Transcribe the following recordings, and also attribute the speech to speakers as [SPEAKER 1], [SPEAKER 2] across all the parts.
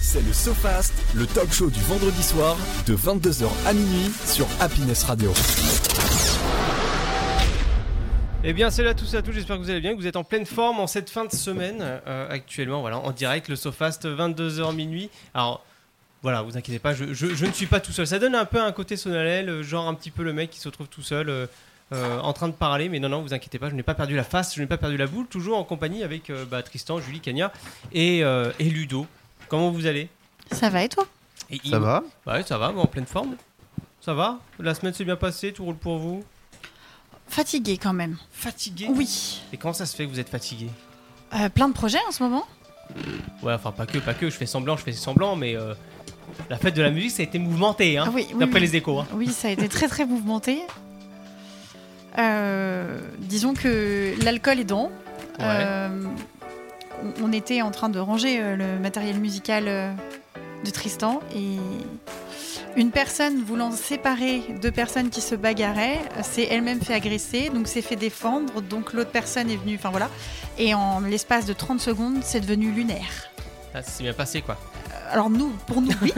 [SPEAKER 1] C'est le SoFast, le talk show du vendredi soir de 22h à minuit sur Happiness Radio.
[SPEAKER 2] Eh bien, c'est là tous à tous. J'espère que vous allez bien, que vous êtes en pleine forme en cette fin de semaine euh, actuellement. Voilà, en direct, le SoFast, 22h minuit. Alors, voilà, vous inquiétez pas, je, je- je ne suis pas tout seul. Ça donne un peu un côté sonalel, euh, genre un petit peu le mec qui se retrouve tout seul euh, euh, en train de parler. Mais non, non, vous inquiétez pas, je n'ai pas perdu la face, je n'ai pas perdu la boule. Toujours en compagnie avec euh, bah, Tristan, Julie, Cagna et, euh, et Ludo. Comment vous allez
[SPEAKER 3] Ça va et toi
[SPEAKER 2] Et
[SPEAKER 4] Ça
[SPEAKER 2] il-
[SPEAKER 4] va
[SPEAKER 2] Ouais, ça va, en pleine forme. Ça va La semaine s'est bien passée, tout roule pour vous
[SPEAKER 3] Fatigué quand même.
[SPEAKER 2] Fatigué
[SPEAKER 3] Oui.
[SPEAKER 2] Et comment ça se fait que vous êtes fatigué
[SPEAKER 3] Euh, plein de projets en ce moment
[SPEAKER 2] Ouais, enfin pas que, pas que, je fais semblant, je fais semblant, mais euh, la fête de la musique, ça a été mouvementé, hein,
[SPEAKER 3] Ah oui, oui,
[SPEAKER 2] d'après
[SPEAKER 3] oui.
[SPEAKER 2] les échos. hein.
[SPEAKER 3] Oui, ça a été très très mouvementé. Euh, disons que l'alcool est dans.
[SPEAKER 2] Ouais.
[SPEAKER 3] Euh, on- on était en train de ranger euh, le matériel musical euh, de Tristan et une personne voulant séparer deux personnes qui se bagarraient euh, s'est elle-même fait agresser, donc s'est fait défendre, donc l'autre personne est venue, enfin voilà. Et en l'espace de 30 secondes, c'est devenu lunaire.
[SPEAKER 2] Ah, ça s'est bien passé, quoi.
[SPEAKER 3] Alors nous, pour nous, oui.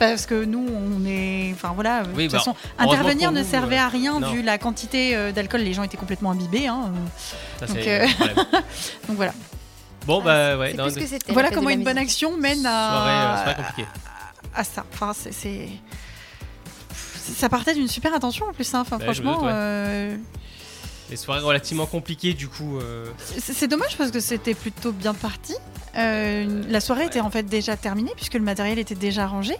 [SPEAKER 3] Parce que nous, on est. Enfin voilà, de
[SPEAKER 2] Oui,
[SPEAKER 3] toute
[SPEAKER 2] bah,
[SPEAKER 3] façon,
[SPEAKER 2] heureusement
[SPEAKER 3] intervenir
[SPEAKER 2] pour
[SPEAKER 3] ne
[SPEAKER 2] nous,
[SPEAKER 3] servait
[SPEAKER 2] euh,
[SPEAKER 3] à rien
[SPEAKER 2] non.
[SPEAKER 3] vu la quantité euh, d'alcool. Les gens étaient complètement imbibés. hein, euh,
[SPEAKER 2] Ça,
[SPEAKER 3] Donc,
[SPEAKER 2] c'est-
[SPEAKER 3] euh,
[SPEAKER 2] problème.
[SPEAKER 3] Donc voilà.
[SPEAKER 2] Bon, bah ouais,
[SPEAKER 5] C'est
[SPEAKER 2] non,
[SPEAKER 5] plus ce que
[SPEAKER 2] des-
[SPEAKER 5] c'était,
[SPEAKER 3] voilà
[SPEAKER 5] la fête
[SPEAKER 3] comment
[SPEAKER 5] de la
[SPEAKER 3] une bonne
[SPEAKER 5] musique.
[SPEAKER 3] action mène
[SPEAKER 2] soirée, euh,
[SPEAKER 3] à,
[SPEAKER 2] soirée compliquée.
[SPEAKER 3] à ça. Enfin, c'est. c'est- Ça partait d'une super intention en plus. hein. Enfin,
[SPEAKER 2] Bah, je me
[SPEAKER 3] franchement,
[SPEAKER 2] doute, ouais.
[SPEAKER 3] euh,
[SPEAKER 2] Des soirées relativement compliquées, du coup. euh,
[SPEAKER 3] c'est c'est dommage parce que c'était plutôt bien parti. Euh, la soirée était en fait déjà terminée puisque le matériel était déjà rangé.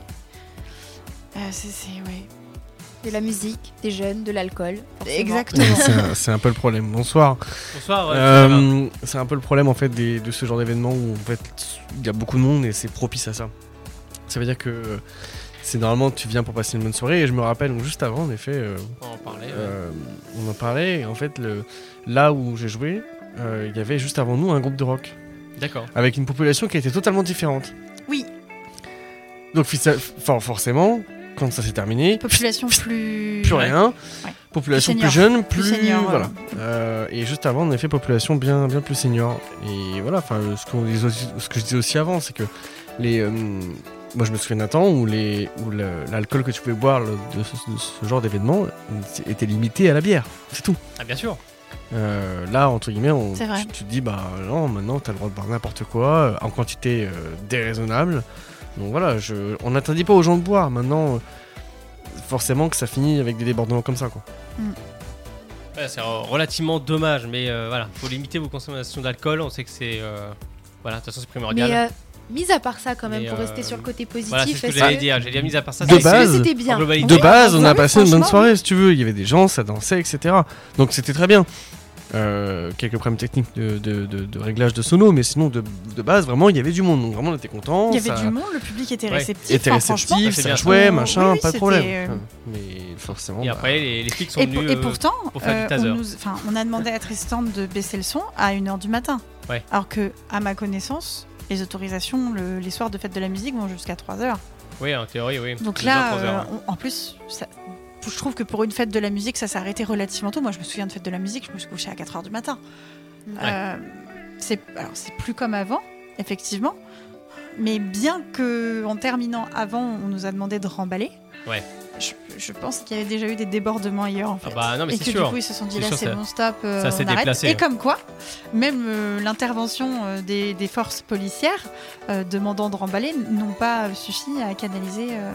[SPEAKER 3] Euh, c'est. c'est- ouais.
[SPEAKER 5] De la musique, des jeunes, de l'alcool. forcément.
[SPEAKER 3] Exactement.
[SPEAKER 4] C'est un- c'est un, peu le problème. Bonsoir.
[SPEAKER 2] Bonsoir. ouais, ça va.
[SPEAKER 4] Euh, c'est un peu le problème en fait des- de ce genre d'événement où en fait il y a beaucoup de monde et c'est propice à ça. Ça veut dire que c'est normalement tu viens pour passer une bonne soirée et je me rappelle donc, juste avant en effet euh,
[SPEAKER 2] On va en parler. Eh ouais.
[SPEAKER 4] euh, on en parlait et en fait le, là où j'ai joué euh, il y avait juste avant nous un groupe de rock
[SPEAKER 2] D'accord.
[SPEAKER 4] avec une population qui était totalement différente.
[SPEAKER 3] Oui,
[SPEAKER 4] Donc fi- ça- for- forcément quand ça s'est terminé
[SPEAKER 3] population plus.
[SPEAKER 4] plus rien.
[SPEAKER 3] Ouais.
[SPEAKER 4] Population
[SPEAKER 3] Plus
[SPEAKER 4] plus, jeune, plus,
[SPEAKER 3] senior, ouais.
[SPEAKER 4] voilà. Euh, et juste avant, on a fait population bien, bien plus senior. Et voilà, enfin, euh, ce, qu'on disait aussi- ce que je disais aussi avant, c'est que les, euh, moi, je me souviens d'un temps où les, où le- l'alcool que tu pouvais boire le- de ce, de ce genre d'événement était limité à la bière. C'est tout.
[SPEAKER 2] Ah, bien sûr.
[SPEAKER 4] Euh, là, entre guillemets, on,
[SPEAKER 3] C'est vrai.
[SPEAKER 4] tu, tu te dis, bah non, maintenant t'as le droit de boire n'importe quoi, euh, en quantité euh, déraisonnable. Donc voilà, je, on n'interdit pas aux gens de boire. Maintenant, euh, forcément que ça finit avec des débordements comme ça, quoi.
[SPEAKER 2] Ouais, c'est euh, relativement dommage, mais euh, voilà, faut limiter vos consommations d'alcool. On sait que c'est. euh, Voilà, de toute façon, c'est primordial.
[SPEAKER 5] Mais euh, mis à part ça, quand même,
[SPEAKER 2] Mais,
[SPEAKER 5] pour
[SPEAKER 2] euh,
[SPEAKER 5] rester sur le côté positif.
[SPEAKER 2] voilà, c'est ce que
[SPEAKER 5] est-ce
[SPEAKER 2] j'allais dire. J'allais dire, mis à part ça,
[SPEAKER 4] De
[SPEAKER 2] c'est-
[SPEAKER 5] est-ce que
[SPEAKER 4] base,
[SPEAKER 5] c'était bien.
[SPEAKER 2] en globalité.
[SPEAKER 4] De
[SPEAKER 3] ah,
[SPEAKER 2] Oui,
[SPEAKER 4] base,
[SPEAKER 5] bah
[SPEAKER 4] on a
[SPEAKER 5] oui,
[SPEAKER 4] passé une bonne
[SPEAKER 5] franchement,
[SPEAKER 4] soirée, si tu veux. Il y avait des gens, ça dansait, etc. Donc c'était très bien. Euh, quelques problèmes techniques de, de- de- de réglage de sono, mais sinon de, de base, vraiment, il y avait du monde. Donc vraiment, on était content.
[SPEAKER 3] Il y avait
[SPEAKER 4] ça
[SPEAKER 3] du monde, le public était
[SPEAKER 2] Ouais.
[SPEAKER 3] réceptif.
[SPEAKER 4] était
[SPEAKER 3] enfin, franchement.
[SPEAKER 4] réceptif,
[SPEAKER 2] c'est
[SPEAKER 4] ça
[SPEAKER 2] bien.
[SPEAKER 4] jouait,
[SPEAKER 3] Oh,
[SPEAKER 4] machin,
[SPEAKER 3] oui,
[SPEAKER 4] pas de
[SPEAKER 3] c'était,
[SPEAKER 4] problème.
[SPEAKER 3] euh,
[SPEAKER 4] Mais forcément.
[SPEAKER 2] Et
[SPEAKER 4] bah,
[SPEAKER 2] après, les, les flics sont
[SPEAKER 3] Et, pour-
[SPEAKER 2] venus.
[SPEAKER 3] et
[SPEAKER 2] euh,
[SPEAKER 3] pourtant,
[SPEAKER 2] pour faire du
[SPEAKER 3] euh,
[SPEAKER 2] taser.
[SPEAKER 3] on, nous- enfin, on a demandé à Tristan de baisser le son à 1h du matin.
[SPEAKER 2] Ouais.
[SPEAKER 3] Alors que, à ma connaissance, les autorisations le- les soirs de fête de la musique vont jusqu'à 3h.
[SPEAKER 2] Oui, en théorie, oui.
[SPEAKER 3] Donc
[SPEAKER 2] Deux
[SPEAKER 3] là,
[SPEAKER 2] heures, trois heures,
[SPEAKER 3] euh,
[SPEAKER 2] ouais.
[SPEAKER 3] on- en plus, ça- je trouve que pour une fête de la musique, ça s'est arrêté relativement tôt. Moi, je me souviens de fête de la musique, je me suis couchée à 4h du matin.
[SPEAKER 5] Ouais.
[SPEAKER 3] Euh, c'est alors c'est plus comme avant, effectivement. Mais bien que en terminant avant, on nous a demandé de remballer.
[SPEAKER 2] Ouais.
[SPEAKER 3] Je, je pense qu'il y avait déjà eu des débordements ailleurs en
[SPEAKER 2] Ah
[SPEAKER 3] fait.
[SPEAKER 2] bah non, mais
[SPEAKER 3] et
[SPEAKER 2] c'est
[SPEAKER 3] que
[SPEAKER 2] sûr.
[SPEAKER 3] du coup ils se sont dit
[SPEAKER 2] C'est
[SPEAKER 3] là
[SPEAKER 2] sûr,
[SPEAKER 3] c'est
[SPEAKER 2] ça-
[SPEAKER 3] bon stop, euh,
[SPEAKER 2] ça s'est
[SPEAKER 3] on arrête.
[SPEAKER 2] déplacé,
[SPEAKER 3] Et
[SPEAKER 2] ouais.
[SPEAKER 3] comme quoi, même euh, l'intervention euh, des, des forces policières euh, demandant de remballer n'ont pas euh, suffi à canaliser. euh,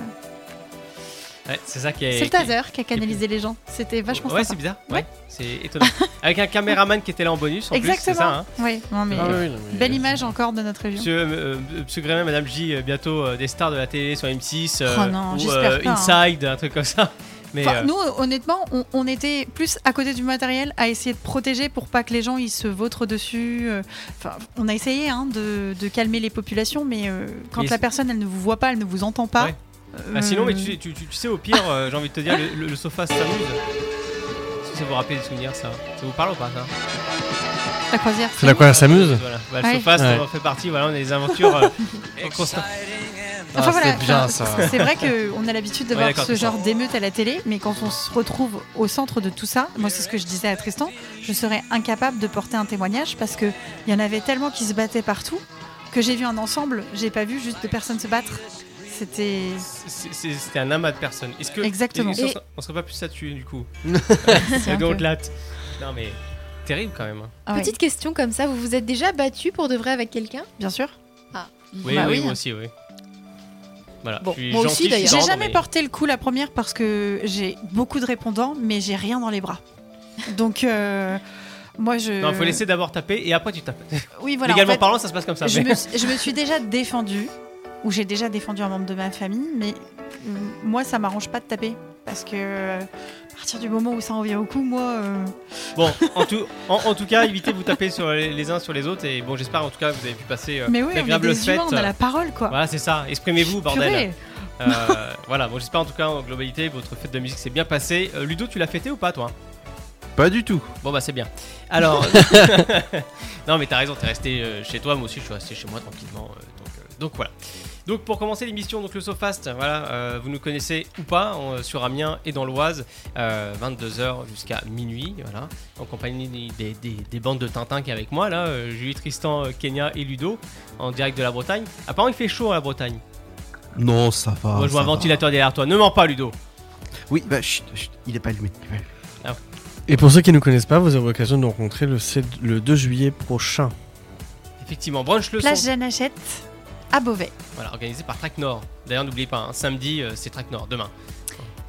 [SPEAKER 2] Ouais, c'est ça qui est.
[SPEAKER 3] C'est le
[SPEAKER 2] qui est-
[SPEAKER 3] taser qui a canalisé les gens. C'était vachement
[SPEAKER 2] Ouais, c'est
[SPEAKER 3] sympa.
[SPEAKER 2] bizarre. Ouais.
[SPEAKER 3] Ouais.
[SPEAKER 2] C'est étonnant. Avec un caméraman qui était là en bonus. En Plus, c'est
[SPEAKER 3] Exactement.
[SPEAKER 2] ça, hein.
[SPEAKER 3] Oui. Non, mais,
[SPEAKER 4] ah oui, non, mais-
[SPEAKER 3] Belle image hein. encore de notre région.
[SPEAKER 2] Monsieur, euh, euh, Monsieur Grémin, Madame J, euh, bientôt euh, des stars de la télé sur M6 euh,
[SPEAKER 3] Oh non,
[SPEAKER 2] ou
[SPEAKER 3] j'espère pas, hein.
[SPEAKER 2] Inside, un truc comme ça. Mais
[SPEAKER 3] Enfin,
[SPEAKER 2] euh,
[SPEAKER 3] Nous, euh, honnêtement, on, on était plus à côté du matériel à essayer de protéger pour pas que les gens ils se vautrent dessus. euh. Enfin, on a essayé hein, de, de calmer les populations, mais euh, quand
[SPEAKER 2] Mais
[SPEAKER 3] la
[SPEAKER 2] c'est-
[SPEAKER 3] personne elle ne vous voit pas, elle ne vous entend pas.
[SPEAKER 2] Ouais.
[SPEAKER 3] euh,
[SPEAKER 2] ah, sinon, mais tu, tu- tu- tu sais, au pire, euh, j'ai envie de te dire, le, le- le sofa s'amuse. Est-ce que ça vous rappelle des souvenirs, ça Ça vous parle ou pas, ça
[SPEAKER 3] La croisière.
[SPEAKER 4] C'est la quoi, elle s'amuse
[SPEAKER 2] Voilà. Bah, le
[SPEAKER 3] Ouais.
[SPEAKER 2] sofa, ça
[SPEAKER 4] Ouais.
[SPEAKER 2] en fait partie, voilà, on a des aventures euh, constantes. Ah,
[SPEAKER 3] Enfin, voilà,
[SPEAKER 4] c'est bien
[SPEAKER 3] enfin,
[SPEAKER 4] ça.
[SPEAKER 3] c'est- C'est vrai qu'on a l'habitude de
[SPEAKER 2] Ouais,
[SPEAKER 3] voir
[SPEAKER 2] d'accord,
[SPEAKER 3] ce
[SPEAKER 2] tout ça.
[SPEAKER 3] genre d'émeute à la télé, mais quand on se retrouve au centre de tout ça, moi c'est ce que je disais à Tristan, je serais incapable de porter un témoignage parce qu'il y en avait tellement qui se battaient partout que j'ai vu un ensemble. J'ai pas vu juste de personnes se battre. C'était.
[SPEAKER 2] C'est- c'est- C'était un amas de personnes. Est-ce que
[SPEAKER 3] Exactement.
[SPEAKER 2] est-ce qu'on
[SPEAKER 5] Et-
[SPEAKER 2] serait- on serait pas plus statué du coup
[SPEAKER 3] c'est un
[SPEAKER 2] C'est
[SPEAKER 3] peu-
[SPEAKER 2] donc là. t- Non mais terrible quand même. hein.
[SPEAKER 3] Ah ouais,
[SPEAKER 5] Petite question comme ça, vous vous êtes déjà battu pour de vrai avec quelqu'un
[SPEAKER 3] bien sûr.
[SPEAKER 2] Oui,
[SPEAKER 3] Bah
[SPEAKER 2] oui,
[SPEAKER 3] oui.
[SPEAKER 2] moi aussi, oui. Voilà.
[SPEAKER 5] Bon,
[SPEAKER 2] je suis
[SPEAKER 5] moi aussi,
[SPEAKER 2] gentil, je suis
[SPEAKER 5] d'ailleurs.
[SPEAKER 3] J'ai
[SPEAKER 2] tendre,
[SPEAKER 3] jamais
[SPEAKER 2] mais-
[SPEAKER 3] porté le coup la première parce que j'ai beaucoup de répondants, mais j'ai rien dans les bras. Donc. euh, Moi, je.
[SPEAKER 2] Non, faut laisser d'abord taper et après tu tapes.
[SPEAKER 3] Oui, voilà. en
[SPEAKER 2] Légalement
[SPEAKER 3] fait,
[SPEAKER 2] parlant, ça se passe comme ça.
[SPEAKER 3] je,
[SPEAKER 2] mais-
[SPEAKER 3] me, suis- je me suis déjà défendue, ou j'ai déjà défendu un membre de ma famille, mais euh, moi, ça m'arrange pas de taper. Parce que euh, à partir du moment où ça en vient au coup, moi. euh,
[SPEAKER 2] Bon, en tout, en, en tout cas, évitez de vous taper sur les, les uns sur les autres. Et bon, j'espère en tout cas que vous avez pu passer euh,
[SPEAKER 3] Mais oui, on est
[SPEAKER 2] d'agréables
[SPEAKER 3] des
[SPEAKER 2] fêtes.
[SPEAKER 3] humains, on a la parole, quoi.
[SPEAKER 2] euh, Voilà, c'est ça. Exprimez-vous, bordel.
[SPEAKER 3] Purée.
[SPEAKER 2] Euh, voilà, bon, j'espère en tout cas en globalité, votre fête de musique s'est bien passée. Euh, Ludo, tu l'as fêté ou pas, toi
[SPEAKER 4] Pas du tout.
[SPEAKER 2] Bon, bah, c'est bien. Alors, non, mais t'as raison, t'es resté euh, chez toi. Moi aussi, je suis resté chez moi tranquillement. euh, donc, euh, donc, voilà. Donc, pour commencer l'émission, donc le SoFast, voilà, euh, vous nous connaissez ou pas, on, euh, sur Amiens et dans l'Oise, 22h jusqu'à minuit, voilà, en compagnie des, des- des bandes de Tintin qui est avec moi, là, euh, Julie, Tristan, euh, Kenya et Ludo, en direct de la Bretagne. Apparemment, il fait chaud à la Bretagne.
[SPEAKER 6] Non, ça va.
[SPEAKER 2] moi, je vois un
[SPEAKER 4] Ah,
[SPEAKER 6] Ah, ça va.
[SPEAKER 2] ventilateur derrière toi. Ne mens pas, Ludo.
[SPEAKER 6] Oui, bah, chut, chut, il est pas allumé.
[SPEAKER 4] Et pour ceux qui ne connaissent pas, vous aurez l'occasion de nous rencontrer le, 7 le 2 juillet prochain.
[SPEAKER 2] Effectivement, brunch le son.
[SPEAKER 3] Place Jeanne Hachette à Beauvais.
[SPEAKER 2] Voilà, organisé par Track Nord. D'ailleurs, n'oubliez pas, hein, samedi, euh, c'est Track Nord, demain.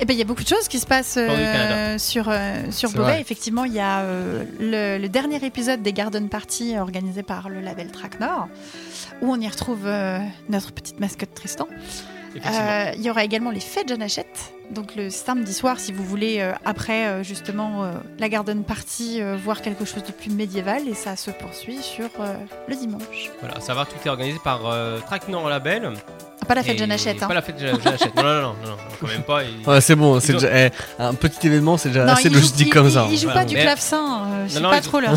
[SPEAKER 3] Et ben il y a beaucoup de choses qui se passent euh,
[SPEAKER 2] Hors du Canada.
[SPEAKER 3] sur, euh, sur
[SPEAKER 4] C'est
[SPEAKER 3] Beauvais.
[SPEAKER 4] vrai.
[SPEAKER 3] Effectivement, il y a euh, le, le dernier épisode des Garden Party organisé par le label Track Nord, où on y retrouve euh, notre petite mascotte Tristan.
[SPEAKER 2] Effectivement.
[SPEAKER 3] Euh, il y aura également les fêtes Jeanne Hachette, donc le samedi soir, si vous voulez, euh, après euh, justement euh, la Garden Party, euh, voir quelque chose de plus médiéval, et ça se poursuit sur euh, le dimanche.
[SPEAKER 2] Voilà, à savoir, tout est organisé par euh, Tracknor Label.
[SPEAKER 3] Ah, Pas la fête
[SPEAKER 2] Et-
[SPEAKER 3] Jeanne Hachette, hein.
[SPEAKER 2] Pas la fête Jeanne Jeanne Hachette. Non, non, non, non, non, quand même pas. et-
[SPEAKER 4] Ouais, Ah, c'est bon, c'est
[SPEAKER 2] Ils ont-
[SPEAKER 4] déjà, eh, un petit événement, Ah, c'est déjà
[SPEAKER 3] Non,
[SPEAKER 4] assez
[SPEAKER 3] ils jouent-
[SPEAKER 4] logistique
[SPEAKER 3] ils-
[SPEAKER 4] comme
[SPEAKER 3] ils-
[SPEAKER 4] ça. Bah
[SPEAKER 3] Ils jouent
[SPEAKER 2] Voilà.
[SPEAKER 3] pas du
[SPEAKER 2] Mais-
[SPEAKER 3] clavecin, euh, c'est
[SPEAKER 2] non,
[SPEAKER 3] pas
[SPEAKER 2] ils-
[SPEAKER 3] trop leur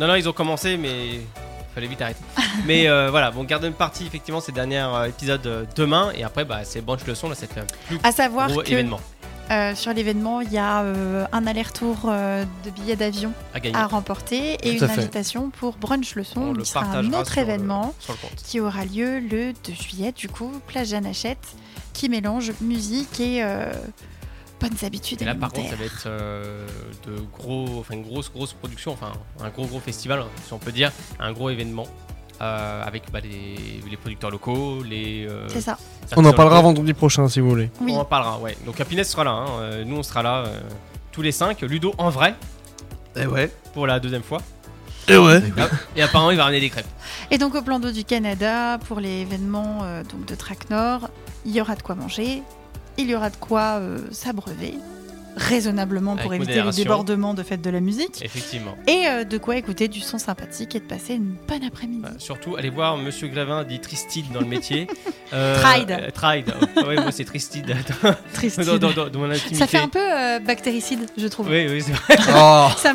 [SPEAKER 2] Non, non, ils ont commencé, mais fallait vite arrêter. Mais euh, voilà, bon, Garden Party, effectivement, c'est le dernier euh, épisode euh, demain. Et après, bah, c'est Branch Leçon, là, c'est un plus
[SPEAKER 3] À savoir
[SPEAKER 2] gros
[SPEAKER 3] que
[SPEAKER 2] événement
[SPEAKER 3] euh, sur l'événement, il y a euh, un aller-retour euh, de billets d'avion
[SPEAKER 2] à gagner.
[SPEAKER 3] à remporter et une
[SPEAKER 4] Tout à fait.
[SPEAKER 3] invitation pour Brunch
[SPEAKER 2] On
[SPEAKER 3] Leçon,
[SPEAKER 2] le
[SPEAKER 3] qui sera un
[SPEAKER 2] partagera
[SPEAKER 3] autre
[SPEAKER 2] sur le-
[SPEAKER 3] événement
[SPEAKER 2] sur le compte.
[SPEAKER 3] qui aura lieu le 2 juillet, du coup, plage Jeanne Hachette, qui mélange musique et euh, bonnes habitudes
[SPEAKER 2] Et là, par contre,
[SPEAKER 3] alimentaires.
[SPEAKER 2] ça va être euh, de gros, enfin, une grosse, grosse production, enfin, un gros, gros festival, hein, si on peut dire, un gros événement euh, avec bah, les, les producteurs locaux, les. euh,
[SPEAKER 3] C'est ça.
[SPEAKER 4] On en
[SPEAKER 2] artisans
[SPEAKER 4] parlera
[SPEAKER 2] locaux.
[SPEAKER 4] vendredi prochain si vous voulez.
[SPEAKER 3] Oui.
[SPEAKER 2] On en parlera, ouais. Donc Happiness sera là, hein. Euh, nous on sera là euh, tous les cinq. Ludo en vrai
[SPEAKER 6] Eh ouais.
[SPEAKER 2] pour la deuxième fois.
[SPEAKER 4] Et Eh ouais.
[SPEAKER 2] Et apparemment il va ramener des crêpes.
[SPEAKER 3] Et donc au plan d'eau du Canada, pour les événements euh, donc de Track Nord, il y aura de quoi manger, il y aura de quoi euh, s'abreuver, raisonnablement pour
[SPEAKER 2] Avec
[SPEAKER 3] éviter
[SPEAKER 2] modération.
[SPEAKER 3] les débordements de fête de la musique.
[SPEAKER 2] Effectivement.
[SPEAKER 3] et euh, de quoi écouter du son sympathique et de passer une bonne après-midi.
[SPEAKER 2] Voilà. Bah, Surtout allez voir Monsieur Grévin dit Tristide dans le métier. Euh,
[SPEAKER 3] Tride.
[SPEAKER 2] euh, tride. oui, moi c'est Tristide.
[SPEAKER 3] Triste.
[SPEAKER 2] dans, dans- dans- dans mon intimité.
[SPEAKER 3] Ça fait un peu euh, bactéricide, je trouve.
[SPEAKER 2] Oui, oui, c'est vrai.
[SPEAKER 3] Ça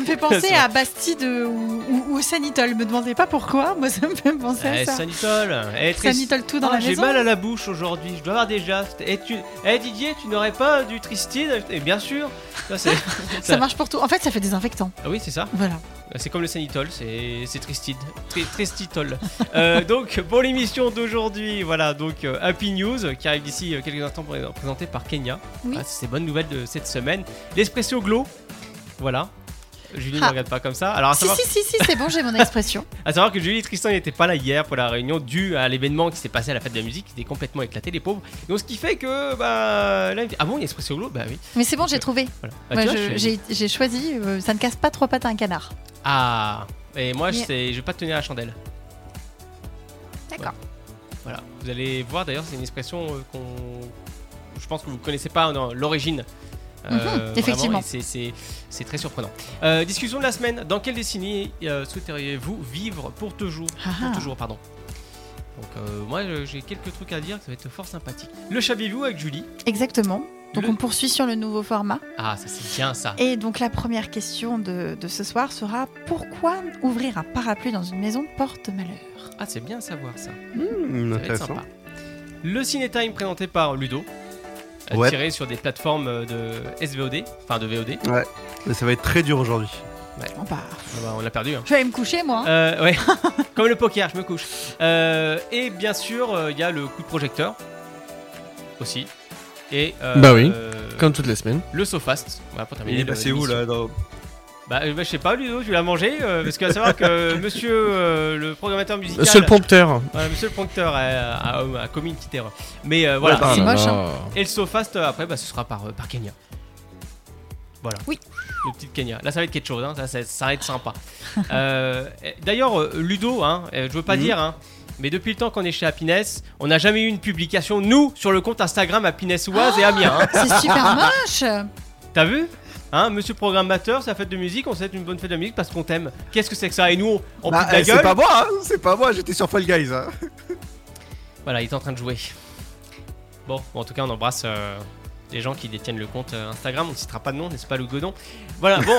[SPEAKER 3] me fait penser
[SPEAKER 2] C'est
[SPEAKER 3] à Bastide euh, ou, ou, ou Sanitol. Me demandez pas pourquoi, moi ça me fait penser
[SPEAKER 2] Eh,
[SPEAKER 3] à ça.
[SPEAKER 2] Sanitol. Eh, Trist-
[SPEAKER 3] Sanitol tout dans
[SPEAKER 2] Ah,
[SPEAKER 3] la
[SPEAKER 2] J'ai
[SPEAKER 3] maison.
[SPEAKER 2] mal à la bouche aujourd'hui, je dois avoir des jaftes. Et tu... eh, Didier, tu n'aurais pas du Tristide Et bien sûr Ça, c'est-
[SPEAKER 3] Ça marche pour tout. En fait, ça fait désinfectant.
[SPEAKER 2] Ah oui, c'est ça.
[SPEAKER 3] Voilà.
[SPEAKER 2] C'est comme le sanitol, c'est c'est tristide. Tri- tristitol. Euh, donc, pour l'émission d'aujourd'hui, voilà, donc euh, Happy News euh, qui arrive d'ici euh, quelques instants pré- présenté par Kenya.
[SPEAKER 5] Oui.
[SPEAKER 2] Ah, c'est les bonnes nouvelles de cette semaine. L'espresso glow, voilà. Julie ne
[SPEAKER 3] Ah.
[SPEAKER 2] me regarde pas comme ça. Alors, à
[SPEAKER 3] Si,
[SPEAKER 2] savoir,
[SPEAKER 3] si, si, si, c'est bon, j'ai mon expression.
[SPEAKER 2] à savoir que Julie et Tristan n'étaient pas là hier pour la réunion due à l'événement qui s'est passé à la fête de la musique qui était complètement éclaté, les pauvres. Donc, ce qui fait que, bah, là, il me dit, ah bon, il y a espresso glow Bah oui.
[SPEAKER 3] Mais c'est bon, j'ai trouvé.
[SPEAKER 2] Voilà. Bah,
[SPEAKER 3] Moi,
[SPEAKER 2] tu vois,
[SPEAKER 3] je-
[SPEAKER 2] je-
[SPEAKER 3] j'ai j'ai choisi, euh, ça ne casse pas trois pattes à un canard.
[SPEAKER 2] Ah, et moi, je,
[SPEAKER 5] Mais-
[SPEAKER 2] sais, je vais pas tenir la chandelle.
[SPEAKER 5] D'accord.
[SPEAKER 2] Voilà, vous allez voir d'ailleurs, c'est une expression euh, qu'on. Je pense que vous ne connaissez pas non, l'origine. Euh, vraiment,
[SPEAKER 3] Mhm, effectivement.
[SPEAKER 2] et c'est- C'est c'est très surprenant. Euh, discussion de la semaine. Dans quelle décennie euh, souhaiteriez-vous vivre pour toujours Pour
[SPEAKER 3] Ah.
[SPEAKER 2] toujours, pardon. Donc, euh, moi, je- j'ai quelques trucs à dire, ça va être fort sympathique. Le chavez-vous avec Julie
[SPEAKER 3] Exactement. Donc
[SPEAKER 2] Le-
[SPEAKER 3] on poursuit sur le nouveau format.
[SPEAKER 2] Ah, ça c'est bien ça.
[SPEAKER 3] Et donc la première question de, de ce soir sera pourquoi ouvrir un parapluie dans une maison porte malheur
[SPEAKER 2] Ah, c'est bien à savoir ça.
[SPEAKER 6] Hmm,
[SPEAKER 2] Ça va être
[SPEAKER 6] intéressant.
[SPEAKER 2] sympa. Le Ciné-Time présenté par Ludo, euh,
[SPEAKER 6] Ouais.
[SPEAKER 2] tiré sur des plateformes euh, de SVOD, enfin de VOD.
[SPEAKER 6] Mais ça va être très dur aujourd'hui.
[SPEAKER 3] Oh bah,
[SPEAKER 2] Ah bah, on l'a perdu. hein.
[SPEAKER 3] Je vais aller me coucher, moi. hein.
[SPEAKER 2] Euh, ouais, comme le poker, je me couche. Euh, et bien sûr, euh, il y a le coup de projecteur aussi. Et euh,
[SPEAKER 4] Bah oui,
[SPEAKER 2] euh,
[SPEAKER 4] Comme toutes les semaines.
[SPEAKER 2] le sofast. Voilà, pour terminer
[SPEAKER 6] Il est
[SPEAKER 2] le-
[SPEAKER 6] passé où
[SPEAKER 2] l'émission.
[SPEAKER 6] là dans-
[SPEAKER 2] bah, euh, bah, je sais pas, Ludo, tu l'as mangé euh, parce qu'à savoir que monsieur euh, le programmateur musical,
[SPEAKER 4] Seul prompteur.
[SPEAKER 2] voilà, monsieur le prompteur a, a- a commis une petite erreur. Mais euh, voilà.
[SPEAKER 3] bah, C'est
[SPEAKER 4] Oh là
[SPEAKER 3] moche,
[SPEAKER 4] là.
[SPEAKER 2] Et le SoFast, euh, après, bah, ce sera par, euh, par Kenya. Voilà.
[SPEAKER 5] Oui.
[SPEAKER 2] Le petit Kenya. Là, ça va être quelque chose. hein. Ça, ça, ça va être sympa. Euh, et D'ailleurs, euh, Ludo, hein, euh, je veux pas
[SPEAKER 6] Mhm.
[SPEAKER 2] dire, hein, mais depuis le temps qu'on est chez Happiness, on n'a jamais eu une publication, nous, sur le compte Instagram Happiness Oise et Amiens. hein.
[SPEAKER 3] C'est super moche.
[SPEAKER 2] T'as vu Hein, monsieur programmateur, sa fête de musique, on souhaite une bonne fête de musique parce qu'on t'aime. Qu'est-ce que c'est que ça Et nous, on, on
[SPEAKER 6] Bah,
[SPEAKER 2] pute la
[SPEAKER 6] eh,
[SPEAKER 2] gueule.
[SPEAKER 6] C'est pas moi, hein, c'est pas moi, j'étais sur Fall Guys. hein.
[SPEAKER 2] Voilà, il est en train de jouer. Bon, bon, en tout cas, on embrasse euh, les gens qui détiennent le compte euh, Instagram. On ne citera pas de nom, n'est-ce pas, le godon Voilà, bon,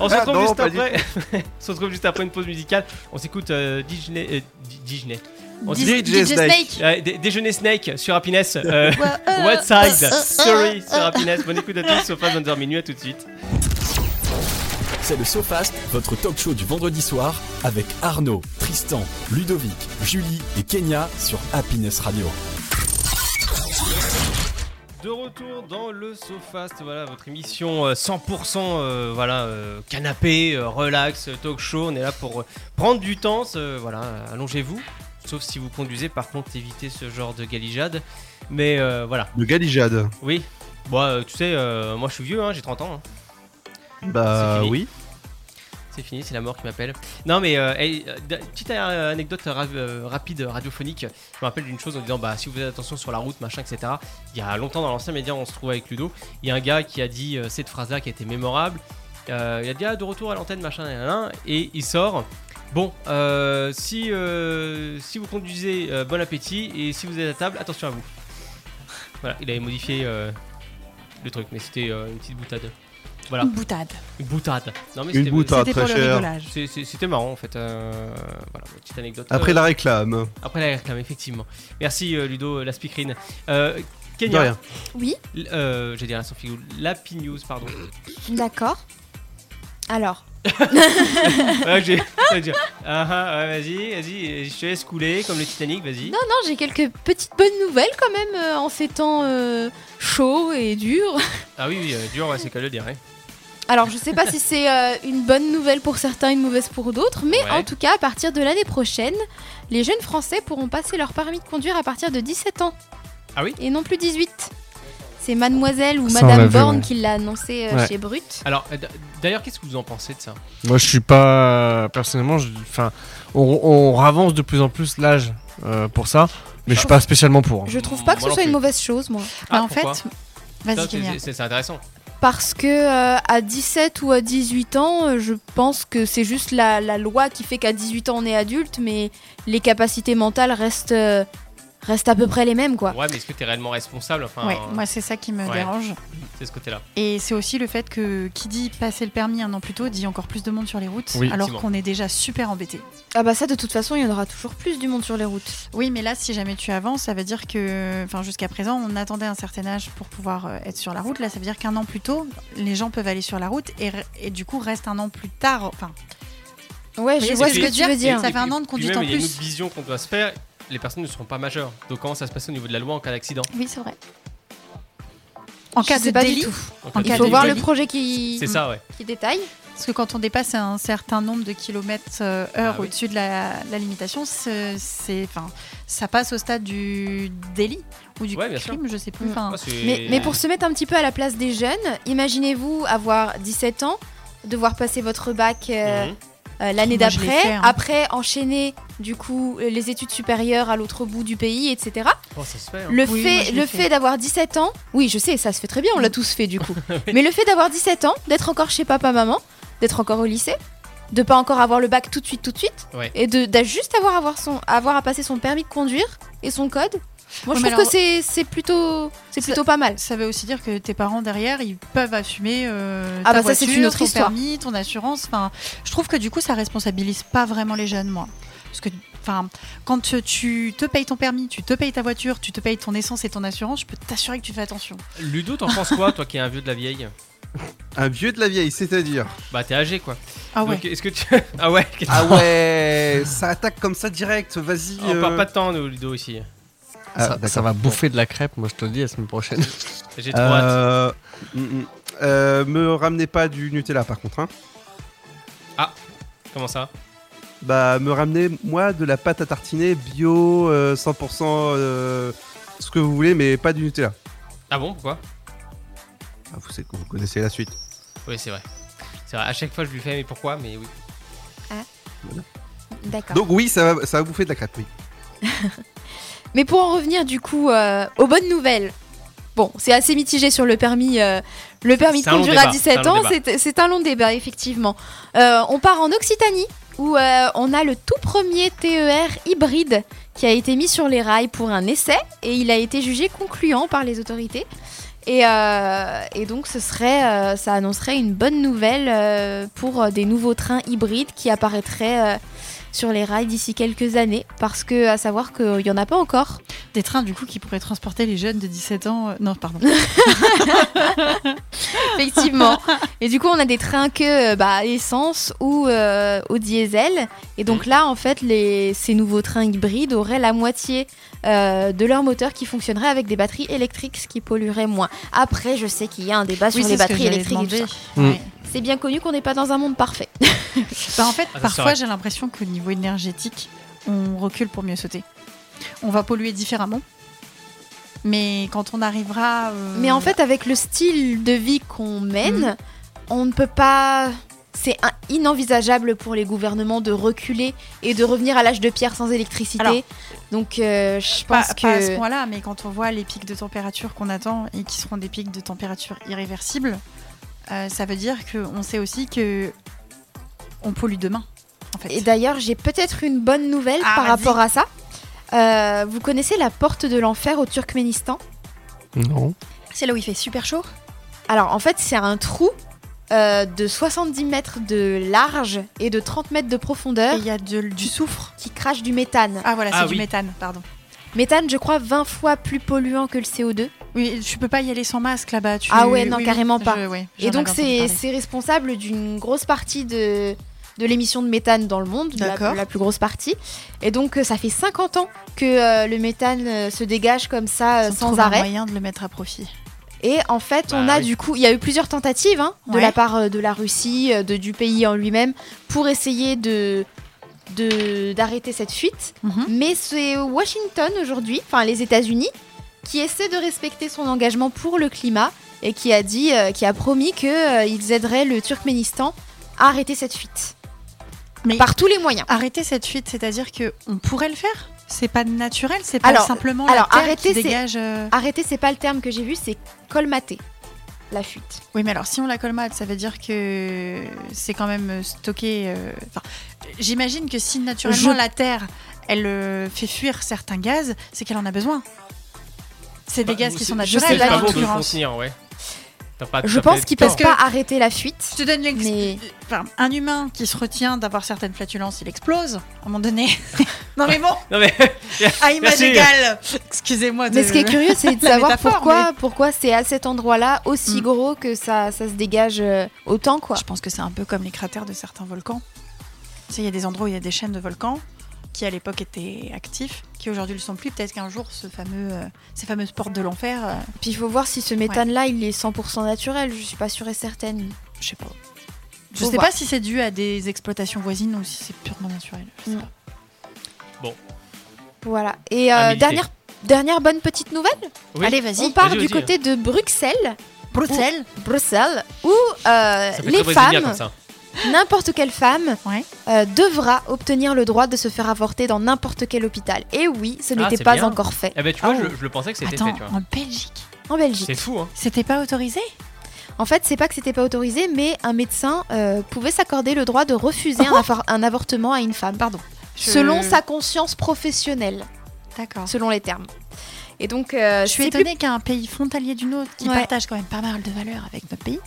[SPEAKER 2] on se retrouve,
[SPEAKER 6] Ah Non,
[SPEAKER 2] juste
[SPEAKER 6] pas du
[SPEAKER 2] après. on se retrouve juste après une pause musicale. On s'écoute euh, Dijne- euh, Di- Dijne. On se-
[SPEAKER 3] Dis-
[SPEAKER 6] DJ Snake.
[SPEAKER 2] Euh, Dé- Déjeuner Snake sur Happiness. Euh,
[SPEAKER 3] Ouais, euh,
[SPEAKER 2] What Side
[SPEAKER 3] euh, euh,
[SPEAKER 2] Story
[SPEAKER 3] euh,
[SPEAKER 2] sur Happiness. Bonne écoute à tous, sauf à 22h minuit, à tout de suite.
[SPEAKER 1] C'est le SoFast, votre talk show du vendredi soir avec Arnaud, Tristan, Ludovic, Julie et Kenya sur Happiness Radio.
[SPEAKER 2] De retour dans le SoFast, voilà votre émission euh, 100% euh, voilà euh, canapé, euh, relax, euh, talk show. On est là pour euh, prendre du temps, ce- voilà, euh, allongez-vous. Sauf si vous conduisez, par contre, évitez ce genre de galijade. Mais euh, voilà,
[SPEAKER 6] Le Galijade.
[SPEAKER 2] oui. Bon, euh, tu sais, euh, moi je suis vieux, hein, j'ai 30 ans. hein. C'est
[SPEAKER 6] Bah
[SPEAKER 2] fini.
[SPEAKER 6] oui.
[SPEAKER 2] C'est fini, c'est la mort qui m'appelle. Non, mais euh, hey, euh, d- petite euh, anecdote ra- euh, rapide euh, radiophonique. Je me rappelle d'une chose en disant bah si vous faites attention sur la route, machin, etc. Il y a longtemps dans l'ancien média, on se trouvait avec Ludo. Il y a un gars qui a dit euh, cette phrase-là qui était mémorable. Euh, il a dit ah, de retour à l'antenne, machin, nan, nan, nan. et il sort. Bon, euh, si euh, si vous conduisez, euh, bon appétit, et si vous êtes à table, attention à vous. Voilà, il avait modifié euh, le truc, mais c'était euh, une petite boutade. Voilà,
[SPEAKER 3] Une boutade.
[SPEAKER 2] une boutade. Non, mais
[SPEAKER 6] Une
[SPEAKER 2] c'était- euh,
[SPEAKER 6] boutade. Pas
[SPEAKER 3] C'était
[SPEAKER 6] très
[SPEAKER 3] pour le
[SPEAKER 6] cher.
[SPEAKER 3] rigolage.
[SPEAKER 2] c'est- c'est- C'était marrant en fait. euh, voilà, petite anecdote.
[SPEAKER 6] Après
[SPEAKER 2] Euh,
[SPEAKER 6] la réclame.
[SPEAKER 2] après la réclame, effectivement. Merci euh, Ludo, euh, la speakerine. Euh,
[SPEAKER 6] De
[SPEAKER 2] Kenya,
[SPEAKER 6] rien.
[SPEAKER 5] Oui,
[SPEAKER 2] l- euh, j'ai dit la Sophie, la News, pardon.
[SPEAKER 5] d'accord. Alors,
[SPEAKER 2] Ouais, j'ai- j'allais dire, ah, ah, ouais, vas-y, vas-y, je te laisse couler comme le Titanic, vas-y.
[SPEAKER 5] non, non, j'ai quelques petites bonnes nouvelles quand même euh, en ces temps euh, chauds et durs.
[SPEAKER 2] Ah oui, oui, euh, dur, ouais, c'est que le dire. hein.
[SPEAKER 5] Alors, je sais pas si c'est euh, une bonne nouvelle pour certains, une mauvaise pour d'autres, mais
[SPEAKER 2] Ouais.
[SPEAKER 5] en tout cas, à partir de l'année prochaine, les jeunes Français pourront passer leur permis de conduire à partir de 17 ans.
[SPEAKER 2] Ah oui
[SPEAKER 5] Et non plus 18. C'est Mademoiselle ou
[SPEAKER 4] Ça, on l'a
[SPEAKER 5] Madame
[SPEAKER 4] vu,
[SPEAKER 5] Borne
[SPEAKER 4] ouais.
[SPEAKER 5] qui l'a annoncé euh,
[SPEAKER 4] Ouais.
[SPEAKER 5] chez Brut.
[SPEAKER 2] Alors, euh, d- d'ailleurs, qu'est-ce que vous en pensez de ça
[SPEAKER 4] Moi, je suis pas. Personnellement, je- enfin, on, on avance de plus en plus l'âge euh, pour ça, mais je suis pas spécialement pour. hein.
[SPEAKER 5] Je trouve pas que
[SPEAKER 2] Moi
[SPEAKER 5] ce
[SPEAKER 2] non
[SPEAKER 5] soit une
[SPEAKER 2] plus.
[SPEAKER 5] mauvaise chose, moi.
[SPEAKER 2] Ah,
[SPEAKER 3] Bah, en fait,
[SPEAKER 2] pourquoi Ça,
[SPEAKER 3] vas-y,
[SPEAKER 2] c'est-
[SPEAKER 3] Kenya.
[SPEAKER 2] c'est- C'est c'est intéressant.
[SPEAKER 5] Parce que euh, à 17 ou à 18 ans, euh, je pense que c'est juste la, la loi qui fait qu'à 18 ans on est adulte, mais les capacités mentales restent, euh, restent à peu près les mêmes, quoi.
[SPEAKER 2] Ouais, mais est-ce que t'es réellement responsable Enfin,
[SPEAKER 3] Ouais,
[SPEAKER 2] euh,
[SPEAKER 3] moi, c'est ça qui me
[SPEAKER 2] Ouais.
[SPEAKER 3] dérange.
[SPEAKER 2] c'est ce côté-là.
[SPEAKER 3] Et c'est aussi le fait que qui dit passer le permis un an plus tôt dit encore plus de monde sur les routes,
[SPEAKER 4] Oui,
[SPEAKER 3] alors
[SPEAKER 2] effectivement.
[SPEAKER 3] qu'on est déjà super embêté.
[SPEAKER 5] Ah bah ça, de toute façon, il y en aura toujours plus du monde sur les routes.
[SPEAKER 3] Oui, mais là, si jamais tu avances, ça veut dire que, enfin, jusqu'à présent, on attendait un certain âge pour pouvoir euh, être sur la route. Là, ça veut dire qu'un an plus tôt, les gens peuvent aller sur la route et, re- et du coup restent un an plus tard. Enfin,
[SPEAKER 5] Ouais,
[SPEAKER 3] Oui,
[SPEAKER 5] je
[SPEAKER 3] et
[SPEAKER 5] vois
[SPEAKER 3] puis-
[SPEAKER 5] ce que tu veux
[SPEAKER 3] et-
[SPEAKER 5] dire.
[SPEAKER 3] Ça fait un an de
[SPEAKER 2] Puis
[SPEAKER 3] conduite
[SPEAKER 2] même,
[SPEAKER 3] en
[SPEAKER 2] Il y a une
[SPEAKER 3] plus.
[SPEAKER 2] autre vision qu'on doit se faire. Les personnes ne seront pas majeures. Donc comment ça se passe au niveau de la loi en cas d'accident
[SPEAKER 5] Oui, c'est vrai.
[SPEAKER 3] en
[SPEAKER 5] Je
[SPEAKER 3] cas
[SPEAKER 5] sais
[SPEAKER 3] de
[SPEAKER 5] pas du
[SPEAKER 3] délit,
[SPEAKER 5] tout.
[SPEAKER 2] En
[SPEAKER 3] En
[SPEAKER 2] cas
[SPEAKER 5] Il
[SPEAKER 3] cas
[SPEAKER 5] faut
[SPEAKER 3] de
[SPEAKER 5] voir le
[SPEAKER 3] délit.
[SPEAKER 5] projet
[SPEAKER 2] de-
[SPEAKER 5] qui,
[SPEAKER 2] C'est ça, ouais.
[SPEAKER 5] qui détaille.
[SPEAKER 3] parce que quand on dépasse un certain nombre de kilomètres euh, heure
[SPEAKER 2] Ah oui.
[SPEAKER 3] au-dessus de la, la limitation, c'est, c'est- enfin, ça passe au stade du délit ou du
[SPEAKER 2] Ouais, bien
[SPEAKER 3] crime, je sais plus.
[SPEAKER 5] Mm.
[SPEAKER 3] Enfin,
[SPEAKER 2] Ouais, c'est-
[SPEAKER 5] Mais, mais
[SPEAKER 3] euh,
[SPEAKER 5] pour se mettre un petit peu à la place des jeunes, imaginez-vous avoir 17 ans, devoir passer votre bac euh,
[SPEAKER 2] Mhm.
[SPEAKER 5] euh, l'année
[SPEAKER 3] Moi, je l'ai
[SPEAKER 5] d'après,
[SPEAKER 3] fait, hein.
[SPEAKER 5] après enchaîner du coup euh, les études supérieures à l'autre bout du pays, etc.
[SPEAKER 2] Oh, ça se fait. hein.
[SPEAKER 5] Le
[SPEAKER 3] Oui, moi,
[SPEAKER 5] fait,
[SPEAKER 3] je Mm. l'ai
[SPEAKER 5] le
[SPEAKER 3] fait.
[SPEAKER 5] fait d'avoir 17 ans, oui je sais, ça se fait très bien, on l'a tous fait du coup, mais le fait d'avoir 17 ans, d'être encore chez papa-maman, d'être encore au lycée, de pas encore avoir le bac tout de suite, tout de suite,
[SPEAKER 2] Ouais.
[SPEAKER 5] et de d'a- juste avoir, avoir, son, avoir à passer son permis de conduire et son code, moi je
[SPEAKER 3] Ouais, mais
[SPEAKER 5] trouve que
[SPEAKER 3] alors-
[SPEAKER 5] c'est- c'est plutôt, c'est
[SPEAKER 3] Ça-
[SPEAKER 5] plutôt pas mal.
[SPEAKER 3] Ça veut aussi dire que tes parents derrière, ils peuvent assumer euh,
[SPEAKER 5] Ah
[SPEAKER 3] ta
[SPEAKER 5] bah ça, c'est
[SPEAKER 3] voiture,
[SPEAKER 5] une autre
[SPEAKER 3] ton
[SPEAKER 5] histoire.
[SPEAKER 3] permis, ton assurance. Enfin, je trouve que du coup, ça responsabilise pas vraiment les jeunes, moi. Parce que, enfin, quand tu- tu te payes ton permis, tu te payes ta voiture, tu te payes ton essence et ton assurance, je peux t'assurer que tu fais attention.
[SPEAKER 2] Ludo, t'en penses quoi, toi qui es un vieux de la vieille
[SPEAKER 6] Un vieux de la vieille, c'est-à-dire.
[SPEAKER 2] Bah, t'es âgé quoi.
[SPEAKER 3] Ah ouais.
[SPEAKER 2] Donc, est-ce que tu. ah ouais, qu'est-ce que-
[SPEAKER 6] Ah ouais, ça attaque comme ça direct, vas-y.
[SPEAKER 2] on
[SPEAKER 6] euh.
[SPEAKER 2] parle pas de temps, nous, Ludo, ici.
[SPEAKER 6] Ah,
[SPEAKER 4] ça,
[SPEAKER 6] d'accord.
[SPEAKER 4] va bouffer de la crêpe, moi je te le dis, la semaine prochaine.
[SPEAKER 2] J'ai trop hâte.
[SPEAKER 6] Euh, mm, mm. Euh, me ramenez pas du Nutella par contre. Hein.
[SPEAKER 2] Comment ça
[SPEAKER 6] Bah, me ramenez, moi, de la pâte à tartiner bio, euh, 100%, euh, ce que vous voulez, mais pas du Nutella.
[SPEAKER 2] Ah bon, pourquoi
[SPEAKER 6] Ah, vous, savez- vous connaissez la suite.
[SPEAKER 2] Oui, c'est vrai. C'est vrai, à chaque fois je lui fais, mais pourquoi Mais oui.
[SPEAKER 5] D'accord.
[SPEAKER 6] Donc, oui, ça va, ça va bouffer de la crêpe, oui.
[SPEAKER 5] Mais pour en revenir du coup euh, aux bonnes nouvelles. Bon, c'est assez mitigé sur le permis, euh, le permis de
[SPEAKER 2] C'est un long
[SPEAKER 5] conduire à
[SPEAKER 2] débat,
[SPEAKER 5] 17
[SPEAKER 2] c'est un long
[SPEAKER 5] ans.
[SPEAKER 2] débat.
[SPEAKER 5] C'est c'est un long débat, effectivement. Euh, on part en Occitanie, où euh, on a le tout premier TER hybride qui a été mis sur les rails pour un essai, et il a été jugé concluant par les autorités. Et, euh, et donc, ce serait, euh, ça annoncerait une bonne nouvelle euh, pour euh, des nouveaux trains hybrides qui apparaîtraient euh, sur les rails d'ici quelques années, parce que à savoir qu'il n'y en a pas encore.
[SPEAKER 3] Des trains du coup qui pourraient transporter les jeunes de 17 ans. euh, Non, pardon.
[SPEAKER 5] Effectivement. Et du coup, on a des trains que euh, bah, à essence ou euh, au diesel. Et donc
[SPEAKER 3] Mm.
[SPEAKER 5] là, en fait, les, ces nouveaux trains hybrides auraient la moitié euh, de leur moteur qui fonctionnerait avec des batteries électriques, ce qui polluerait moins. Après, je sais qu'il y a un débat Ah, sur
[SPEAKER 3] c'est
[SPEAKER 5] les
[SPEAKER 3] ce que
[SPEAKER 5] batteries
[SPEAKER 3] j'allais
[SPEAKER 5] électriques. et tout
[SPEAKER 3] demander.
[SPEAKER 5] ça.
[SPEAKER 4] Mm.
[SPEAKER 3] Ouais.
[SPEAKER 5] C'est bien connu qu'on n'est pas dans un monde parfait.
[SPEAKER 3] Bah, en fait,
[SPEAKER 2] Ah, ça, c'est
[SPEAKER 3] parfois
[SPEAKER 2] vrai.
[SPEAKER 3] j'ai l'impression qu'au niveau énergétique, on recule pour mieux sauter. On va polluer différemment. Mais quand on arrivera. euh,
[SPEAKER 5] Mais en fait, avec le style de vie qu'on
[SPEAKER 3] Mm.
[SPEAKER 5] mène, on ne peut pas. C'est un- inenvisageable pour les gouvernements de reculer et de revenir à l'âge de pierre sans électricité.
[SPEAKER 3] Alors,
[SPEAKER 5] Donc, euh, je
[SPEAKER 3] pas,
[SPEAKER 5] pense que.
[SPEAKER 3] pas à ce point-là, mais quand on voit les pics de température qu'on attend et qui seront des pics de température irréversibles, euh, ça veut dire qu'on sait aussi que on pollue demain. En fait.
[SPEAKER 5] Et d'ailleurs, j'ai peut-être une bonne nouvelle
[SPEAKER 3] Ah,
[SPEAKER 5] par
[SPEAKER 3] vas-y.
[SPEAKER 5] rapport à ça. Euh, vous connaissez la porte de l'enfer au Turkménistan
[SPEAKER 4] Non.
[SPEAKER 5] C'est là où il fait super chaud Alors en fait, c'est un trou euh, de 70 mètres de large et de 30 mètres de
[SPEAKER 3] Et
[SPEAKER 5] profondeur
[SPEAKER 3] il y a de- du soufre.
[SPEAKER 5] qui crache du méthane.
[SPEAKER 3] Ah voilà, c'est
[SPEAKER 2] Ah
[SPEAKER 3] du
[SPEAKER 2] oui.
[SPEAKER 3] méthane, pardon.
[SPEAKER 5] Méthane, je crois, 20 fois plus polluant que le CO2.
[SPEAKER 3] Oui, tu peux pas y aller sans masque là-bas. tu-
[SPEAKER 5] Ah ouais, non,
[SPEAKER 3] oui, oui,
[SPEAKER 5] carrément
[SPEAKER 3] je-
[SPEAKER 5] pas.
[SPEAKER 3] ouais, j'en
[SPEAKER 5] Et donc,
[SPEAKER 3] avais
[SPEAKER 5] c'est
[SPEAKER 3] entendu
[SPEAKER 5] c'est responsable d'une grosse partie de, de l'émission de méthane dans le monde, la,
[SPEAKER 3] D'accord.
[SPEAKER 5] la plus grosse partie. Et donc, euh, ça fait 50 ans que euh, le méthane euh, se dégage comme ça,
[SPEAKER 3] parler.
[SPEAKER 5] euh,
[SPEAKER 3] Ils ont
[SPEAKER 5] sans
[SPEAKER 3] trouvé un
[SPEAKER 5] arrêt.
[SPEAKER 3] moyen de le mettre à profit.
[SPEAKER 5] Et en fait, on
[SPEAKER 2] Bah
[SPEAKER 5] a
[SPEAKER 2] oui.
[SPEAKER 5] du coup, il y a eu plusieurs tentatives hein, de
[SPEAKER 3] Ouais.
[SPEAKER 5] la part euh, de la Russie, euh, de, du pays en lui-même, pour essayer de de- d'arrêter cette fuite.
[SPEAKER 3] Mhm.
[SPEAKER 5] Mais c'est Washington aujourd'hui, enfin les États-Unis, qui essaie de respecter son engagement pour le climat et qui a dit, euh, qui a promis qu'ils aideraient le Turkménistan à arrêter cette fuite
[SPEAKER 3] Mais-
[SPEAKER 5] par tous les moyens.
[SPEAKER 3] Arrêter cette fuite, c'est-à-dire que on pourrait le faire. C'est pas naturel, c'est pas
[SPEAKER 5] Alors,
[SPEAKER 3] simplement
[SPEAKER 5] alors,
[SPEAKER 3] la terre
[SPEAKER 5] arrêter,
[SPEAKER 3] qui
[SPEAKER 5] c'est-
[SPEAKER 3] dégage. euh,
[SPEAKER 5] Arrêter, c'est pas le terme que j'ai vu, c'est colmater la fuite.
[SPEAKER 3] Oui, mais alors si on la colmate, ça veut dire que c'est quand même stocké. euh, Enfin, j'imagine que si naturellement
[SPEAKER 5] Je-
[SPEAKER 3] la Terre, elle euh, fait fuir certains gaz, c'est qu'elle en a besoin. C'est des
[SPEAKER 2] Bah,
[SPEAKER 3] gaz
[SPEAKER 2] vous-
[SPEAKER 3] qui sont
[SPEAKER 2] c'est-
[SPEAKER 5] je sais
[SPEAKER 3] naturels.
[SPEAKER 2] C'est
[SPEAKER 5] pas
[SPEAKER 2] pas
[SPEAKER 5] du
[SPEAKER 2] bon
[SPEAKER 5] tout.
[SPEAKER 2] de le
[SPEAKER 3] l'occurrence.
[SPEAKER 2] contenir, ouais. T'as pas-
[SPEAKER 5] Je
[SPEAKER 2] t'as pas
[SPEAKER 5] pense
[SPEAKER 2] le
[SPEAKER 5] qu'ils
[SPEAKER 2] tort.
[SPEAKER 5] peuvent pas arrêter la fuite.
[SPEAKER 3] Je te donne l'exemple.
[SPEAKER 5] Mais-
[SPEAKER 3] Enfin, un humain qui se retient d'avoir certaines flatulences, il explose. À un moment donné. non mais bon,
[SPEAKER 2] Non mais
[SPEAKER 3] à image
[SPEAKER 2] Merci.
[SPEAKER 3] égale. Excusez-moi. de-
[SPEAKER 5] Mais ce qui est curieux, c'est de
[SPEAKER 3] La
[SPEAKER 5] savoir
[SPEAKER 3] métaphore,
[SPEAKER 5] pourquoi, pourquoi c'est à cet endroit-là aussi
[SPEAKER 3] Mm.
[SPEAKER 5] gros que ça, ça se dégage euh, autant, quoi.
[SPEAKER 3] Je pense que c'est un peu comme les cratères de certains volcans. Tu sais, il y a des endroits où il y a des chaînes de volcans qui à l'époque étaient actifs, qui aujourd'hui le sont plus. Peut-être qu'un jour, ce fameux, euh, ces fameuses portes de l'enfer, euh,
[SPEAKER 5] Puis il faut voir si ce méthane-là, il est 100% naturel. Je suis pas sûre et certaine.
[SPEAKER 3] je sais pas. Je
[SPEAKER 5] Faut
[SPEAKER 3] sais
[SPEAKER 5] voir.
[SPEAKER 3] pas si c'est dû à des exploitations voisines ou si c'est purement naturel. Je sais
[SPEAKER 5] Mm.
[SPEAKER 3] pas.
[SPEAKER 5] Voilà. Et euh,
[SPEAKER 2] À militer.
[SPEAKER 5] dernière, dernière bonne petite nouvelle.
[SPEAKER 2] Oui. Oh,
[SPEAKER 3] Allez,
[SPEAKER 5] On
[SPEAKER 3] vas-y.
[SPEAKER 5] part
[SPEAKER 2] Vas-y, vas-y.
[SPEAKER 5] du
[SPEAKER 2] hein.
[SPEAKER 5] côté de Bruxelles,
[SPEAKER 3] Bruxelles.
[SPEAKER 5] Bruxelles, où euh,
[SPEAKER 2] ça fait
[SPEAKER 5] les
[SPEAKER 2] très brésilien comme
[SPEAKER 5] femmes,
[SPEAKER 2] ça.
[SPEAKER 5] n'importe quelle femme,
[SPEAKER 3] Ouais.
[SPEAKER 5] euh, devra obtenir le droit de se faire avorter dans n'importe quel hôpital. Et oui, ce
[SPEAKER 2] Ah,
[SPEAKER 5] n'était
[SPEAKER 2] c'est
[SPEAKER 5] pas
[SPEAKER 2] bien.
[SPEAKER 5] encore fait
[SPEAKER 2] Eh ben tu vois,
[SPEAKER 3] Ah,
[SPEAKER 2] je, je le pensais que c'était fait,
[SPEAKER 3] Attends,
[SPEAKER 2] tu vois.
[SPEAKER 3] en Belgique,
[SPEAKER 5] en Belgique.
[SPEAKER 2] C'est fou, hein.
[SPEAKER 3] c'était pas autorisé
[SPEAKER 5] En fait, c'est pas que c'était pas autorisé, mais un médecin euh, pouvait s'accorder le droit de refuser un, afor- un avortement à une femme, pardon,
[SPEAKER 3] Je-
[SPEAKER 5] selon sa conscience professionnelle,
[SPEAKER 3] D'accord.
[SPEAKER 5] selon les termes. Et donc, euh,
[SPEAKER 3] Je suis
[SPEAKER 5] c'est
[SPEAKER 3] étonnée qu'un pays frontalier d'une autre qui
[SPEAKER 5] Ouais.
[SPEAKER 3] partage quand même pas mal de valeurs avec notre pays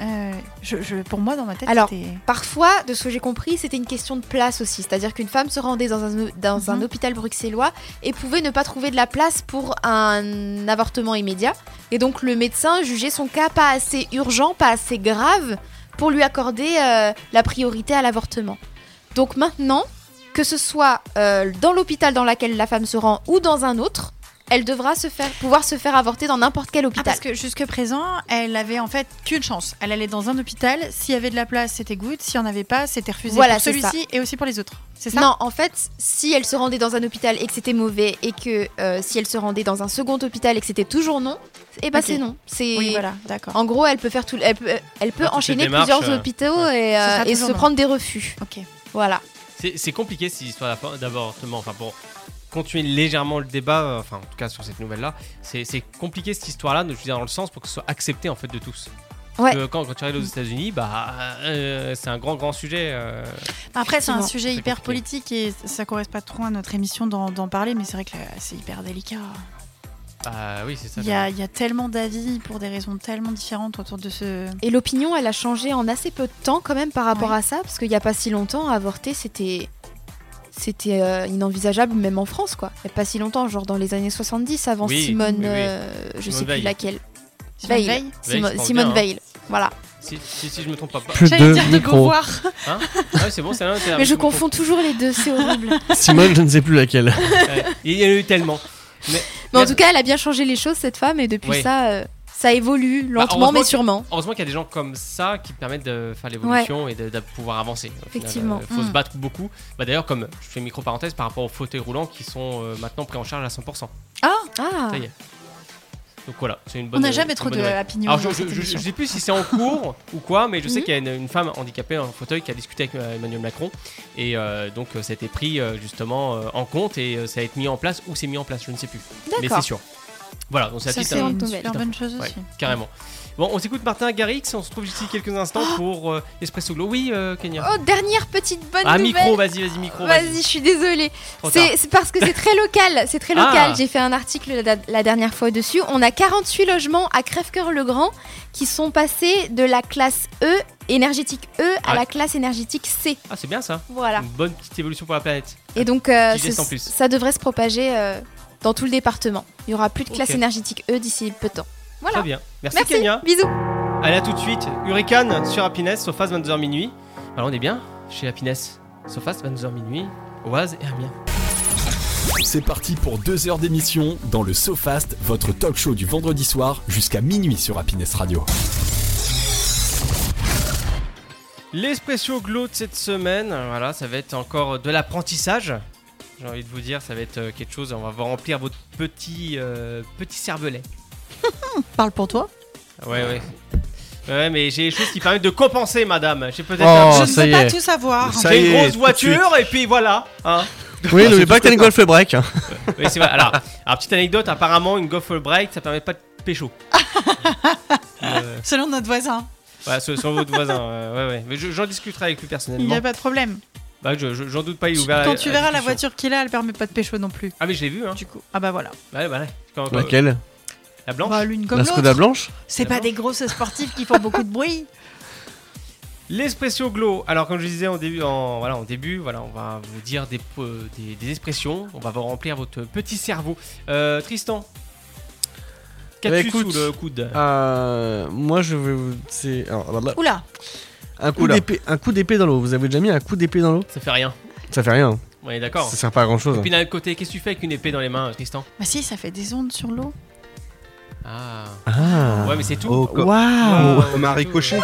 [SPEAKER 3] Euh, je, je- pour moi, dans ma tête,
[SPEAKER 5] Alors,
[SPEAKER 3] c'était.
[SPEAKER 5] Parfois, de ce que j'ai compris, c'était une question de place aussi. C'est-à-dire qu'une femme se rendait dans un, dans un
[SPEAKER 3] Mhm.
[SPEAKER 5] hôpital bruxellois et pouvait ne pas trouver de la place pour un avortement immédiat. Et donc le médecin jugeait son cas pas assez urgent, pas assez grave pour lui accorder euh, la priorité à l'avortement. Donc maintenant, que ce soit euh, dans l'hôpital dans lequel la femme se rend ou dans un autre, elle devra se faire, pouvoir se faire avorter dans n'importe quel
[SPEAKER 3] Ah,
[SPEAKER 5] hôpital.
[SPEAKER 3] parce que jusque présent, elle avait en fait qu'une chance. Elle allait dans un hôpital. S'il y avait de la place, c'était good. S'il n'y en avait pas, c'était refusé
[SPEAKER 5] Voilà,
[SPEAKER 3] pour
[SPEAKER 5] c'est
[SPEAKER 3] celui-ci et aussi pour les autres. C'est ça
[SPEAKER 5] Non, en fait, si elle se rendait dans un hôpital et que c'était mauvais, et que euh, si elle se rendait dans un second hôpital et que c'était toujours non, et bah
[SPEAKER 3] Ok.
[SPEAKER 5] c'est non. C'est
[SPEAKER 3] Oui, voilà, d'accord.
[SPEAKER 5] en gros, elle peut faire tout, elle peut, elle peut
[SPEAKER 2] Faire Bah, toutes
[SPEAKER 5] enchaîner
[SPEAKER 2] les démarches,
[SPEAKER 5] plusieurs
[SPEAKER 2] euh,
[SPEAKER 5] hôpitaux et,
[SPEAKER 3] Ce
[SPEAKER 5] euh,
[SPEAKER 3] sera
[SPEAKER 5] et
[SPEAKER 3] toujours
[SPEAKER 5] se
[SPEAKER 3] non.
[SPEAKER 5] prendre des refus.
[SPEAKER 3] Ok.
[SPEAKER 5] Voilà.
[SPEAKER 2] C'est c'est compliqué cette histoire d'apport- d'avortement. Enfin, pour continuer légèrement le débat, euh, enfin, en tout cas sur cette nouvelle-là, c'est c'est compliqué cette histoire-là, de- je veux dire, dans le sens pour que ce soit accepté en fait de tous.
[SPEAKER 5] Ouais.
[SPEAKER 2] Que quand, quand tu arrives aux États-Unis, bah, euh, c'est un grand, grand sujet. euh,
[SPEAKER 3] Après, c'est un
[SPEAKER 5] Effectivement.
[SPEAKER 3] sujet
[SPEAKER 2] C'est
[SPEAKER 3] hyper
[SPEAKER 2] compliqué.
[SPEAKER 3] politique et ça correspond pas trop à notre émission d'en d'en parler, mais c'est vrai que euh, c'est hyper délicat.
[SPEAKER 2] bah oui, c'est ça.
[SPEAKER 3] Il y a, il y a tellement d'avis pour des raisons tellement différentes autour de ce.
[SPEAKER 5] Et l'opinion, elle a changé en assez peu de temps quand même par rapport
[SPEAKER 3] Ouais.
[SPEAKER 5] à ça, parce qu'il n'y a pas si longtemps, avorter, c'était c'était euh, inenvisageable même en France quoi. Il n'y a pas si longtemps, genre dans les années 70 avant
[SPEAKER 2] Oui,
[SPEAKER 5] Simone,
[SPEAKER 2] oui, oui.
[SPEAKER 5] euh, je
[SPEAKER 2] Simone
[SPEAKER 5] sais
[SPEAKER 2] Veil.
[SPEAKER 5] plus laquelle.
[SPEAKER 3] Simone
[SPEAKER 5] Veil.
[SPEAKER 3] Veil
[SPEAKER 2] Veil,
[SPEAKER 5] Simo-
[SPEAKER 2] je pense
[SPEAKER 5] Simone
[SPEAKER 2] bien, hein.
[SPEAKER 5] Veil. Voilà.
[SPEAKER 2] Si, si, si je me trompe pas. pas-
[SPEAKER 4] Plus
[SPEAKER 3] J'allais dire
[SPEAKER 4] de
[SPEAKER 3] de
[SPEAKER 4] micros.
[SPEAKER 3] Beauvoir.
[SPEAKER 2] Hein Ah ouais, c'est bon, c'est la même, c'est la
[SPEAKER 5] Mais
[SPEAKER 2] même,
[SPEAKER 5] je
[SPEAKER 2] me trompe.
[SPEAKER 5] confonds toujours les deux, c'est horrible.
[SPEAKER 4] Simone, je ne sais plus laquelle.
[SPEAKER 2] Ouais, Il y en a eu tellement.
[SPEAKER 5] Mais en
[SPEAKER 2] Merde.
[SPEAKER 5] tout cas, elle a bien changé les choses, cette femme, et depuis
[SPEAKER 2] Oui.
[SPEAKER 5] ça, euh, ça évolue lentement,
[SPEAKER 2] heureusement
[SPEAKER 5] mais
[SPEAKER 2] que-
[SPEAKER 5] sûrement.
[SPEAKER 2] Heureusement qu'il y a des gens comme ça qui permettent de faire l'évolution et de, de pouvoir avancer. Au final,
[SPEAKER 5] Effectivement.
[SPEAKER 2] euh, faut se
[SPEAKER 3] Mm.
[SPEAKER 2] battre beaucoup. Bah, D'ailleurs, comme je fais une micro-parenthèse par rapport aux fauteuils roulants qui sont euh, maintenant pris en charge à 100%.
[SPEAKER 5] Ah,
[SPEAKER 2] Ça y est. Donc voilà, c'est une bonne.
[SPEAKER 3] On n'a
[SPEAKER 2] euh,
[SPEAKER 3] jamais
[SPEAKER 2] une
[SPEAKER 3] trop
[SPEAKER 2] bonne
[SPEAKER 3] de
[SPEAKER 2] nouvelle.
[SPEAKER 3] opinion.
[SPEAKER 2] Alors je, je, je- je sais plus si c'est en cours ou quoi, mais je sais
[SPEAKER 5] Mhm.
[SPEAKER 2] qu'il y a une, une femme handicapée en fauteuil qui a discuté avec euh, Emmanuel Macron et euh, donc euh, ça a été pris euh, justement euh, en compte et euh, ça a été mis en place ou c'est mis en place, je ne sais plus. Mais c'est
[SPEAKER 5] d'accord.
[SPEAKER 2] sûr. Voilà, donc ça,
[SPEAKER 3] Ça,
[SPEAKER 2] titre
[SPEAKER 3] c'est
[SPEAKER 2] un-
[SPEAKER 5] une
[SPEAKER 3] une
[SPEAKER 5] nouvelle.
[SPEAKER 3] super bonne chose
[SPEAKER 2] Ouais.
[SPEAKER 3] aussi.
[SPEAKER 2] carrément. Bon, on s'écoute Martin Garrix, on se trouve d'ici quelques instants pour euh, Espresso Glow. Oui, euh, Kenya.
[SPEAKER 5] Oh, dernière petite bonne
[SPEAKER 2] ah,
[SPEAKER 5] nouvelle.
[SPEAKER 2] micro, vas-y, vas-y, micro.
[SPEAKER 5] Vas-y, je suis désolée.
[SPEAKER 2] Trop tard.
[SPEAKER 5] C'est c'est parce que c'est très local. C'est très
[SPEAKER 2] Ah.
[SPEAKER 5] local. J'ai fait un article la, la dernière fois dessus. On a 48 logements à Crèvecoeur-le-Grand qui sont passés de la classe E, énergétique E, à
[SPEAKER 2] Ouais.
[SPEAKER 5] la classe énergétique C.
[SPEAKER 2] Ah, c'est bien ça.
[SPEAKER 5] Voilà.
[SPEAKER 2] Une bonne petite évolution pour la planète.
[SPEAKER 5] Et donc, euh,
[SPEAKER 2] Petit geste
[SPEAKER 5] ce-
[SPEAKER 2] en plus.
[SPEAKER 5] ça devrait se propager euh, dans tout le département. Il y aura plus de classe
[SPEAKER 2] Ok.
[SPEAKER 5] énergétique E d'ici peu de temps. Voilà.
[SPEAKER 2] Très bien. Merci,
[SPEAKER 5] Merci.
[SPEAKER 2] Kenya.
[SPEAKER 5] Bisous.
[SPEAKER 2] Allez, à tout de suite. Hurricane sur Happiness, Sofast 22h minuit. Alors, on est bien chez Happiness. Sofast 22h minuit. Oise et Amiens.
[SPEAKER 1] C'est parti pour deux heures d'émission dans le SoFast, votre talk show du vendredi soir jusqu'à minuit sur Happiness Radio.
[SPEAKER 2] L'espresso glow de cette semaine, euh, voilà, ça va être encore de l'apprentissage. J'ai envie de vous dire, ça va être euh, quelque chose, on va remplir votre petit, euh, petit cervelet.
[SPEAKER 3] Parle pour toi.
[SPEAKER 2] Ah Ouais, ouais. Ouais, mais j'ai des choses qui permettent de compenser, madame. J'ai peut-être
[SPEAKER 4] Oh,
[SPEAKER 2] un-
[SPEAKER 3] je
[SPEAKER 4] ça
[SPEAKER 3] ne
[SPEAKER 4] y
[SPEAKER 3] peux pas
[SPEAKER 4] est.
[SPEAKER 3] tout savoir.
[SPEAKER 6] Ça
[SPEAKER 2] j'ai
[SPEAKER 6] y
[SPEAKER 2] une
[SPEAKER 6] est,
[SPEAKER 2] grosse
[SPEAKER 6] tout de
[SPEAKER 2] voiture, et puis voilà. hein.
[SPEAKER 4] Oui, n'oublie
[SPEAKER 6] c'est
[SPEAKER 4] pas
[SPEAKER 6] tout
[SPEAKER 4] que t'as une
[SPEAKER 6] ce que
[SPEAKER 4] golf break. hein.
[SPEAKER 2] Oui, c'est vrai. Alors, alors, petite anecdote, apparemment, une golf break, ça permet pas de pécho. Euh,
[SPEAKER 3] Selon notre voisin,
[SPEAKER 2] Ouais, sur, sur votre voisin, euh, ouais, ouais. Mais je- j'en discuterai avec lui
[SPEAKER 3] il n'y
[SPEAKER 2] personnellement.
[SPEAKER 3] a pas de problème.
[SPEAKER 2] Bah, je- je- j'en doute pas, il est ouvert à-
[SPEAKER 3] Quand
[SPEAKER 2] à
[SPEAKER 3] tu verras la
[SPEAKER 2] discussion.
[SPEAKER 3] voiture qu'il a, elle permet pas de pécho non plus.
[SPEAKER 2] Ah, mais je l'ai vu, hein.
[SPEAKER 3] Du coup, ah bah voilà.
[SPEAKER 2] Ouais, bah, ouais. Quand- quand-
[SPEAKER 4] Laquelle
[SPEAKER 2] La blanche.
[SPEAKER 3] Bah, l'une comme
[SPEAKER 4] La Skoda
[SPEAKER 3] l'autre.
[SPEAKER 4] blanche
[SPEAKER 3] C'est
[SPEAKER 2] La
[SPEAKER 3] pas des grosses sportives qui font beaucoup de bruit.
[SPEAKER 2] L'espresso glow. Alors, comme je disais en début, en, voilà, en début, voilà, on va vous dire des, euh, des, des expressions. On va vous remplir votre petit cerveau. Euh, Tristan, qu'as-tu
[SPEAKER 4] Bah, écoute,
[SPEAKER 2] sous le coude
[SPEAKER 4] Euh, Moi, je vais vous. C'est. alors, là, là,
[SPEAKER 3] Oula,
[SPEAKER 4] Un coup
[SPEAKER 2] Oula.
[SPEAKER 4] d'épée- un coup d'épée dans l'eau. Vous avez déjà mis un coup d'épée dans l'eau
[SPEAKER 2] Ça fait rien.
[SPEAKER 4] Ça fait rien.
[SPEAKER 2] On est
[SPEAKER 4] Ça
[SPEAKER 2] d'accord.
[SPEAKER 4] sert pas à grand chose.
[SPEAKER 2] Puis d'un autre côté, qu'est-ce que tu fais avec une épée dans les mains, euh, Tristan
[SPEAKER 3] bah si, ça fait des ondes sur l'eau.
[SPEAKER 2] Ah.
[SPEAKER 4] Ah.
[SPEAKER 2] Ouais, mais c'est tout. Ah.
[SPEAKER 6] Oh, co-
[SPEAKER 4] Waouh
[SPEAKER 2] Ouais, ouais,
[SPEAKER 6] oh, Omar
[SPEAKER 2] c'est tout,
[SPEAKER 6] Ricochet.
[SPEAKER 2] ouais.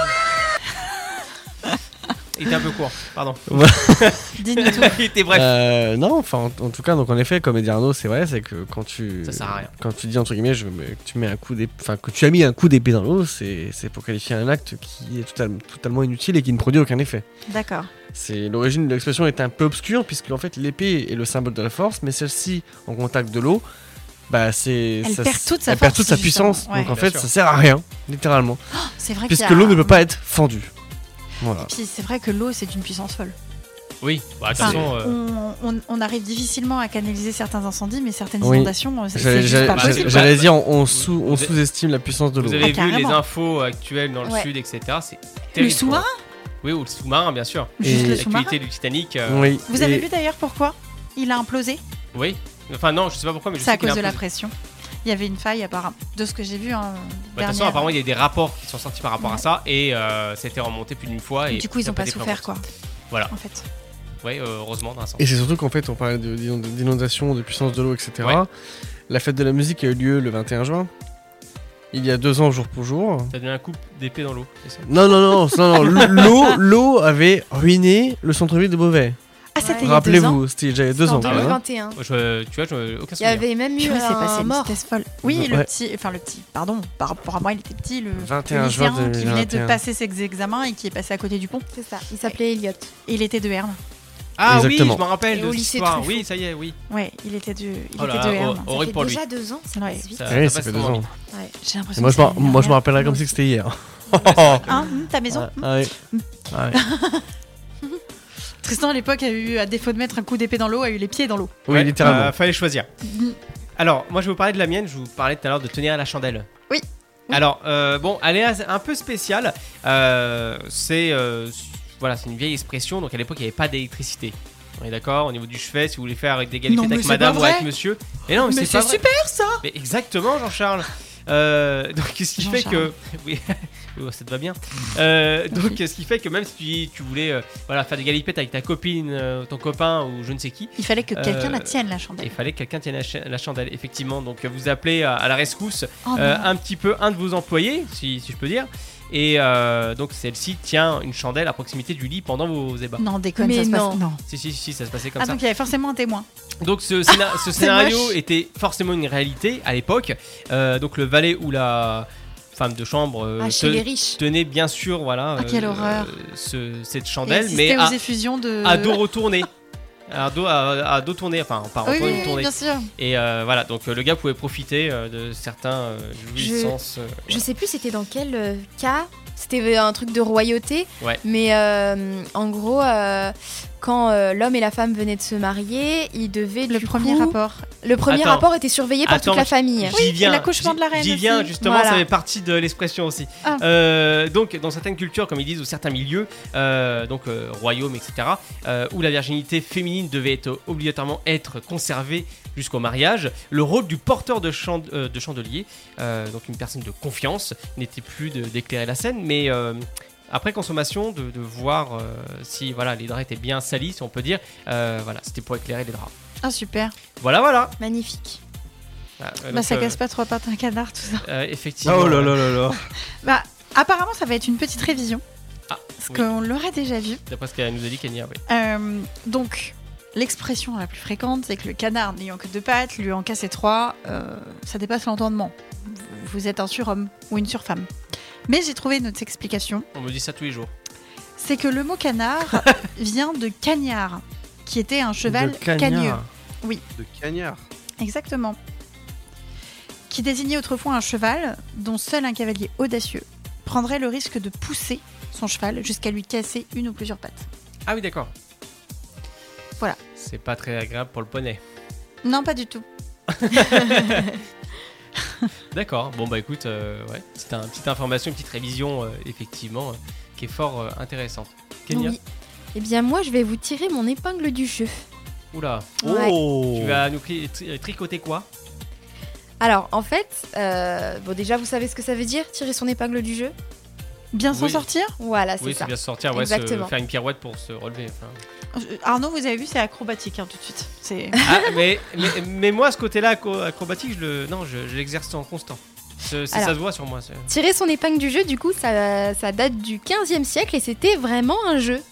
[SPEAKER 2] Il était un peu court, pardon.
[SPEAKER 3] Dis-nous tout.
[SPEAKER 2] Il était bref.
[SPEAKER 4] Euh, non, enfin, en, en tout cas, donc en effet, comme a dit Arnaud, c'est vrai, c'est que quand tu,
[SPEAKER 2] Ça sert à rien.
[SPEAKER 4] quand tu dis entre guillemets, je, mets- que tu mets un coup d'ép- enfin que tu as mis un coup d'épée dans l'eau, c'est c'est pour qualifier un acte qui est total- totalement inutile et qui ne produit aucun effet.
[SPEAKER 3] D'accord.
[SPEAKER 4] C'est l'origine de l'expression est un peu obscure puisque en fait l'épée est le symbole de la force, mais celle-ci en contact de l'eau, bah c'est
[SPEAKER 3] Elle
[SPEAKER 4] ça-
[SPEAKER 3] perd toute sa
[SPEAKER 4] elle perd
[SPEAKER 3] force,
[SPEAKER 4] toute sa
[SPEAKER 3] justement.
[SPEAKER 4] puissance.
[SPEAKER 3] Ouais.
[SPEAKER 4] donc en
[SPEAKER 2] Bien
[SPEAKER 4] fait,
[SPEAKER 2] sûr.
[SPEAKER 4] ça sert à rien, littéralement,
[SPEAKER 3] C'est vrai qu'il y
[SPEAKER 4] puisque
[SPEAKER 3] a-
[SPEAKER 4] l'eau ne peut pas être fendue. Voilà.
[SPEAKER 3] Puis c'est vrai que l'eau, c'est une puissance folle.
[SPEAKER 2] Oui, bah, de toute
[SPEAKER 3] Enfin,
[SPEAKER 2] façon, euh,
[SPEAKER 3] on, on- on arrive difficilement à canaliser certains incendies, mais certaines
[SPEAKER 4] Oui.
[SPEAKER 3] inondations, euh, c'est c'est
[SPEAKER 4] J'allais
[SPEAKER 3] juste
[SPEAKER 4] j'allais-
[SPEAKER 3] pas
[SPEAKER 2] bah,
[SPEAKER 3] possible.
[SPEAKER 4] j'allais-
[SPEAKER 2] bah,
[SPEAKER 4] j'allais
[SPEAKER 2] bah,
[SPEAKER 4] dire, on, on sous, on
[SPEAKER 2] vous-
[SPEAKER 4] sous-estime la puissance de l'eau.
[SPEAKER 2] vous avez
[SPEAKER 3] Ah,
[SPEAKER 2] vu les
[SPEAKER 3] carrément.
[SPEAKER 2] infos actuelles dans le
[SPEAKER 5] Ouais.
[SPEAKER 2] sud, etc. C'est
[SPEAKER 3] Le
[SPEAKER 2] terrible, quoi.
[SPEAKER 3] sous-marin
[SPEAKER 2] Oui, ou le sous-marin, bien sûr.
[SPEAKER 3] Juste
[SPEAKER 4] Et-
[SPEAKER 3] le sous-marin
[SPEAKER 2] L'actualité du Titanic. euh,
[SPEAKER 4] Oui.
[SPEAKER 3] Vous
[SPEAKER 4] et-
[SPEAKER 3] avez vu d'ailleurs pourquoi il a implosé
[SPEAKER 2] Oui. Enfin, non, je sais pas pourquoi, mais je
[SPEAKER 3] C'est à
[SPEAKER 2] sais qu'il
[SPEAKER 3] cause
[SPEAKER 2] a
[SPEAKER 3] de
[SPEAKER 2] un
[SPEAKER 3] la
[SPEAKER 2] peu-
[SPEAKER 3] pression. Il y avait une faille apparemment, de ce que j'ai vu. hein,
[SPEAKER 2] Bah, De toute façon,
[SPEAKER 3] dernière.
[SPEAKER 2] apparemment, il y a des rapports qui sont sortis par rapport à ça et euh, ça a été remonté plus d'une fois. Et
[SPEAKER 3] du coup, ils
[SPEAKER 2] ça
[SPEAKER 3] n'ont
[SPEAKER 2] a
[SPEAKER 3] pas
[SPEAKER 2] été pris en
[SPEAKER 3] souffert,
[SPEAKER 2] compte.
[SPEAKER 3] quoi.
[SPEAKER 2] Voilà.
[SPEAKER 3] En fait.
[SPEAKER 2] Ouais, euh, heureusement, dans un sens.
[SPEAKER 4] Et c'est surtout qu'en fait, on parlait de- d'inond- d'inondation, de puissance de l'eau, etc.
[SPEAKER 2] Ouais.
[SPEAKER 4] La fête de la musique a eu lieu le 21 juin. Il y a deux ans, jour pour jour.
[SPEAKER 2] T'as donné un coup d'épée dans l'eau, c'est ça
[SPEAKER 4] Non, non, non, non, non, l'eau, l'eau avait ruiné le centre-ville de Beauvais.
[SPEAKER 3] Ah, c'était il y a deux ans. Ah
[SPEAKER 4] Rappelez-vous, c'était déjà il y a deux
[SPEAKER 5] en
[SPEAKER 4] ans. quand même.
[SPEAKER 5] 2021.
[SPEAKER 2] Je- Tu vois, je, aucun
[SPEAKER 5] Il y
[SPEAKER 2] souvenir.
[SPEAKER 5] avait même eu
[SPEAKER 3] Purée, c'est passé à
[SPEAKER 5] un
[SPEAKER 3] une
[SPEAKER 5] mort.
[SPEAKER 3] vitesse folle. Oui,
[SPEAKER 4] Ouais.
[SPEAKER 3] le petit, enfin le petit, pardon, par rapport à moi, il était petit, le
[SPEAKER 4] 21
[SPEAKER 3] le
[SPEAKER 4] juin
[SPEAKER 3] lycéen qui venait de
[SPEAKER 4] 2021.
[SPEAKER 3] passer ses examens et qui est passé à côté du pont.
[SPEAKER 5] C'est ça. Il s'appelait Elliot.
[SPEAKER 3] Et il était de Herne.
[SPEAKER 2] Ah
[SPEAKER 4] Exactement.
[SPEAKER 2] oui, je me rappelle
[SPEAKER 5] Et
[SPEAKER 2] de
[SPEAKER 5] au
[SPEAKER 2] cette
[SPEAKER 5] lycée
[SPEAKER 2] histoire.
[SPEAKER 5] Truffaut.
[SPEAKER 2] Oui, ça y est, oui.
[SPEAKER 3] Ouais, il était de, il
[SPEAKER 2] Oh là
[SPEAKER 3] était
[SPEAKER 2] là,
[SPEAKER 3] de Herne.
[SPEAKER 2] oh, Horrible
[SPEAKER 5] ça fait
[SPEAKER 2] pour lui.
[SPEAKER 5] déjà deux ans. Ça
[SPEAKER 3] Ouais.
[SPEAKER 5] passe vite.
[SPEAKER 2] Ça-
[SPEAKER 4] Ah Oui,
[SPEAKER 2] passe
[SPEAKER 4] ça fait deux
[SPEAKER 2] vraiment
[SPEAKER 4] ans.
[SPEAKER 2] vite.
[SPEAKER 3] J'ai
[SPEAKER 4] Et
[SPEAKER 3] l'impression.
[SPEAKER 4] moi,
[SPEAKER 3] que
[SPEAKER 4] je
[SPEAKER 3] Ah, c'est
[SPEAKER 4] m'en-
[SPEAKER 3] la
[SPEAKER 4] moi, je me
[SPEAKER 3] dernière.
[SPEAKER 4] rappellerai comme si c'était hier.
[SPEAKER 3] Hein, hum, ta maison. hum.
[SPEAKER 4] Ah, ouais. Ah, ouais.
[SPEAKER 3] Tristan à l'époque a eu, à défaut de mettre un coup d'épée dans l'eau, a eu les pieds dans l'eau.
[SPEAKER 4] Oui,
[SPEAKER 2] Ouais,
[SPEAKER 4] littéralement.
[SPEAKER 2] euh, fallait choisir.
[SPEAKER 3] Mhm.
[SPEAKER 2] Alors, moi, je vais vous parler de la mienne. Je vous parlais tout à l'heure de tenir à la chandelle.
[SPEAKER 3] Oui. Oui.
[SPEAKER 2] Alors, euh, bon, elle est un peu spéciale. Euh, c'est euh, voilà, c'est une vieille expression. Donc, à l'époque, il n'y avait pas d'électricité. On est d'accord Au niveau du chevet, si vous voulez faire avec des galipettes
[SPEAKER 3] Non, mais
[SPEAKER 2] avec
[SPEAKER 3] c'est
[SPEAKER 2] madame
[SPEAKER 3] pas
[SPEAKER 2] ou avec
[SPEAKER 3] vrai.
[SPEAKER 2] monsieur. Mais non, mais,
[SPEAKER 3] Mais
[SPEAKER 2] c'est pas
[SPEAKER 3] c'est
[SPEAKER 2] vrai.
[SPEAKER 3] super ça.
[SPEAKER 2] Mais exactement, Jean-Charles. Euh, donc, ce qui fait que.
[SPEAKER 3] Jean-Charles.
[SPEAKER 2] Oui, oui, ça te va bien. Euh, donc, ce qui fait que même si tu, tu voulais euh, voilà, faire des galipettes avec ta copine, euh, ton copain ou je ne sais qui,
[SPEAKER 3] Il fallait que quelqu'un
[SPEAKER 2] Euh,
[SPEAKER 3] la tienne la chandelle.
[SPEAKER 2] il fallait que quelqu'un tienne la, cha- la chandelle, effectivement. Donc, euh, vous appelez à, à la rescousse
[SPEAKER 3] Oh,
[SPEAKER 2] euh,
[SPEAKER 3] non.
[SPEAKER 2] un petit peu un de vos employés, si, si je peux dire. Et euh, donc, celle-ci tient une chandelle à proximité du lit pendant vos ébats.
[SPEAKER 3] Non, déconne,
[SPEAKER 5] Mais
[SPEAKER 3] ça se passe.
[SPEAKER 5] non.
[SPEAKER 3] Non.
[SPEAKER 2] Si, si, si, ça se passait comme
[SPEAKER 3] Ah
[SPEAKER 2] ça.
[SPEAKER 3] donc il y avait forcément un témoin.
[SPEAKER 2] Donc ce, scéna- ce scénario
[SPEAKER 3] moche.
[SPEAKER 2] était forcément une réalité à l'époque. Euh, donc le valet ou la femme de chambre euh,
[SPEAKER 5] Ah,
[SPEAKER 2] te-
[SPEAKER 5] chez les riches.
[SPEAKER 2] tenait bien sûr voilà euh,
[SPEAKER 3] Ah, quelle horreur.
[SPEAKER 2] ce- cette
[SPEAKER 3] Il
[SPEAKER 2] chandelle, mais
[SPEAKER 3] existait aux
[SPEAKER 2] à,
[SPEAKER 3] effusions de.
[SPEAKER 2] à dos retourné. À dos, à, à dos tourné, enfin pas
[SPEAKER 3] Oui,
[SPEAKER 2] retourné,
[SPEAKER 3] oui,
[SPEAKER 2] mais
[SPEAKER 3] oui,
[SPEAKER 2] tourné.
[SPEAKER 3] bien sûr.
[SPEAKER 2] Et euh, voilà, donc euh, le gars pouvait profiter euh, de certains euh, jouissances. euh,
[SPEAKER 5] Je sais plus c'était dans quel euh, cas. C'était euh, un truc de royauté.
[SPEAKER 2] Ouais.
[SPEAKER 5] Mais euh, en gros, euh, quand euh, l'homme et la femme venaient de se marier, ils devaient
[SPEAKER 3] Le
[SPEAKER 5] du
[SPEAKER 3] premier
[SPEAKER 5] coup-
[SPEAKER 3] rapport.
[SPEAKER 5] Le premier
[SPEAKER 2] Attends.
[SPEAKER 5] rapport était surveillé par
[SPEAKER 2] Attends,
[SPEAKER 5] toute la
[SPEAKER 2] je-
[SPEAKER 5] famille.
[SPEAKER 2] J'y viens.
[SPEAKER 3] l'accouchement de la
[SPEAKER 2] j'y-
[SPEAKER 3] reine
[SPEAKER 2] J'y viens,
[SPEAKER 3] aussi.
[SPEAKER 2] justement,
[SPEAKER 5] Voilà.
[SPEAKER 2] ça fait partie de l'expression aussi.
[SPEAKER 3] Ah.
[SPEAKER 2] Euh, donc, dans certaines cultures, comme ils disent, ou certains milieux, euh, donc euh, royaumes, etc., euh, où la virginité féminine devait être obligatoirement être conservée jusqu'au mariage, le rôle du porteur de, chan- euh, de chandelier, euh, donc une personne de confiance, n'était plus de- d'éclairer la scène, mais euh, après consommation, de, de voir euh, si voilà, les draps étaient bien salis, si on peut dire, euh, voilà, c'était pour éclairer les draps.
[SPEAKER 3] Ah super.
[SPEAKER 2] Voilà, voilà.
[SPEAKER 5] Magnifique.
[SPEAKER 2] Ah, euh,
[SPEAKER 3] bah
[SPEAKER 2] donc,
[SPEAKER 3] ça
[SPEAKER 2] euh,
[SPEAKER 3] casse pas trois pattes un canard tout ça.
[SPEAKER 2] euh, effectivement.
[SPEAKER 6] Oh là là là là.
[SPEAKER 3] Bah apparemment ça va être une petite révision
[SPEAKER 2] Ah,
[SPEAKER 3] parce
[SPEAKER 2] oui.
[SPEAKER 3] qu'on l'aurait déjà vu.
[SPEAKER 2] D'après ce qu'elle nous a dit, Kenya, oui.
[SPEAKER 3] Euh, donc, l'expression la plus fréquente, c'est que le canard n'ayant que deux pattes, lui en casser trois, euh, ça dépasse l'entendement. Vous- Vous êtes un surhomme ou une surfemme. Mais j'ai trouvé une autre explication,
[SPEAKER 2] On me dit ça tous les jours.
[SPEAKER 3] c'est que le mot canard vient de cagnard, qui était un cheval
[SPEAKER 4] De cagnard.
[SPEAKER 3] cagneux.
[SPEAKER 6] De cagnard.
[SPEAKER 3] Exactement. Qui désignait autrefois un cheval dont seul un cavalier audacieux prendrait le risque de pousser son cheval jusqu'à lui casser une ou plusieurs pattes.
[SPEAKER 2] Ah oui, d'accord.
[SPEAKER 3] Voilà.
[SPEAKER 2] C'est pas très agréable pour le poney.
[SPEAKER 3] Non, pas du tout.
[SPEAKER 2] D'accord. Bon, bah écoute, euh, ouais. C'était une petite information, une petite révision, euh, effectivement, euh, qui est fort euh, intéressante. Kenya
[SPEAKER 5] Oui. Eh bien, moi, je vais vous tirer mon épingle du jeu.
[SPEAKER 2] Oula.
[SPEAKER 5] Ouais.
[SPEAKER 2] Tu vas nous cri- tri- tricoter quoi
[SPEAKER 5] Alors, en fait, euh, bon, déjà, vous savez ce que ça veut dire, tirer son épingle du jeu
[SPEAKER 3] Bien s'en
[SPEAKER 2] Oui.
[SPEAKER 3] sortir
[SPEAKER 5] Voilà, c'est
[SPEAKER 2] Oui,
[SPEAKER 5] ça.
[SPEAKER 2] c'est bien se sortir, ouais, se-
[SPEAKER 5] Exactement.
[SPEAKER 2] faire une pirouette pour se relever. enfin.
[SPEAKER 3] Je- Euh, Arnaud, vous avez vu, c'est acrobatique hein, tout de suite. C'est
[SPEAKER 2] ah, mais, mais, mais moi, ce côté-là acro- acrobatique, je le, non, je, je l'exerce en constant. Ce- c'est-
[SPEAKER 5] Alors.
[SPEAKER 2] ça se voit sur moi. c'est-
[SPEAKER 5] Tirer son épingle du jeu, du coup, ça, ça date du 15e siècle et c'était vraiment un jeu.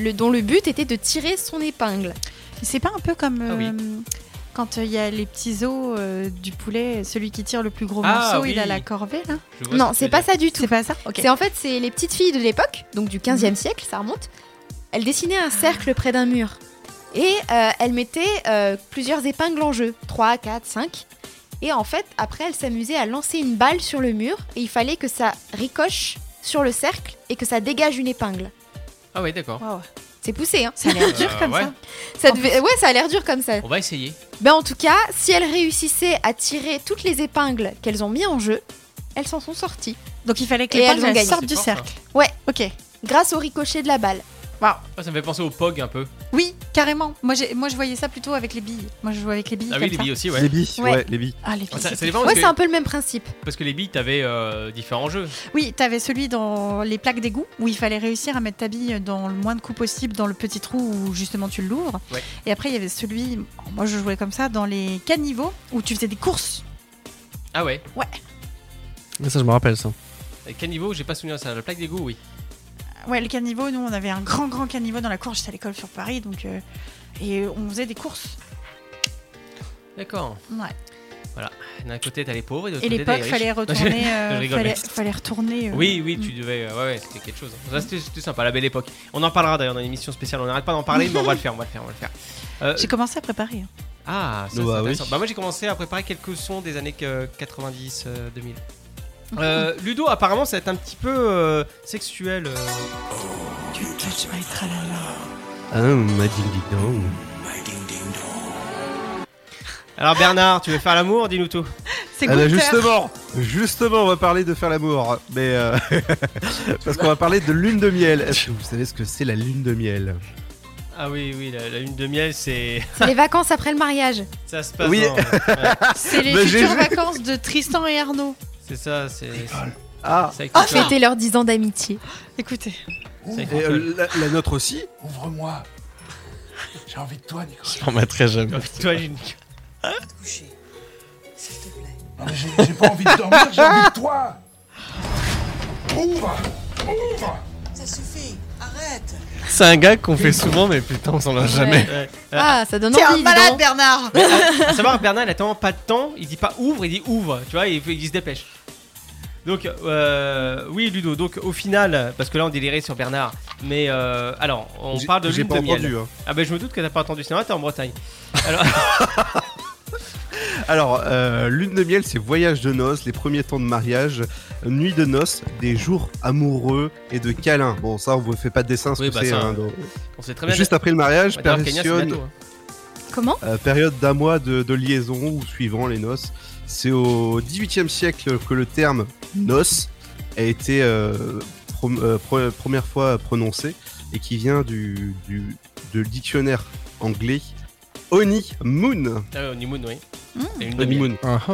[SPEAKER 5] Le, dont le but était de tirer son épingle.
[SPEAKER 3] c'est pas un peu comme
[SPEAKER 2] Ah oui.
[SPEAKER 3] euh, quand euh, il y a les petits os euh, du poulet, celui qui tire le plus gros
[SPEAKER 2] Ah
[SPEAKER 3] morceau,
[SPEAKER 2] oui.
[SPEAKER 3] il a la corvée là.
[SPEAKER 2] Je vois ce
[SPEAKER 5] Non,
[SPEAKER 2] que tu
[SPEAKER 5] c'est
[SPEAKER 2] veux
[SPEAKER 5] pas
[SPEAKER 2] dire.
[SPEAKER 5] ça du tout.
[SPEAKER 3] C'est pas ça Ok.
[SPEAKER 5] C'est en fait, c'est les petites filles de l'époque, donc du 15e siècle, ça remonte. Elles dessinaient un cercle près d'un mur. Et euh, elles mettaient euh, plusieurs épingles en jeu, 3, 4, 5. Et en fait, après, elles s'amusaient à lancer une balle sur le mur et il fallait que ça ricoche sur le cercle et que ça dégage une épingle.
[SPEAKER 2] Ah, ouais, d'accord.
[SPEAKER 3] Waouh.
[SPEAKER 5] C'est poussé, hein.
[SPEAKER 3] Ça a l'air dur
[SPEAKER 2] Euh,
[SPEAKER 3] comme
[SPEAKER 2] ouais.
[SPEAKER 3] ça.
[SPEAKER 5] Ça devait- Ouais, ça a l'air dur comme ça.
[SPEAKER 2] On va essayer.
[SPEAKER 5] Ben en tout cas, si elles réussissaient à tirer toutes les épingles qu'elles ont mis en jeu, elles s'en sont sorties.
[SPEAKER 3] Donc il fallait que
[SPEAKER 5] Et
[SPEAKER 3] les
[SPEAKER 5] elles
[SPEAKER 3] pages
[SPEAKER 5] ont
[SPEAKER 3] elles
[SPEAKER 5] gagné.
[SPEAKER 3] sortent
[SPEAKER 2] C'est
[SPEAKER 3] du
[SPEAKER 2] fort,
[SPEAKER 3] cercle.
[SPEAKER 5] Ouais.
[SPEAKER 3] Ok.
[SPEAKER 5] Grâce au ricochet de la balle.
[SPEAKER 2] Ah, ça me fait penser au POG un peu.
[SPEAKER 3] Oui, carrément. Moi, j'ai- moi, je voyais ça plutôt avec les billes. Moi, je jouais avec les billes.
[SPEAKER 2] Ah
[SPEAKER 3] comme
[SPEAKER 2] oui, les
[SPEAKER 3] ça.
[SPEAKER 2] billes aussi,
[SPEAKER 6] Les
[SPEAKER 2] ouais.
[SPEAKER 6] billes,
[SPEAKER 5] Ouais.
[SPEAKER 6] ouais. les billes.
[SPEAKER 3] Ah, les billes.
[SPEAKER 2] Ça, ça
[SPEAKER 3] c'est-
[SPEAKER 2] dépend parce,
[SPEAKER 5] Ouais, c'est un
[SPEAKER 2] que,
[SPEAKER 5] peu le même principe.
[SPEAKER 2] parce que les billes, t'avais euh, différents jeux.
[SPEAKER 3] Oui, t'avais celui dans les plaques d'égout où il fallait réussir à mettre ta bille dans le moins de coups possible dans le petit trou où justement tu l'ouvres.
[SPEAKER 2] Ouais.
[SPEAKER 3] Et après, il y avait celui, moi je jouais comme ça, dans les caniveaux où tu faisais des courses.
[SPEAKER 2] Ah ouais.
[SPEAKER 4] Mais ça, je me rappelle ça.
[SPEAKER 2] Avec Caniveau, j'ai pas souvenir de ça. La plaque d'égout, oui.
[SPEAKER 3] Ouais, le caniveau, nous on avait un grand grand caniveau dans la cour, j'étais à l'école sur Paris donc. euh, Et on faisait des courses.
[SPEAKER 2] D'accord.
[SPEAKER 3] Ouais.
[SPEAKER 2] D'un côté, t'as les pauvres et de l'autre
[SPEAKER 3] Et
[SPEAKER 2] côté, t'as
[SPEAKER 3] l'époque,
[SPEAKER 2] les riches.
[SPEAKER 3] fallait retourner. euh,
[SPEAKER 2] Je rigole,
[SPEAKER 3] fallait,
[SPEAKER 2] mais-
[SPEAKER 3] fallait retourner. euh,
[SPEAKER 2] Oui, oui, tu devais. euh, ouais, ouais, c'était quelque chose. Ça, c'était c'était sympa, la belle époque. On en parlera d'ailleurs dans une émission spéciale. On n'arrête pas d'en parler, mais on va le faire, on va le faire, on va le faire. Euh,
[SPEAKER 3] J'ai commencé à préparer. hein.
[SPEAKER 2] ah, ça, c'est
[SPEAKER 6] Bah oui.
[SPEAKER 2] intéressant. Bah, moi, j'ai commencé à préparer quelques sons des années que- 90, euh, 2000. Euh, Ludo, apparemment, ça va être un petit peu euh, sexuel. euh.
[SPEAKER 4] Ah, ma ding dong.
[SPEAKER 2] Alors, Bernard, tu veux faire l'amour Dis-nous tout.
[SPEAKER 3] C'est
[SPEAKER 6] Ah
[SPEAKER 3] Gunther.
[SPEAKER 6] bah, justement, justement, on va parler de faire l'amour, mais euh, parce qu'on va parler de lune de miel. Est-ce que vous savez ce que c'est la lune de miel
[SPEAKER 2] Ah oui, oui, la, la lune de miel, c'est.
[SPEAKER 5] C'est les vacances après le mariage.
[SPEAKER 2] Ça se passe.
[SPEAKER 6] Oui.
[SPEAKER 2] dans- ouais,
[SPEAKER 3] C'est les
[SPEAKER 6] Mais Bah, j'ai
[SPEAKER 3] futures
[SPEAKER 6] vu.
[SPEAKER 3] vacances de Tristan et Arnaud.
[SPEAKER 2] c'est ça, c'est. c'est
[SPEAKER 6] Ah,
[SPEAKER 2] avec
[SPEAKER 5] Oh,
[SPEAKER 2] ton cœur.
[SPEAKER 5] fêter leurs 10 ans d'amitié.
[SPEAKER 3] Écoutez,
[SPEAKER 2] C'est avec ton
[SPEAKER 6] et,
[SPEAKER 2] cœur.
[SPEAKER 6] euh, la, la nôtre aussi.
[SPEAKER 7] Ouvre-moi. J'ai envie de toi, Nicolas.
[SPEAKER 4] J'en mettrai jamais.
[SPEAKER 2] Oh, toi, Lune.
[SPEAKER 7] Couché. S'il te plaît. Non, mais j'ai j'ai pas envie de dormir, j'ai envie de toi. Ouvre. Ouvre.
[SPEAKER 8] Ça suffit, arrête
[SPEAKER 4] C'est un gag qu'on fait souvent, mais putain, on s'en lâche jamais.
[SPEAKER 2] Ouais.
[SPEAKER 5] Ah, ça donne
[SPEAKER 3] t'es
[SPEAKER 5] envie.
[SPEAKER 3] un
[SPEAKER 5] dis
[SPEAKER 3] malade
[SPEAKER 5] donc.
[SPEAKER 3] Bernard
[SPEAKER 2] À savoir, Bernard, il a tellement pas de temps, il dit pas ouvre, il dit ouvre, tu vois, il, fait- il se dépêche. Donc, euh, oui, Ludo, donc au final, parce que là on délirait sur Bernard, mais euh, alors, on
[SPEAKER 6] J'ai-
[SPEAKER 2] parle de
[SPEAKER 6] J'ai
[SPEAKER 2] lune
[SPEAKER 6] pas
[SPEAKER 2] de miel.
[SPEAKER 6] entendu. hein.
[SPEAKER 2] Ah, ben je me doute que t'as pas entendu, sinon là, t'es en Bretagne.
[SPEAKER 6] Alors, euh, lune de miel, c'est voyage de noces, les premiers temps de mariage, nuit de noces, des jours amoureux et de câlins. Bon, ça, on vous fait pas de dessin, ce
[SPEAKER 2] Oui,
[SPEAKER 6] que
[SPEAKER 2] bah,
[SPEAKER 6] c'est.
[SPEAKER 2] ça,
[SPEAKER 6] hein, donc.
[SPEAKER 2] On sait très bien.
[SPEAKER 6] Juste après le mariage,
[SPEAKER 2] Ouais, d'ailleurs, Kenya, c'est
[SPEAKER 6] permission-
[SPEAKER 2] bientôt, hein.
[SPEAKER 5] Comment
[SPEAKER 6] Euh, période d'un mois de, de liaison ou suivant les noces. C'est au XVIIIe siècle que le terme noce a été euh, prom- euh, pro- première fois prononcé et qui vient du, du de dictionnaire anglais Oni Moon.
[SPEAKER 2] Ah, ouais, honeymoon, oui.
[SPEAKER 3] Mm.
[SPEAKER 2] Et une
[SPEAKER 6] Honeymoon.
[SPEAKER 4] Ah, ah.
[SPEAKER 5] C'est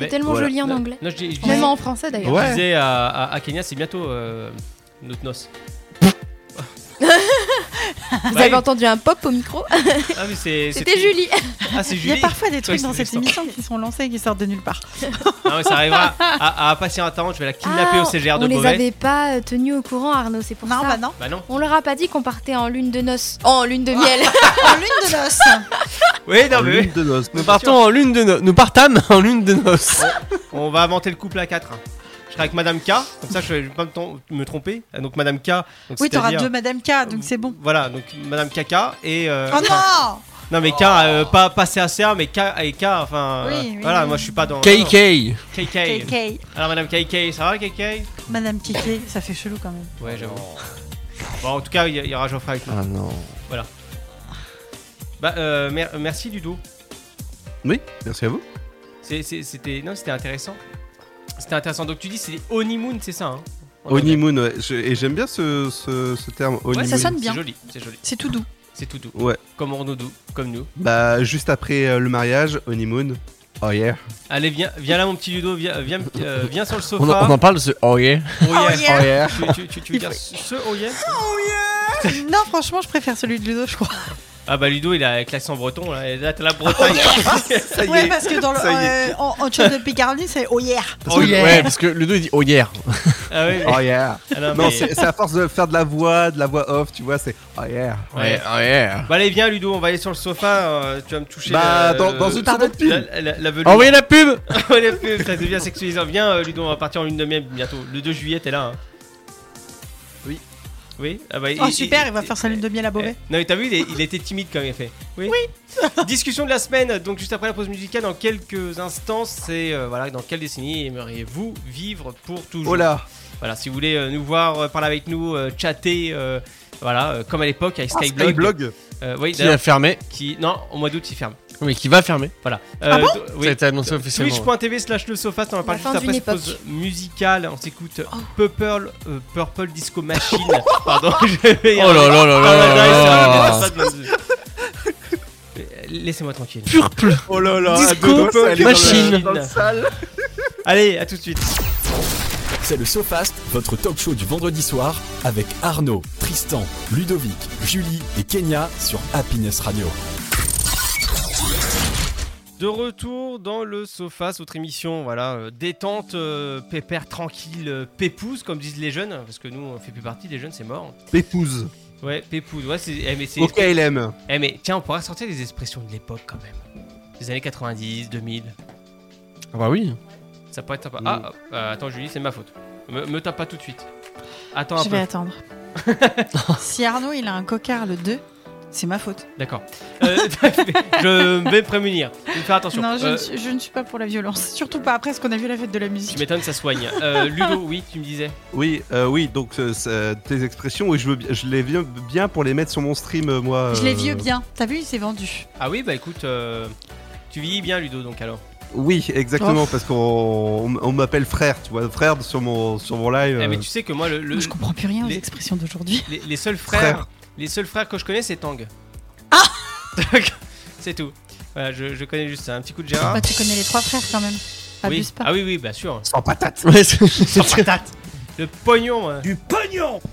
[SPEAKER 2] Mais- Bah,
[SPEAKER 5] tellement
[SPEAKER 6] Voilà.
[SPEAKER 5] joli en
[SPEAKER 2] Non,
[SPEAKER 5] anglais.
[SPEAKER 2] Non, je, dis- je disais,
[SPEAKER 5] Même en français
[SPEAKER 2] je
[SPEAKER 5] d'ailleurs.
[SPEAKER 6] Ouais.
[SPEAKER 2] disais à, à- à Kenya, c'est bientôt euh, notre noce.
[SPEAKER 5] Vous
[SPEAKER 2] Bah
[SPEAKER 5] avez
[SPEAKER 2] oui.
[SPEAKER 5] entendu un pop au micro
[SPEAKER 2] Ah, mais c'est.
[SPEAKER 5] C'était Julie.
[SPEAKER 2] Ah, c'est
[SPEAKER 3] Il y
[SPEAKER 2] Julie.
[SPEAKER 3] a parfois des trucs
[SPEAKER 2] Ouais,
[SPEAKER 3] dans
[SPEAKER 2] c'est
[SPEAKER 3] cette
[SPEAKER 2] Tristan.
[SPEAKER 3] émission qui sont lancés et qui sortent de nulle part.
[SPEAKER 2] Non, mais Ah ça arrivera à, à passer un temps, je vais la kidnapper
[SPEAKER 5] Ah,
[SPEAKER 2] au CGR de
[SPEAKER 5] on les
[SPEAKER 2] Beauvais.
[SPEAKER 5] avait pas euh, tenus au courant, Arnaud, c'est pour
[SPEAKER 3] Non,
[SPEAKER 5] ça.
[SPEAKER 3] bah non.
[SPEAKER 2] Bah non.
[SPEAKER 5] On leur a pas dit qu'on partait en lune de noces. Oh, en lune de miel.
[SPEAKER 3] En lune de noces.
[SPEAKER 2] Ah Oui, non, mais.
[SPEAKER 6] Lune de noces.
[SPEAKER 4] Nous partons en lune de no- Nous partâmes en lune de noces.
[SPEAKER 2] On va inventer le couple à 4. Je serai avec Madame K, comme ça je vais pas me tom- me tromper. Ah, Donc Madame K. Donc
[SPEAKER 3] Oui, t'auras
[SPEAKER 2] c'est-à-dire-
[SPEAKER 3] deux Madame K, donc c'est bon.
[SPEAKER 2] Voilà, donc Madame KK et. euh,
[SPEAKER 3] Oh
[SPEAKER 2] enfin,
[SPEAKER 3] non
[SPEAKER 2] non mais K, euh, pas, pas CACR, mais K et K, enfin.
[SPEAKER 3] Oui,
[SPEAKER 2] euh,
[SPEAKER 3] oui,
[SPEAKER 2] voilà,
[SPEAKER 3] oui.
[SPEAKER 2] moi je suis pas dans.
[SPEAKER 4] KK.
[SPEAKER 2] KK.
[SPEAKER 3] KK.
[SPEAKER 2] Alors Madame KK, ça va KK
[SPEAKER 3] Madame KK, ça fait chelou quand même.
[SPEAKER 2] Ouais, j'avoue. Bon, en tout cas, il y, il y aura Geoffrey avec nous.
[SPEAKER 4] Ah non.
[SPEAKER 2] Bah, euh, mer- merci Ludo.
[SPEAKER 6] Oui, merci à vous.
[SPEAKER 2] C'est- c'est- C'était. Non, c'était intéressant. C'était intéressant. Donc tu dis, c'est les honeymoon, c'est ça hein En anglais.
[SPEAKER 6] Oni Moon, ouais. Je- et j'aime bien ce, ce, ce terme Oni
[SPEAKER 2] Ouais,
[SPEAKER 3] ça
[SPEAKER 6] Moon.
[SPEAKER 3] sonne bien.
[SPEAKER 2] C'est joli, c'est joli.
[SPEAKER 3] C'est tout doux.
[SPEAKER 2] C'est tout doux.
[SPEAKER 6] Ouais.
[SPEAKER 2] Comme Ronodou, comme nous.
[SPEAKER 6] Bah, juste après euh, le mariage, Oni Moon. Oh yeah.
[SPEAKER 2] Allez, viens, viens là, mon petit Ludo, viens, viens, me- euh, viens sur le sofa.
[SPEAKER 4] On, en- on en parle de ce. Oh yeah.
[SPEAKER 2] Oh yeah.
[SPEAKER 6] Oh yeah.
[SPEAKER 2] Tu, tu, tu, tu veux dire ce oh yeah
[SPEAKER 3] non, franchement, je préfère celui de Ludo, je crois.
[SPEAKER 2] Ah bah Ludo, il a avec l'accent breton, là, et là t'as la Bretagne.
[SPEAKER 6] Oh, Ah, Ça y
[SPEAKER 3] Ouais,
[SPEAKER 6] est.
[SPEAKER 3] parce que dans le,
[SPEAKER 6] ça y
[SPEAKER 3] euh, en, en chose de Picardie, c'est oh yeah.
[SPEAKER 4] Parce que- Ouais, parce que Ludo il dit oh yeah.
[SPEAKER 2] ah oui,
[SPEAKER 6] Oh yeah. Non, c'est c'est à force de faire de la voix, de la voix off, tu vois, c'est oh yeah.
[SPEAKER 2] Ouais.
[SPEAKER 4] oh yeah.
[SPEAKER 2] Bah allez, viens Ludo, on va aller sur le sofa, euh, tu vas me toucher
[SPEAKER 6] Bah,
[SPEAKER 2] la-
[SPEAKER 6] dans- dans une
[SPEAKER 2] la-
[SPEAKER 6] seconde pile.
[SPEAKER 2] La, la, la velours.
[SPEAKER 4] Envoyez la pub.
[SPEAKER 2] Oh, la pub, ça devient sexualisant. Viens euh, Ludo, on va partir en lune de miel bientôt. Le 2 juillet, t'es là. hein.
[SPEAKER 6] Oui.
[SPEAKER 2] Oui ah bah,
[SPEAKER 3] Oh
[SPEAKER 2] il-
[SPEAKER 3] super,
[SPEAKER 2] il-
[SPEAKER 3] il va faire sa lune de miel à Beauvais.
[SPEAKER 2] Eh, Non mais t'as vu, il, est- il était timide quand même, il fait. Oui. Discussion de la semaine, donc juste après la pause musicale, dans quelques instants, c'est euh, voilà, dans quelle décennie aimeriez-vous vivre pour toujours
[SPEAKER 6] Oh là.
[SPEAKER 2] Voilà, si vous voulez euh, nous voir, euh, parler avec nous, euh, chatter, euh, Voilà, euh, comme à l'époque à Skyblog.
[SPEAKER 6] Ah, Skyblog
[SPEAKER 2] Euh, oui,
[SPEAKER 4] Qui a
[SPEAKER 2] d'ailleurs,
[SPEAKER 4] fermé
[SPEAKER 2] qui... Non, au mois d'août, il ferme.
[SPEAKER 4] Mais qui va fermer
[SPEAKER 2] Voilà.
[SPEAKER 3] Ah bon
[SPEAKER 2] d-
[SPEAKER 4] Ça a
[SPEAKER 2] oui.
[SPEAKER 4] été annoncé officiellement.
[SPEAKER 2] Twitch.tv slash le sofa, on en parle
[SPEAKER 5] La
[SPEAKER 2] juste
[SPEAKER 5] fin
[SPEAKER 2] après
[SPEAKER 5] d'une
[SPEAKER 2] cette
[SPEAKER 5] époque. Oh.
[SPEAKER 2] pause musicale. On s'écoute Purple, euh, Purple Disco Machine. Pardon, je vais y
[SPEAKER 4] Oh là
[SPEAKER 2] arriver.
[SPEAKER 4] là là
[SPEAKER 2] Ah, ouais,
[SPEAKER 4] là là
[SPEAKER 2] non, il s'arrête, il s'arrête pas de- Euh, Laissez-moi tranquille.
[SPEAKER 4] Purple
[SPEAKER 6] Oh là là, à
[SPEAKER 4] Disco
[SPEAKER 6] deux doigts, ça allait dans la-
[SPEAKER 4] Machine.
[SPEAKER 6] dans le sale.
[SPEAKER 2] Allez, à tout de suite.
[SPEAKER 1] C'est le SoFast, votre talk show du vendredi soir avec Arnaud, Tristan, Ludovic, Julie et Kenya sur Happiness Radio.
[SPEAKER 2] De retour dans le sofa, autre émission, voilà, euh, détente, euh, pépère tranquille, euh, pépouze, comme disent les jeunes, parce que nous on fait plus partie des jeunes, c'est mort.
[SPEAKER 6] Épouse.
[SPEAKER 2] Ouais, pépouze, ouais, c'est. eh, mais c'est.
[SPEAKER 6] Ok, LM.
[SPEAKER 2] Eh, mais tiens, on pourra sortir les expressions de l'époque quand même. Des années 90, 2000.
[SPEAKER 4] Ah bah oui.
[SPEAKER 2] Ça pourrait être sympa. Ah, euh, attends, Julie, c'est ma faute. Me, me tape pas tout de suite. Attends un
[SPEAKER 3] Je vais
[SPEAKER 2] Eh, peu.
[SPEAKER 3] attendre. si Arnaud il a un cocard le 2, c'est ma faute.
[SPEAKER 2] D'accord. Euh, je vais me prémunir. Je vais faire attention.
[SPEAKER 3] Non, je,
[SPEAKER 2] Euh,
[SPEAKER 3] ne suis, je ne suis pas pour la violence. Surtout pas après ce qu'on a vu à la fête de la
[SPEAKER 2] tu
[SPEAKER 3] musique.
[SPEAKER 2] m'étonnes, ça soigne. Euh, Ludo, oui, tu me disais.
[SPEAKER 6] Oui, euh, oui, donc euh, ça- tes expressions, oui, je, veux, bien- je les viens bien pour les mettre sur mon stream, euh, moi.
[SPEAKER 3] Je l'ai
[SPEAKER 6] euh,
[SPEAKER 3] vieux bien. T'as vu, il s'est vendu.
[SPEAKER 2] Ah oui, bah écoute, euh, tu vieillis bien, Ludo, donc alors.
[SPEAKER 6] Oui, exactement, parce qu'on on, on m'appelle frère, tu vois, frère sur mon, sur mon live.
[SPEAKER 2] Eh, mais
[SPEAKER 6] euh,
[SPEAKER 2] tu sais que moi, le, le-
[SPEAKER 3] Moi, je comprends plus rien aux
[SPEAKER 2] les-
[SPEAKER 3] expressions d'aujourd'hui.
[SPEAKER 2] les, les seuls frères,
[SPEAKER 6] Frère.
[SPEAKER 2] les seuls frères que je connais, c'est Tang.
[SPEAKER 3] Ah
[SPEAKER 2] C'est tout. Voilà, je, je connais juste ça. Un petit coup de Gérard.
[SPEAKER 3] Bah, tu connais les trois frères quand même.
[SPEAKER 2] Ah. oui.
[SPEAKER 3] Abuse pas.
[SPEAKER 2] Ah oui, oui, bien sûr.
[SPEAKER 4] Ouais, c'est-
[SPEAKER 2] Le pognon. euh,
[SPEAKER 7] Du pognon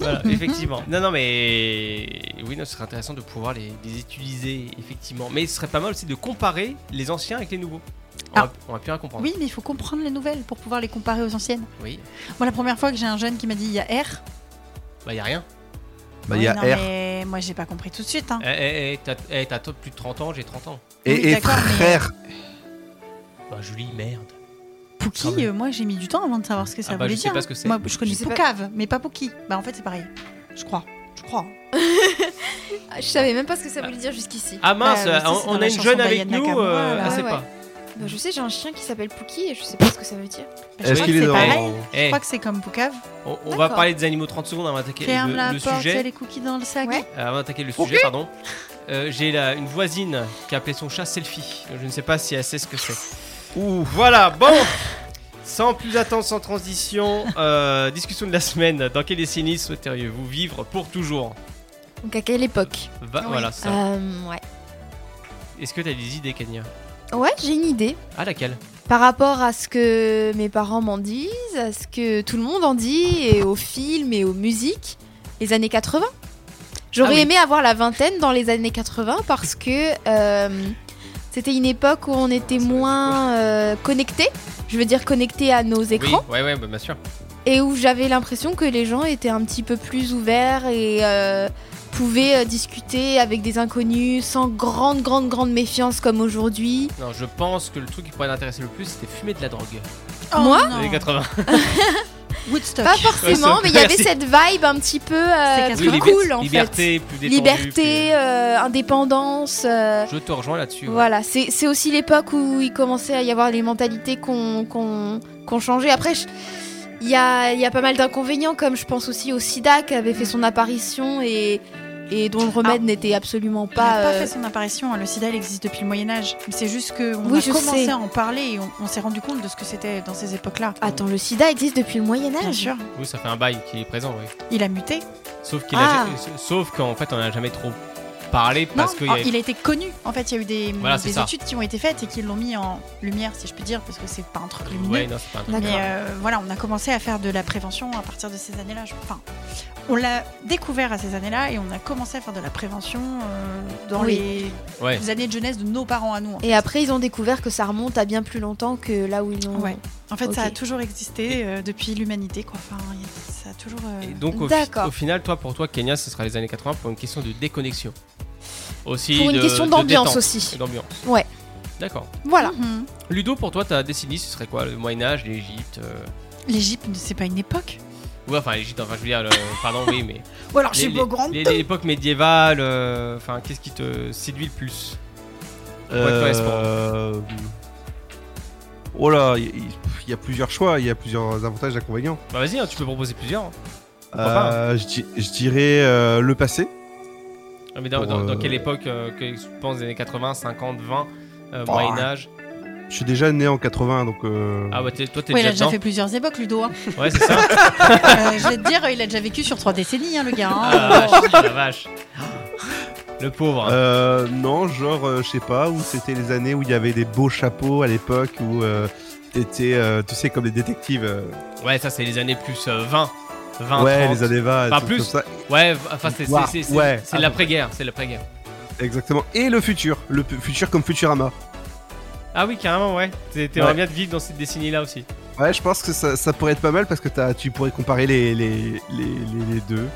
[SPEAKER 2] Voilà, effectivement. Non, non, mais oui, non, ce serait intéressant de pouvoir les, les utiliser, effectivement. Mais ce serait pas mal aussi de comparer les anciens avec les nouveaux. On,
[SPEAKER 3] Ah.
[SPEAKER 2] va, on va plus rien comprendre.
[SPEAKER 3] Oui, mais il faut comprendre les nouvelles pour pouvoir les comparer aux anciennes.
[SPEAKER 2] Oui.
[SPEAKER 3] Moi, la première fois que j'ai un jeune qui m'a dit il y a R,
[SPEAKER 2] Bah, y a rien.
[SPEAKER 6] bah, il y a
[SPEAKER 3] Oui, non,
[SPEAKER 6] R
[SPEAKER 3] mais moi, j'ai pas compris tout de suite. hein.
[SPEAKER 2] Eh, eh, eh, t'as eh, t'as t- plus de 30 ans, j'ai 30 ans.
[SPEAKER 6] et,
[SPEAKER 3] oui,
[SPEAKER 6] et
[SPEAKER 3] d'accord, mais-
[SPEAKER 6] frère.
[SPEAKER 2] Bah, Julie, merde. Quand
[SPEAKER 3] Pouki,
[SPEAKER 2] même.
[SPEAKER 3] euh, moi, j'ai mis du temps avant de savoir ce que ça
[SPEAKER 2] Ah bah,
[SPEAKER 3] voulait
[SPEAKER 2] je sais
[SPEAKER 3] dire.
[SPEAKER 2] pas ce que c'est.
[SPEAKER 3] Moi, je connais
[SPEAKER 5] Je sais pas.
[SPEAKER 3] Poucave, mais pas Pouki. Bah, en fait, c'est pareil. Je crois. Je crois. Bah,
[SPEAKER 5] Ah, Je savais même pas ce que ça voulait dire jusqu'ici.
[SPEAKER 2] Ah mince,
[SPEAKER 3] Bah, mais ça,
[SPEAKER 2] on-
[SPEAKER 3] c'est dans
[SPEAKER 2] on,
[SPEAKER 3] la
[SPEAKER 2] a une
[SPEAKER 3] chanson
[SPEAKER 2] jeune avec
[SPEAKER 3] d'Ayana
[SPEAKER 2] nous.
[SPEAKER 3] Nakamura,
[SPEAKER 2] euh,
[SPEAKER 3] là.
[SPEAKER 2] elle sait
[SPEAKER 5] Ouais,
[SPEAKER 2] pas.
[SPEAKER 5] Bah, je sais, j'ai un chien qui s'appelle Pookie et je sais pas ce que ça veut dire.
[SPEAKER 3] Je
[SPEAKER 6] Est-ce
[SPEAKER 3] crois
[SPEAKER 6] qu'il
[SPEAKER 3] que
[SPEAKER 6] est
[SPEAKER 3] c'est
[SPEAKER 6] dans-
[SPEAKER 3] pareil. Je
[SPEAKER 2] Eh,
[SPEAKER 3] crois que c'est comme Poucave.
[SPEAKER 2] on, on va
[SPEAKER 5] D'accord.
[SPEAKER 2] parler des animaux 30 secondes avant d'attaquer
[SPEAKER 3] Ferme
[SPEAKER 2] le,
[SPEAKER 3] la
[SPEAKER 2] le
[SPEAKER 3] porte, il y a
[SPEAKER 2] sujet.
[SPEAKER 3] les cookies dans le sac.
[SPEAKER 5] Ouais.
[SPEAKER 2] Euh, avant d'attaquer le sujet, pardon. Euh, j'ai la- une voisine qui a appelé son chat Selfie. Je ne sais pas si elle sait ce que c'est. Ouh, voilà, bon Sans plus attendre, sans transition, euh, discussion de la semaine. Dans quelle décennie souhaiteriez-vous vivre pour toujours
[SPEAKER 5] Donc à quelle époque
[SPEAKER 2] Va-
[SPEAKER 3] Oui.
[SPEAKER 2] Voilà, ça.
[SPEAKER 5] Ah Euh, Ouais.
[SPEAKER 2] Est-ce que tu as des idées, Kenya
[SPEAKER 5] Ouais, j'ai une idée.
[SPEAKER 2] Ah, laquelle
[SPEAKER 5] Par rapport à ce que mes parents m'en disent, à ce que tout le monde en dit, et aux films et aux musiques, les années 80. J'aurais
[SPEAKER 2] Ah oui.
[SPEAKER 5] aimé avoir la vingtaine dans les années 80 parce que euh, c'était une époque où on était moins euh, connectés, je veux dire connectés à nos écrans.
[SPEAKER 2] Oui, ouais, ouais, bah, bien sûr.
[SPEAKER 5] et où j'avais l'impression que les gens étaient un petit peu plus ouverts et euh, pouvaient euh, discuter avec des inconnus sans grande, grande, grande méfiance comme aujourd'hui.
[SPEAKER 2] Non, je pense que le truc qui pourrait l'intéresser le plus, c'était fumer de la drogue.
[SPEAKER 5] Moi
[SPEAKER 3] Oh, non.
[SPEAKER 2] Les 80.
[SPEAKER 3] Woodstock.
[SPEAKER 5] Pas forcément,
[SPEAKER 2] Ouais,
[SPEAKER 5] mais il y avait
[SPEAKER 2] merci.
[SPEAKER 5] cette vibe un petit peu euh,
[SPEAKER 3] C'est
[SPEAKER 5] plus
[SPEAKER 3] Oui,
[SPEAKER 5] cool en
[SPEAKER 2] liberté, plus
[SPEAKER 5] fait.
[SPEAKER 2] détendu.
[SPEAKER 5] Liberté, euh, indépendance. euh,
[SPEAKER 2] plus- Je te rejoins là-dessus. ouais.
[SPEAKER 5] Voilà, c'est c'est aussi l'époque où il commençait à y avoir les mentalités qu'on qu'on qu'on changeait. Après, je- il y a, il y a pas mal d'inconvénients, comme je pense aussi au sida qui avait fait son apparition et, et dont le remède n'était absolument
[SPEAKER 3] Ah. Il n'a
[SPEAKER 5] pas.
[SPEAKER 3] pas
[SPEAKER 5] euh,
[SPEAKER 3] fait son apparition, hein. le sida il existe depuis le Moyen-Âge. C'est juste qu'on
[SPEAKER 5] Oui,
[SPEAKER 3] a
[SPEAKER 5] je
[SPEAKER 3] commencé
[SPEAKER 5] sais.
[SPEAKER 3] à en parler et on, on s'est rendu compte de ce que c'était dans ces époques-là.
[SPEAKER 5] Attends, le sida existe depuis le
[SPEAKER 3] Bien
[SPEAKER 5] Moyen-Âge
[SPEAKER 3] sûr,
[SPEAKER 2] Oui, ça fait un bail qui est présent, oui.
[SPEAKER 3] il a muté.
[SPEAKER 2] Sauf qu'il
[SPEAKER 5] Ah.
[SPEAKER 2] a, sauf qu'en fait on en a jamais trop parlé
[SPEAKER 3] Non,
[SPEAKER 2] parce que
[SPEAKER 3] oh,
[SPEAKER 2] y a-
[SPEAKER 3] il a été connu. En fait, il y a eu des,
[SPEAKER 2] Voilà,
[SPEAKER 3] des
[SPEAKER 2] c'est ça.
[SPEAKER 3] études qui ont été faites et qui l'ont mis en lumière, si je peux dire, parce que c'est pas un truc lumineux.
[SPEAKER 2] ouais, non, c'est pas un truc.
[SPEAKER 5] D'accord.
[SPEAKER 3] Mais euh, voilà, on a commencé à faire de la prévention à partir de ces années-là. Je- Enfin, on l'a découvert à ces années-là et on a commencé à faire de la prévention euh, dans
[SPEAKER 5] Oui.
[SPEAKER 3] les...
[SPEAKER 2] Ouais.
[SPEAKER 3] les années de jeunesse de nos parents à nous. en fait.
[SPEAKER 5] Et après, ils ont découvert que ça remonte à bien plus longtemps que là où ils ont.
[SPEAKER 3] Ouais. En fait, ça
[SPEAKER 5] Ok.
[SPEAKER 3] a toujours existé euh, depuis l'humanité, quoi. Enfin, y a- ça a toujours. euh,
[SPEAKER 2] Et donc au, fi-
[SPEAKER 5] D'accord.
[SPEAKER 2] au final, toi pour toi, Kenya, ce sera les années 80 pour une question de déconnexion. Aussi
[SPEAKER 5] Pour une
[SPEAKER 2] de-
[SPEAKER 5] question
[SPEAKER 2] de
[SPEAKER 5] d'ambiance
[SPEAKER 2] détente
[SPEAKER 5] aussi.
[SPEAKER 2] et D'ambiance.
[SPEAKER 5] Ouais.
[SPEAKER 2] D'accord.
[SPEAKER 5] Voilà.
[SPEAKER 3] Mhm.
[SPEAKER 2] Ludo, pour toi, ta décennie, ce serait quoi Le Moyen Âge, l'Égypte euh,
[SPEAKER 3] L'Égypte, c'est pas une époque.
[SPEAKER 2] Ouais, enfin l'Égypte. Enfin, je veux dire, le- pardon, oui, mais
[SPEAKER 3] Ou alors,
[SPEAKER 2] les-
[SPEAKER 3] je suis
[SPEAKER 2] les-
[SPEAKER 3] beau grande.
[SPEAKER 2] les- L'époque médiévale. euh, Enfin, qu'est-ce qui te séduit le plus
[SPEAKER 6] Euh... Oh là, il il- pff, il y, a plusieurs choix, il y a plusieurs avantages, inconvénients.
[SPEAKER 2] Bah vas-y, hein, tu peux proposer plusieurs. hein. Pourquoi pas
[SPEAKER 6] Euh, je di- je dirais euh, le passé.
[SPEAKER 2] Ah, mais dans,
[SPEAKER 6] Pour,
[SPEAKER 2] dans- dans
[SPEAKER 6] euh,
[SPEAKER 2] quelle époque euh, que tu penses des années 80, 50, 20, euh,
[SPEAKER 6] Bah,
[SPEAKER 2] Moyen Âge
[SPEAKER 6] Je suis déjà né en 80, donc. euh,
[SPEAKER 2] Ah ouais, t'es- toi t'es
[SPEAKER 3] Ouais, il
[SPEAKER 2] déjà
[SPEAKER 3] a déjà
[SPEAKER 2] dedans.
[SPEAKER 3] fait plusieurs époques, Ludo. hein.
[SPEAKER 2] Ouais, c'est ça.
[SPEAKER 3] Euh, je vais te dire, il a déjà vécu sur trois décennies, hein, le gars. hein.
[SPEAKER 2] Ah, la vache, la vache. Le pauvre.
[SPEAKER 6] Euh, non, genre, euh, je sais pas, où c'était les années où il y avait des beaux chapeaux à l'époque, où euh, t'étais, euh, tu sais, comme les détectives. euh,
[SPEAKER 2] Ouais, ça c'est les années plus euh, 20. 20
[SPEAKER 6] ouais,
[SPEAKER 2] 30.
[SPEAKER 6] les années 20,
[SPEAKER 2] Pas
[SPEAKER 6] tout
[SPEAKER 2] plus.
[SPEAKER 6] comme ça.
[SPEAKER 2] Ouais, v- enfin c'est
[SPEAKER 6] Ouah,
[SPEAKER 2] c'est- c'est-
[SPEAKER 6] ouais.
[SPEAKER 2] c'est l'après-guerre, c'est l'après-guerre.
[SPEAKER 6] Exactement. Et le futur, le pu- futur comme Futurama.
[SPEAKER 2] Ah oui, carrément, ouais. T'es- T'aimerais
[SPEAKER 6] Ouais.
[SPEAKER 2] bien de vivre dans cette décennie-là aussi.
[SPEAKER 6] Ouais, je pense que ça, ça pourrait être pas mal parce que t'as- tu pourrais comparer les, les, les, les- les deux.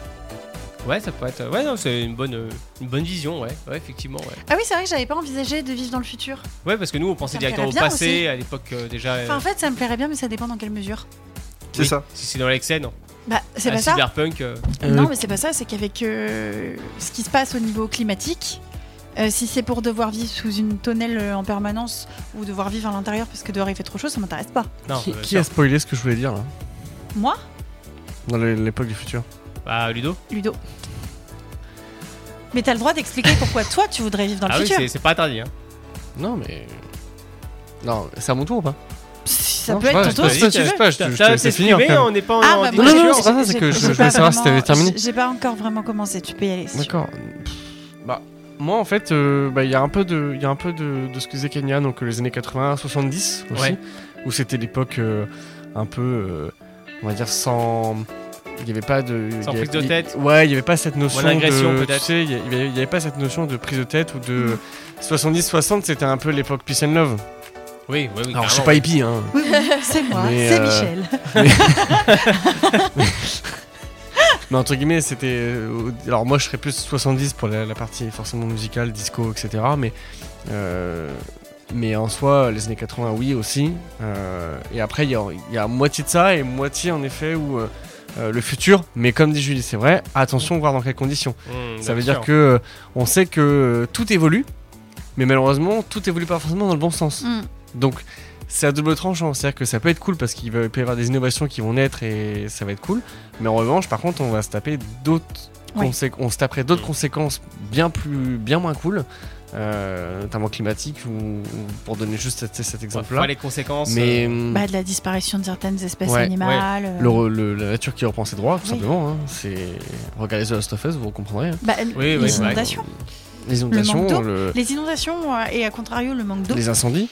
[SPEAKER 2] Ouais, ça peut être. Ouais, non, c'est une bonne, euh, une bonne vision, ouais. Ouais, effectivement, ouais.
[SPEAKER 3] Ah oui, c'est vrai que j'avais pas envisagé de vivre dans le futur.
[SPEAKER 2] Ouais, parce que nous on pensait
[SPEAKER 3] Ça me
[SPEAKER 2] directement au
[SPEAKER 3] plairait bien
[SPEAKER 2] passé,
[SPEAKER 3] aussi.
[SPEAKER 2] à l'époque euh, déjà. euh,
[SPEAKER 3] Enfin, en fait, ça me plairait bien, mais ça dépend dans quelle mesure.
[SPEAKER 6] C'est
[SPEAKER 2] oui,
[SPEAKER 6] ça.
[SPEAKER 2] Si c'est dans l'excès, non.
[SPEAKER 3] Bah, c'est
[SPEAKER 2] Ah,
[SPEAKER 3] pas ça.
[SPEAKER 2] Cyberpunk. euh,
[SPEAKER 3] Non, mais c'est pas ça, c'est qu'avec euh, ce qui se passe au niveau climatique, euh, si c'est pour devoir vivre sous une tonnelle euh, en permanence ou devoir vivre à l'intérieur parce que dehors il fait trop chaud, ça m'intéresse pas.
[SPEAKER 2] Non,
[SPEAKER 4] qui,
[SPEAKER 2] euh,
[SPEAKER 4] qui
[SPEAKER 2] ça-
[SPEAKER 4] a spoilé ce que je voulais dire là
[SPEAKER 3] Moi,
[SPEAKER 4] Dans le- l'époque du futur
[SPEAKER 2] Bah, Ludo.
[SPEAKER 3] Ludo. Mais t'as le droit d'expliquer pourquoi toi tu voudrais vivre dans le
[SPEAKER 2] ah oui,
[SPEAKER 3] futur.
[SPEAKER 2] c'est- c'est pas interdit. Hein.
[SPEAKER 4] Non, mais. Non, c'est à mon tour ou pas
[SPEAKER 3] ça
[SPEAKER 4] Non,
[SPEAKER 3] peut
[SPEAKER 4] je sais
[SPEAKER 3] être
[SPEAKER 4] pas,
[SPEAKER 3] ton tour
[SPEAKER 4] je
[SPEAKER 3] si
[SPEAKER 4] sais
[SPEAKER 3] tu
[SPEAKER 4] pas,
[SPEAKER 3] veux.
[SPEAKER 4] je sais pas, je te-
[SPEAKER 2] T'as-
[SPEAKER 4] je te
[SPEAKER 2] t'as-
[SPEAKER 4] laisse
[SPEAKER 2] t'es
[SPEAKER 4] finir,
[SPEAKER 2] filmé,
[SPEAKER 4] quand même.
[SPEAKER 2] on n'est pas en,
[SPEAKER 3] Ah,
[SPEAKER 2] en
[SPEAKER 3] bah,
[SPEAKER 4] Non,
[SPEAKER 2] discussion.
[SPEAKER 4] non,
[SPEAKER 3] moi,
[SPEAKER 4] non, c'est pas ça, c'est que
[SPEAKER 3] j'ai-
[SPEAKER 4] je-
[SPEAKER 3] j'ai
[SPEAKER 4] je
[SPEAKER 3] pas
[SPEAKER 4] voulais savoir si
[SPEAKER 3] vraiment-
[SPEAKER 4] t'avais terminé.
[SPEAKER 3] j'ai- J'ai pas encore vraiment commencé, tu peux y aller. si tu veux.
[SPEAKER 4] D'accord. Bah, moi en fait, euh, bah, il y a un peu de, il y a un peu de, de ce que disait Kenya, donc euh, les années 80, 70 aussi,
[SPEAKER 2] Ouais.
[SPEAKER 4] où c'était l'époque euh, un peu, euh, on va dire sans, il n'y avait pas de,
[SPEAKER 2] Sans
[SPEAKER 4] il y avait-
[SPEAKER 2] prise de
[SPEAKER 4] il-
[SPEAKER 2] tête.
[SPEAKER 4] Ouais, il n'y avait pas cette notion
[SPEAKER 2] agression,
[SPEAKER 4] de, tu
[SPEAKER 2] peut-être. Mm.
[SPEAKER 4] sais, il y a- il y avait, il y avait pas cette notion de prise de tête ou de 70-60, c'était un peu l'époque peace and love.
[SPEAKER 2] Oui, oui, oui.
[SPEAKER 4] Alors je suis
[SPEAKER 2] carrément.
[SPEAKER 4] pas hippie, hein.
[SPEAKER 3] Oui, oui, c'est moi,
[SPEAKER 4] Mais,
[SPEAKER 3] c'est
[SPEAKER 4] euh,
[SPEAKER 3] Michel.
[SPEAKER 4] Mais entre guillemets, c'était. euh, Alors moi, je serais plus 70 pour la, la partie forcément musicale, disco, etc. Mais, euh, mais en soi, les années 80, oui aussi. Euh, et après, il y a, il y a moitié de ça et moitié en effet où. euh, euh, le futur, mais comme dit Julie, c'est vrai, attention, voir dans quelles conditions.
[SPEAKER 2] Mmh,
[SPEAKER 4] Ça
[SPEAKER 2] bien
[SPEAKER 4] veut
[SPEAKER 2] sûr.
[SPEAKER 4] dire que euh, on sait que euh, tout évolue, mais malheureusement, tout évolue pas forcément dans le bon sens.
[SPEAKER 3] Mm.
[SPEAKER 4] Donc c'est à double tranchant, c'est-à-dire que ça peut être cool parce qu'il va- peut y avoir des innovations qui vont naître et ça va être cool, mais en revanche par contre on va se taper d'autres
[SPEAKER 3] Oui.
[SPEAKER 4] consé- on se taperait d'autres
[SPEAKER 2] Mm.
[SPEAKER 4] conséquences bien plus bien moins cool, euh, notamment climatiques ou, ou pour donner juste cet, cet
[SPEAKER 2] Ouais, faut
[SPEAKER 4] exemple-là.
[SPEAKER 2] voir les conséquences.
[SPEAKER 4] mais hum,
[SPEAKER 3] Bah, de la disparition de certaines espèces
[SPEAKER 4] Ouais,
[SPEAKER 3] animales. euh,
[SPEAKER 4] le re- le- la nature qui reprend ses droits, tout
[SPEAKER 3] Oui.
[SPEAKER 4] simplement. hein. C'est regardez The Last of Us, vous comprendrez. hein.
[SPEAKER 3] bah,
[SPEAKER 2] oui,
[SPEAKER 3] les
[SPEAKER 2] c'est vrai.
[SPEAKER 3] inondations.
[SPEAKER 4] Les inondations,
[SPEAKER 3] d'eau.
[SPEAKER 4] le-
[SPEAKER 3] Les inondations euh, et à contrario le manque d'eau.
[SPEAKER 4] les incendies.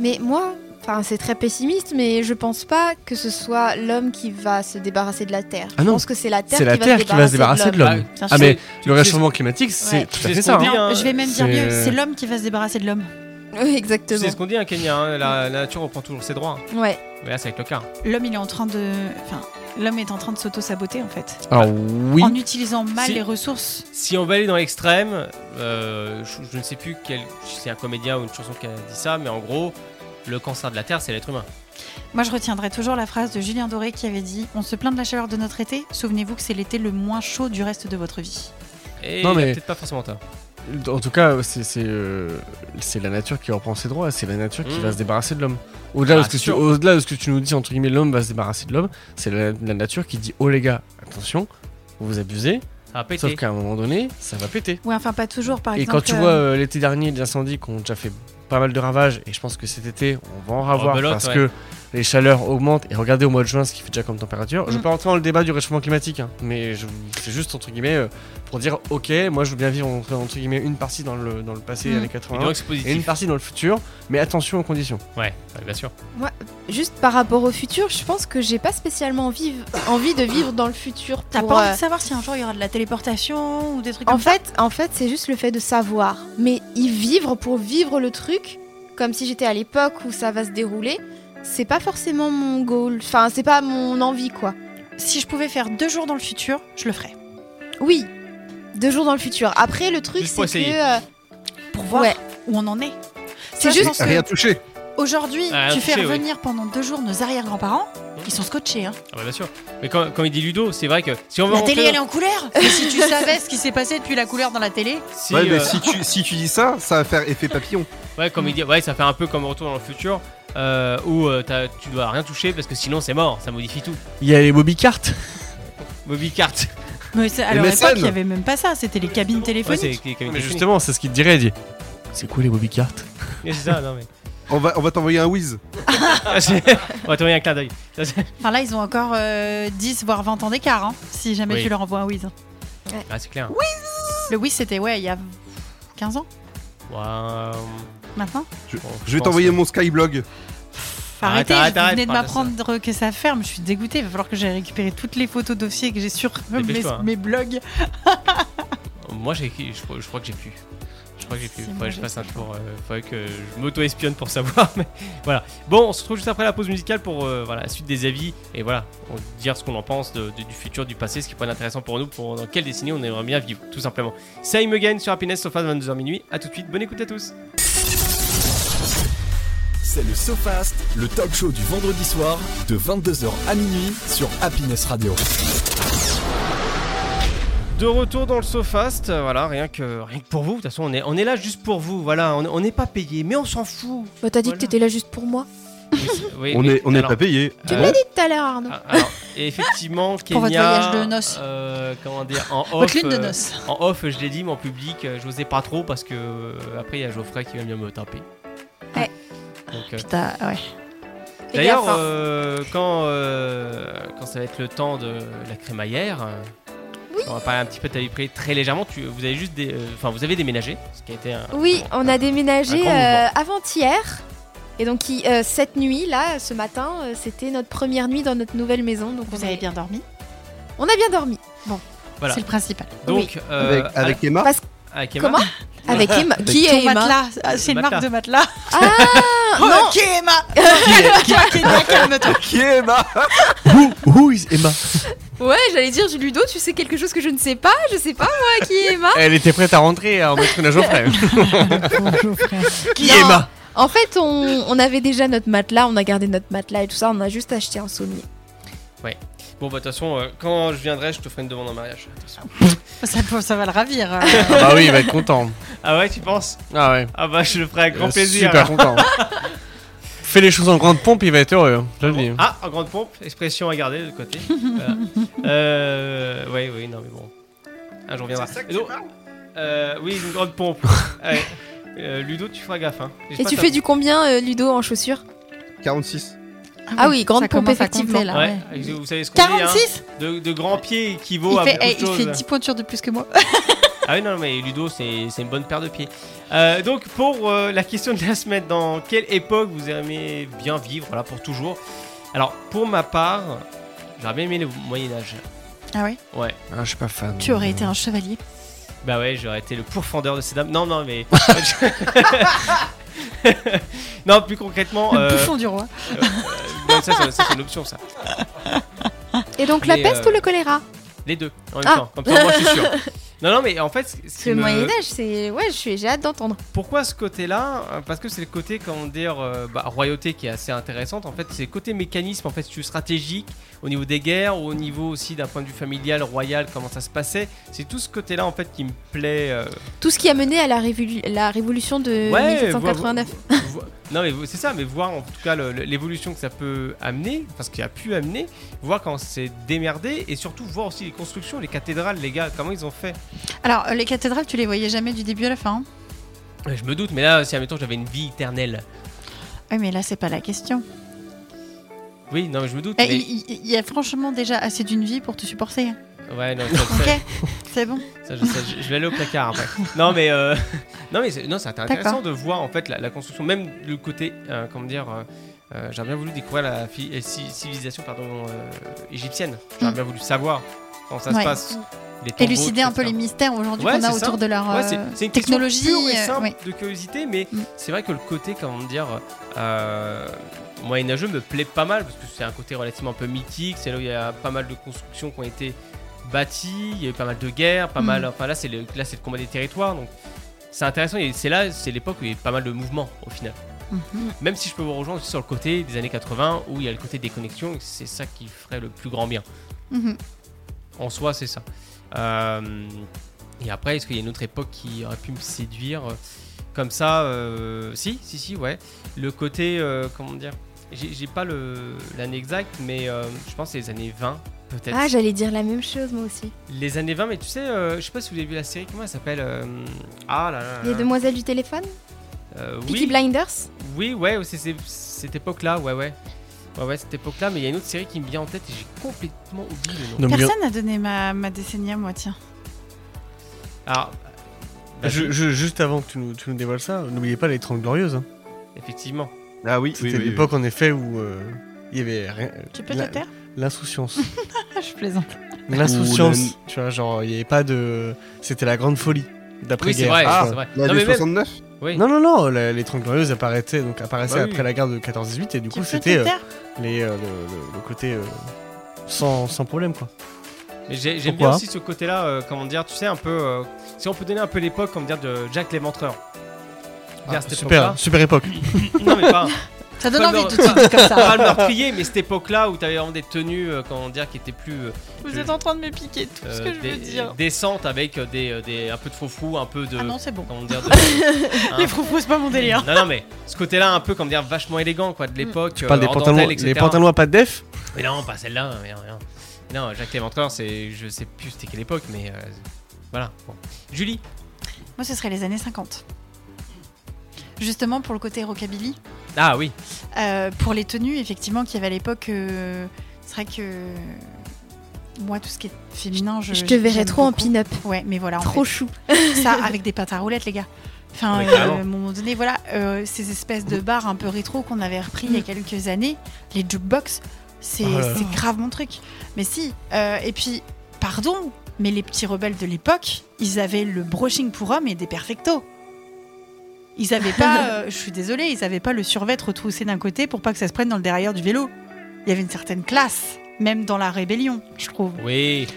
[SPEAKER 5] Mais moi, enfin c'est très pessimiste, mais je pense pas que ce soit l'homme qui va se débarrasser de la Terre.
[SPEAKER 4] Ah non.
[SPEAKER 5] Je pense que c'est la Terre,
[SPEAKER 4] C'est la
[SPEAKER 5] qui,
[SPEAKER 4] Terre
[SPEAKER 5] va
[SPEAKER 4] qui va se débarrasser de l'homme.
[SPEAKER 3] Bien
[SPEAKER 4] Ah
[SPEAKER 3] sûr.
[SPEAKER 4] mais
[SPEAKER 2] bah, tu
[SPEAKER 4] le
[SPEAKER 2] sais-
[SPEAKER 4] réchauffement climatique, c'est
[SPEAKER 3] Ouais.
[SPEAKER 4] tout
[SPEAKER 2] C'est
[SPEAKER 4] à fait
[SPEAKER 2] ce qu'on
[SPEAKER 4] ça.
[SPEAKER 2] dit,
[SPEAKER 4] hein.
[SPEAKER 2] hein.
[SPEAKER 3] Je vais même dire
[SPEAKER 4] C'est-
[SPEAKER 3] mieux, c'est l'homme qui va se débarrasser de l'homme.
[SPEAKER 5] Oui,
[SPEAKER 2] Tu
[SPEAKER 5] exactement.
[SPEAKER 2] sais ce qu'on dit, hein, Kenya. hein, la, la nature reprend toujours ses droits. hein.
[SPEAKER 5] Ouais.
[SPEAKER 2] Mais là, c'est avec le cas.
[SPEAKER 3] L'homme, il est en train de, enfin, l'homme est en train de s'auto-saboter en fait,
[SPEAKER 4] Alors oui,
[SPEAKER 3] en utilisant mal
[SPEAKER 2] Si.
[SPEAKER 3] les ressources.
[SPEAKER 2] Si on va aller dans l'extrême, euh, je, je ne sais plus quel. C'est un comédien ou une chanson qui a dit ça, mais en gros, le cancer de la Terre, c'est l'être humain.
[SPEAKER 3] Moi, je retiendrai toujours la phrase de Julien Doré qui avait dit "On se plaint de la chaleur de notre été. Souvenez-vous que c'est l'été le moins chaud du reste de votre vie."
[SPEAKER 2] Et
[SPEAKER 4] Non,
[SPEAKER 2] il a
[SPEAKER 4] mais-
[SPEAKER 2] peut-être pas forcément tort.
[SPEAKER 4] en tout cas, c'est c'est, euh, c'est la nature qui reprend ses droits, c'est la nature qui
[SPEAKER 2] Mm.
[SPEAKER 4] va se débarrasser de l'homme. Au-delà de,
[SPEAKER 2] Ah,
[SPEAKER 4] ce que
[SPEAKER 2] c'est
[SPEAKER 4] tu-
[SPEAKER 2] sûr.
[SPEAKER 4] au-delà de ce que tu nous dis, entre guillemets, l'homme va se débarrasser de l'homme, c'est la, la nature qui dit, oh les gars, attention, vous vous abusez,
[SPEAKER 2] Ça va péter.
[SPEAKER 4] sauf qu'à un moment donné, ça va péter.
[SPEAKER 3] Oui, enfin pas toujours. Par
[SPEAKER 4] et
[SPEAKER 3] exemple,
[SPEAKER 4] quand tu
[SPEAKER 3] euh,
[SPEAKER 4] vois euh, l'été dernier les incendies qui ont déjà fait pas mal de ravages, et je pense que cet été, on va en avoir
[SPEAKER 2] Rebelote,
[SPEAKER 4] parce
[SPEAKER 2] ouais.
[SPEAKER 4] que les chaleurs augmentent, et regardez au mois de juin ce qu'il fait déjà comme température. Je ne
[SPEAKER 3] Mm.
[SPEAKER 4] vais pas rentrer dans le débat du réchauffement climatique, hein, mais je- c'est juste, entre guillemets, euh, pour dire, ok, moi je veux bien vivre, entre, entre guillemets, une partie dans le, dans le passé,
[SPEAKER 3] Mm.
[SPEAKER 4] années
[SPEAKER 2] Et
[SPEAKER 4] 80.
[SPEAKER 2] donc, c'est
[SPEAKER 4] et une
[SPEAKER 2] positif.
[SPEAKER 4] partie dans le futur, mais attention aux conditions.
[SPEAKER 2] Ouais, ouais, bien sûr.
[SPEAKER 5] Juste par rapport au futur, je pense que j'ai pas spécialement envie, envie de vivre dans le futur.
[SPEAKER 3] T'as
[SPEAKER 5] pour,
[SPEAKER 3] pas
[SPEAKER 5] euh,
[SPEAKER 3] envie de savoir si un jour il y aura de la téléportation ou des trucs
[SPEAKER 5] En
[SPEAKER 3] comme
[SPEAKER 5] fait, en fait, c'est juste le fait de savoir. Mais y vivre pour vivre le truc, comme si j'étais à l'époque où ça va se dérouler, c'est pas forcément mon goal. Enfin, c'est pas mon envie, quoi.
[SPEAKER 3] ça. Si je pouvais faire deux jours dans le futur, je le ferais.
[SPEAKER 5] Oui, deux jours dans le futur. Après, le truc,
[SPEAKER 2] Juste pour
[SPEAKER 5] c'est que.
[SPEAKER 2] essayer.
[SPEAKER 5] euh,
[SPEAKER 3] Pour voir
[SPEAKER 5] Ouais.
[SPEAKER 3] où on en est.
[SPEAKER 5] C'est
[SPEAKER 3] Ça, je
[SPEAKER 5] juste-
[SPEAKER 3] pense que
[SPEAKER 6] Rien touché.
[SPEAKER 3] Aujourd'hui,
[SPEAKER 2] Ah,
[SPEAKER 3] tu fais
[SPEAKER 2] touché, oui.
[SPEAKER 3] revenir pendant deux jours nos arrière-grands-parents. Ils sont scotchés. Hein.
[SPEAKER 2] Ah, bah, bien sûr. Mais quand, quand il dit Ludo, c'est vrai que si on veut
[SPEAKER 3] La télé,
[SPEAKER 2] rentrer
[SPEAKER 3] elle est en couleur. Mais si tu savais ce qui s'est passé depuis la couleur dans la télé,
[SPEAKER 2] dans- si,
[SPEAKER 6] ouais, mais
[SPEAKER 2] euh,
[SPEAKER 6] si tu, si tu dis ça, ça va faire effet papillon.
[SPEAKER 2] Ouais, comme il dit, ouais, ça fait un peu comme Retour dans le futur euh, où euh, t'as- tu dois rien toucher parce que sinon c'est mort, ça modifie tout.
[SPEAKER 4] Il y a les Bobby Cart.
[SPEAKER 2] Mobicart.
[SPEAKER 3] Mais c'est- alors, à
[SPEAKER 6] MSN.
[SPEAKER 3] l'époque, il n'y avait même pas ça. C'était les cabines
[SPEAKER 2] Ouais,
[SPEAKER 3] téléphoniques.
[SPEAKER 2] c'est qui- qui-
[SPEAKER 4] Mais
[SPEAKER 2] qui-
[SPEAKER 4] justement, c'est ce qu'il te dirait, il dit. C'est quoi les Bobby Cart
[SPEAKER 2] Oui, C'est ça, non mais.
[SPEAKER 6] On va, on va t'envoyer un whiz.
[SPEAKER 2] On va t'envoyer un clin d'œil. Ça, c'est-
[SPEAKER 3] Enfin, là, ils ont encore euh, 10 voire 20 ans d'écart, hein, si jamais
[SPEAKER 2] Oui.
[SPEAKER 3] tu leur envoies un Wiz.
[SPEAKER 2] Ah, c'est clair.
[SPEAKER 3] Le Wiz, c'était, ouais, il y a 15 ans
[SPEAKER 2] Waouh.
[SPEAKER 3] maintenant.
[SPEAKER 2] Bon,
[SPEAKER 6] Je vais
[SPEAKER 2] pense
[SPEAKER 6] t'envoyer
[SPEAKER 2] que-
[SPEAKER 6] mon Skyblog.
[SPEAKER 3] Arrêtez,
[SPEAKER 2] arrête,
[SPEAKER 3] vous
[SPEAKER 2] arrête,
[SPEAKER 3] venez de
[SPEAKER 2] parle de ça.
[SPEAKER 3] m'apprendre que ça ferme, je suis dégoûtée. Il va falloir que j'aille récupérer toutes les photos dossiers que j'ai sur mes,
[SPEAKER 2] Dépêche-toi, hein.
[SPEAKER 3] mes blogs.
[SPEAKER 2] Moi, j'ai- je, crois- je crois que j'ai pu. Je crois que j'ai pu.
[SPEAKER 3] C'est
[SPEAKER 2] Faudrait
[SPEAKER 3] moi,
[SPEAKER 2] que je
[SPEAKER 3] j'ai
[SPEAKER 2] fasse un tour. euh, faudrait que je m'auto-espionne pour savoir. Mais voilà. Bon, on se retrouve juste après la pause musicale pour euh, voilà, la suite des avis. Et voilà, on va dire ce qu'on en pense de- de- du futur, du passé, ce qui pourrait être intéressant pour nous, pour dans quelle décennie on aimerait bien vivre, tout simplement. Same again sur Happiness, sauf à 22h minuit. A tout de suite, bonne écoute à tous.
[SPEAKER 1] C'est le SoFast, le talk show du vendredi soir de 22h à minuit sur Happiness Radio.
[SPEAKER 2] De retour dans le SoFast, euh, voilà, rien que, rien que pour vous. De toute façon, on est, on est là juste pour vous. Voilà, on on n'est pas payé, mais on s'en fout.
[SPEAKER 5] Bah, t'as dit
[SPEAKER 2] Voilà.
[SPEAKER 5] que t'étais là juste pour moi.
[SPEAKER 2] Oui, c'est- oui,
[SPEAKER 6] On
[SPEAKER 2] mais-
[SPEAKER 6] est, on est
[SPEAKER 2] alors,
[SPEAKER 6] pas payé. Ah
[SPEAKER 5] Tu
[SPEAKER 2] euh,
[SPEAKER 5] me l'as dit tout à l'heure, Arnaud.
[SPEAKER 2] Ah, Alors, effectivement, Kenya,
[SPEAKER 3] Pour votre voyage de noces.
[SPEAKER 2] euh, comment dire, en
[SPEAKER 3] Votre
[SPEAKER 2] off,
[SPEAKER 3] lune de
[SPEAKER 2] euh,
[SPEAKER 3] noces.
[SPEAKER 2] en off, je l'ai dit, mais en public, euh, j'osais pas trop parce que euh, après il y a Geoffrey qui va venir me taper.
[SPEAKER 5] Ouais.
[SPEAKER 2] Donc, euh,
[SPEAKER 3] Putain, ouais.
[SPEAKER 5] Fais
[SPEAKER 2] D'ailleurs,
[SPEAKER 5] gaffe, hein.
[SPEAKER 2] euh, quand, euh, quand ça va être le temps de la crémaillère, euh, on va parler un petit peu de ta vie privée très légèrement. Tu, vous avez juste, des, euh, enfin, vous avez déménagé, ce qui a été un,
[SPEAKER 5] Oui, on a
[SPEAKER 2] un
[SPEAKER 5] déménagé
[SPEAKER 2] grand
[SPEAKER 5] euh,
[SPEAKER 2] mouvement.
[SPEAKER 5] avant-hier. Et donc, il- euh, cette nuit, là, ce matin, euh, c'était notre première nuit dans notre nouvelle maison. Donc,
[SPEAKER 3] Vous
[SPEAKER 5] on,
[SPEAKER 3] avez
[SPEAKER 5] est-
[SPEAKER 3] bien dormi
[SPEAKER 5] on a bien dormi.
[SPEAKER 2] Voilà.
[SPEAKER 3] C'est le principal.
[SPEAKER 2] Donc, euh,
[SPEAKER 6] avec avec Emma.
[SPEAKER 5] Parce-
[SPEAKER 2] avec Emma,
[SPEAKER 5] Comment Avec Emma. Qui
[SPEAKER 3] Ton
[SPEAKER 5] est Emma
[SPEAKER 3] matelas, ah, c'est une
[SPEAKER 2] Matelas.
[SPEAKER 3] marque de matelas. Oh,
[SPEAKER 5] Ah, non,
[SPEAKER 3] Qui est Emma
[SPEAKER 6] Qui est Emma
[SPEAKER 4] Who, who is Emma
[SPEAKER 5] Ouais, j'allais dire, Ludo, tu sais quelque chose que je ne sais pas Je sais pas, moi, qui est Emma
[SPEAKER 4] Elle était prête à rentrer à en mettre une à Geoffrey. Qui
[SPEAKER 5] Non.
[SPEAKER 4] est Emma
[SPEAKER 5] En fait, on, on avait déjà notre matelas, on a gardé notre matelas et tout ça, on a juste acheté un sommier.
[SPEAKER 2] Bon, bah, de toute façon, euh, quand je viendrai, je te ferai une demande en mariage.
[SPEAKER 5] Ah
[SPEAKER 2] Attention.
[SPEAKER 3] ça, ça va le ravir. euh.
[SPEAKER 4] Ah Bah oui, il va être content.
[SPEAKER 2] Ah ouais, tu penses
[SPEAKER 4] Ah ouais.
[SPEAKER 2] Ah bah, je le ferai avec grand
[SPEAKER 4] Euh,
[SPEAKER 2] plaisir.
[SPEAKER 4] Super content. Fais les choses en grande pompe, il va être heureux. hein. Je le dis.
[SPEAKER 2] Ah, en grande pompe, expression à garder de l'autre côté. voilà. Euh, oui, oui, non, mais bon. Un jour viendra. Et donc, euh, oui, une grande pompe. Ouais. Euh, Ludo, tu feras gaffe. Hein.
[SPEAKER 5] Et tu fais du combien, euh, Ludo, en chaussures
[SPEAKER 6] 46.
[SPEAKER 5] Ah oui, grande
[SPEAKER 3] ça
[SPEAKER 5] pompe,
[SPEAKER 3] commence à compter,
[SPEAKER 5] effectivement.
[SPEAKER 3] là,
[SPEAKER 2] Ouais,
[SPEAKER 3] Ah ouais.
[SPEAKER 2] et vous savez ce qu'on dit, hein,
[SPEAKER 3] 46
[SPEAKER 2] de, de grands pieds équivaut
[SPEAKER 3] il
[SPEAKER 2] à
[SPEAKER 3] fait,
[SPEAKER 2] beaucoup
[SPEAKER 3] eh,
[SPEAKER 2] de
[SPEAKER 3] il fait
[SPEAKER 2] choses.
[SPEAKER 3] 10 pointures de plus que moi.
[SPEAKER 2] Ah oui, non, mais Ludo, c'est c'est une bonne paire de pieds. Euh, donc, pour euh, la question de la semaine, dans quelle époque vous aimez bien vivre, voilà, pour toujours Alors, pour ma part, j'aurais bien aimé le Moyen-Âge.
[SPEAKER 3] Ah ouais
[SPEAKER 2] Ouais.
[SPEAKER 4] Ah, je suis pas fan.
[SPEAKER 3] Tu aurais été un chevalier.
[SPEAKER 2] Bah ouais, j'aurais été le pourfendeur de ces dames. Non, non, mais. non, plus concrètement.
[SPEAKER 3] Le
[SPEAKER 2] euh,
[SPEAKER 3] bouffon du roi.
[SPEAKER 2] euh, non, ça, ça, ça, c'est une option, ça.
[SPEAKER 5] Et donc, la
[SPEAKER 2] Mais,
[SPEAKER 5] peste
[SPEAKER 2] euh,
[SPEAKER 5] ou le choléra
[SPEAKER 2] Les deux, en même
[SPEAKER 5] Ah.
[SPEAKER 2] temps. Comme ça, moi, je suis sûr. Non, non, mais en fait, ce- ce
[SPEAKER 5] Parce
[SPEAKER 2] qui
[SPEAKER 5] que le
[SPEAKER 2] me-
[SPEAKER 5] Moyen-Âge, c'est. Ouais, je suis- j'ai hâte d'entendre.
[SPEAKER 2] pourquoi ce côté-là Euh, Parce que c'est le côté, comment dire, euh, bah, royauté qui est assez intéressante. En fait, c'est le côté mécanisme, en fait, si tu veux, stratégique, au niveau des guerres, au niveau aussi d'un point de vue familial, royal, comment ça se passait. C'est tout ce côté-là, en fait, qui me plaît. euh,
[SPEAKER 5] Tout ce qui a mené à la, révolu- la révolution de
[SPEAKER 2] Ouais,
[SPEAKER 5] 1789.
[SPEAKER 2] Vo- non mais vo- c'est ça, mais voir en tout cas le- le- l'évolution que ça peut amener, enfin ce qu'il a pu amener, voir quand c'est démerdé et surtout voir aussi les constructions, les cathédrales, les gars, comment ils ont fait.
[SPEAKER 3] Alors, euh, les cathédrales, tu les voyais jamais du début à la fin. hein
[SPEAKER 2] Ouais, Je me doute, mais là si admettons j'avais une vie éternelle.
[SPEAKER 3] Oui, mais là, c'est pas la question.
[SPEAKER 2] Oui, non mais je me doute.
[SPEAKER 3] Eh,
[SPEAKER 2] mais-
[SPEAKER 3] Il il- il y, a franchement déjà assez d'une vie pour te supporter. hein.
[SPEAKER 2] Ouais, non, ça, ça-
[SPEAKER 3] Ok C'est bon.
[SPEAKER 2] ça, je, ça, je- je vais aller au placard après. non mais euh, non mais c'est- non c'est intéressant
[SPEAKER 3] D'accord.
[SPEAKER 2] de voir en fait la, la construction, même le côté euh, comment dire. euh, euh, j'aurais bien voulu découvrir la fi- euh, ci- civilisation pardon, euh, égyptienne. J'aurais
[SPEAKER 3] Mm.
[SPEAKER 2] bien voulu savoir comment ça se
[SPEAKER 3] Ouais.
[SPEAKER 2] passe. les tombeaux,
[SPEAKER 3] Élucider un peu
[SPEAKER 2] etc.
[SPEAKER 3] les mystères aujourd'hui
[SPEAKER 2] Ouais,
[SPEAKER 3] qu'on a
[SPEAKER 2] c'est ça.
[SPEAKER 3] autour de leur
[SPEAKER 2] Ouais,
[SPEAKER 3] euh,
[SPEAKER 2] c'est- c'est une question
[SPEAKER 3] technologie.
[SPEAKER 2] pure et
[SPEAKER 3] euh,
[SPEAKER 2] simple
[SPEAKER 3] ouais.
[SPEAKER 2] de curiosité, mais
[SPEAKER 3] Mm.
[SPEAKER 2] c'est vrai que le côté, comment dire, euh, moyenâgeux me plaît pas mal parce que c'est un côté relativement un peu mythique. C'est là où il y a pas mal de constructions qui ont été bâties, il y a eu pas mal de guerres, pas
[SPEAKER 3] Mm.
[SPEAKER 2] mal. Enfin là, c'est le, là, c'est le combat des territoires, donc c'est intéressant. et C'est là, c'est l'époque où il y a eu pas mal de mouvements au final.
[SPEAKER 3] Mhm.
[SPEAKER 2] Même si je peux vous rejoindre aussi sur le côté des années 80 où il y a le côté des connexions, et c'est ça qui ferait le plus grand bien.
[SPEAKER 3] Mhm.
[SPEAKER 2] En soi, c'est ça. Euh, et après, est-ce qu'il y a une autre époque qui aurait pu me séduire euh, comme ça euh, Si, si, si, ouais. Le côté, euh, comment dire J'ai j'ai pas le- l'année exacte, mais euh, je pense que c'est les années 20, Peut-être.
[SPEAKER 5] Ah, j'allais dire la même chose moi aussi.
[SPEAKER 2] les années 20, mais tu sais, euh, je sais pas si vous avez vu la série, comment elle s'appelle euh, Ah là là. là
[SPEAKER 5] Les
[SPEAKER 2] là.
[SPEAKER 5] demoiselles du téléphone
[SPEAKER 2] Euh,
[SPEAKER 5] Peaky
[SPEAKER 2] oui,
[SPEAKER 5] Blinders
[SPEAKER 2] oui, ouais, c'est c'est- cette époque-là, ouais, ouais. Ouais, ouais, cette époque-là, mais il y a une autre série qui me vient en tête et j'ai complètement oublié le nom.
[SPEAKER 4] Non, mais
[SPEAKER 3] Personne n'a donné ma, ma décennie à moi, tiens.
[SPEAKER 2] Alors, bah,
[SPEAKER 4] je- je- juste avant que tu nous, tu nous dévoiles ça, n'oubliez pas les 30 Glorieuses. hein.
[SPEAKER 2] effectivement.
[SPEAKER 6] Ah oui, oui,
[SPEAKER 4] C'était
[SPEAKER 6] oui, oui.
[SPEAKER 4] l'époque en effet où euh, il y avait rien-
[SPEAKER 3] Tu peux
[SPEAKER 4] la-
[SPEAKER 3] te taire Ah,
[SPEAKER 4] L'insouciance.
[SPEAKER 3] Je plaisante.
[SPEAKER 4] L'insouciance. Tu vois, genre, il n'y avait pas de. C'était la grande folie
[SPEAKER 2] Oui, c'est
[SPEAKER 4] d'après-guerre.
[SPEAKER 2] vrai,
[SPEAKER 4] tu vois.
[SPEAKER 2] c'est vrai.
[SPEAKER 6] L'année
[SPEAKER 2] Non, mais même,
[SPEAKER 6] 69
[SPEAKER 2] oui.
[SPEAKER 4] Non, non, non, la- les 30 Glorieuses apparaissaient, donc, apparaissaient
[SPEAKER 2] Bah oui.
[SPEAKER 4] après la guerre de 14-18 et du
[SPEAKER 3] Tu
[SPEAKER 4] coup,
[SPEAKER 3] peux te
[SPEAKER 4] c'était euh,
[SPEAKER 3] taire
[SPEAKER 4] les, euh, le, le- le côté euh, sans, sans problème, quoi.
[SPEAKER 2] Mais j'ai- j'aime
[SPEAKER 4] Pourquoi
[SPEAKER 2] bien aussi ce côté-là, euh, comment dire, tu sais, un peu. euh, si on peut donner un peu l'époque, comment dire, de Jack Léventreur. Vers cette
[SPEAKER 4] Ah, super, super époque.
[SPEAKER 2] époque-là. Non, mais pas,
[SPEAKER 3] Ça donne
[SPEAKER 2] Pas
[SPEAKER 3] envie
[SPEAKER 2] le-
[SPEAKER 3] tout de suite comme ça.
[SPEAKER 2] pas le meurtrier, mais cette époque-là où t'avais vraiment des tenues, euh, comment dire, qui étaient plus. euh,
[SPEAKER 3] Vous êtes en train de me piquer tout
[SPEAKER 4] Euh,
[SPEAKER 3] ce que je
[SPEAKER 2] des-
[SPEAKER 3] veux dire.
[SPEAKER 2] Décentes avec euh, des, euh, des, un peu de faux-fou, un peu de.
[SPEAKER 3] Ah non, c'est bon.
[SPEAKER 2] comment dire, de-
[SPEAKER 3] Les
[SPEAKER 2] hein.
[SPEAKER 3] froufrous, c'est pas mon délire. Mm.
[SPEAKER 2] Non, non, mais ce côté-là, un peu, comme dire, vachement élégant, quoi, de l'époque. euh,
[SPEAKER 4] Tu parles des pantalons, les pantalons à pas de def
[SPEAKER 2] Mais non, pas celle-là, mais rien. Non, Jacques Léventreur, c'est. Je sais plus c'était quelle époque, mais. euh, voilà. bon. Julie
[SPEAKER 3] Moi, ce serait les années 50. Justement, pour le côté rockabilly,
[SPEAKER 2] Ah oui.
[SPEAKER 3] Euh, pour les tenues, effectivement, qu'il y avait à l'époque, euh, c'est vrai que euh, moi, tout ce qui est féminin,
[SPEAKER 2] Euh,
[SPEAKER 3] je.
[SPEAKER 5] Je te verrais
[SPEAKER 3] j'aime
[SPEAKER 5] trop en
[SPEAKER 3] beaucoup.
[SPEAKER 5] pin-up.
[SPEAKER 3] Ouais, mais voilà. en
[SPEAKER 5] Trop
[SPEAKER 3] fait.
[SPEAKER 5] chou.
[SPEAKER 3] ça avec des pâtes à roulettes, les gars. Enfin,
[SPEAKER 2] Ouais,
[SPEAKER 3] euh,
[SPEAKER 2] carrément.
[SPEAKER 3] à un moment donné, voilà, euh, ces espèces de bars un peu rétro qu'on avait repris il y a quelques années, les jukebox, c'est
[SPEAKER 4] Oh là là.
[SPEAKER 3] c'est grave mon truc. Mais si, euh, et puis, pardon, mais les petits rebelles de l'époque, ils avaient le brushing pour hommes et des perfectos. Ils avaient pas, euh, je suis désolée, ils avaient pas le survêt retroussé d'un côté pour pas que ça se prenne dans le derrière du vélo. Il y avait une certaine classe, même dans la rébellion, je trouve.
[SPEAKER 2] Oui.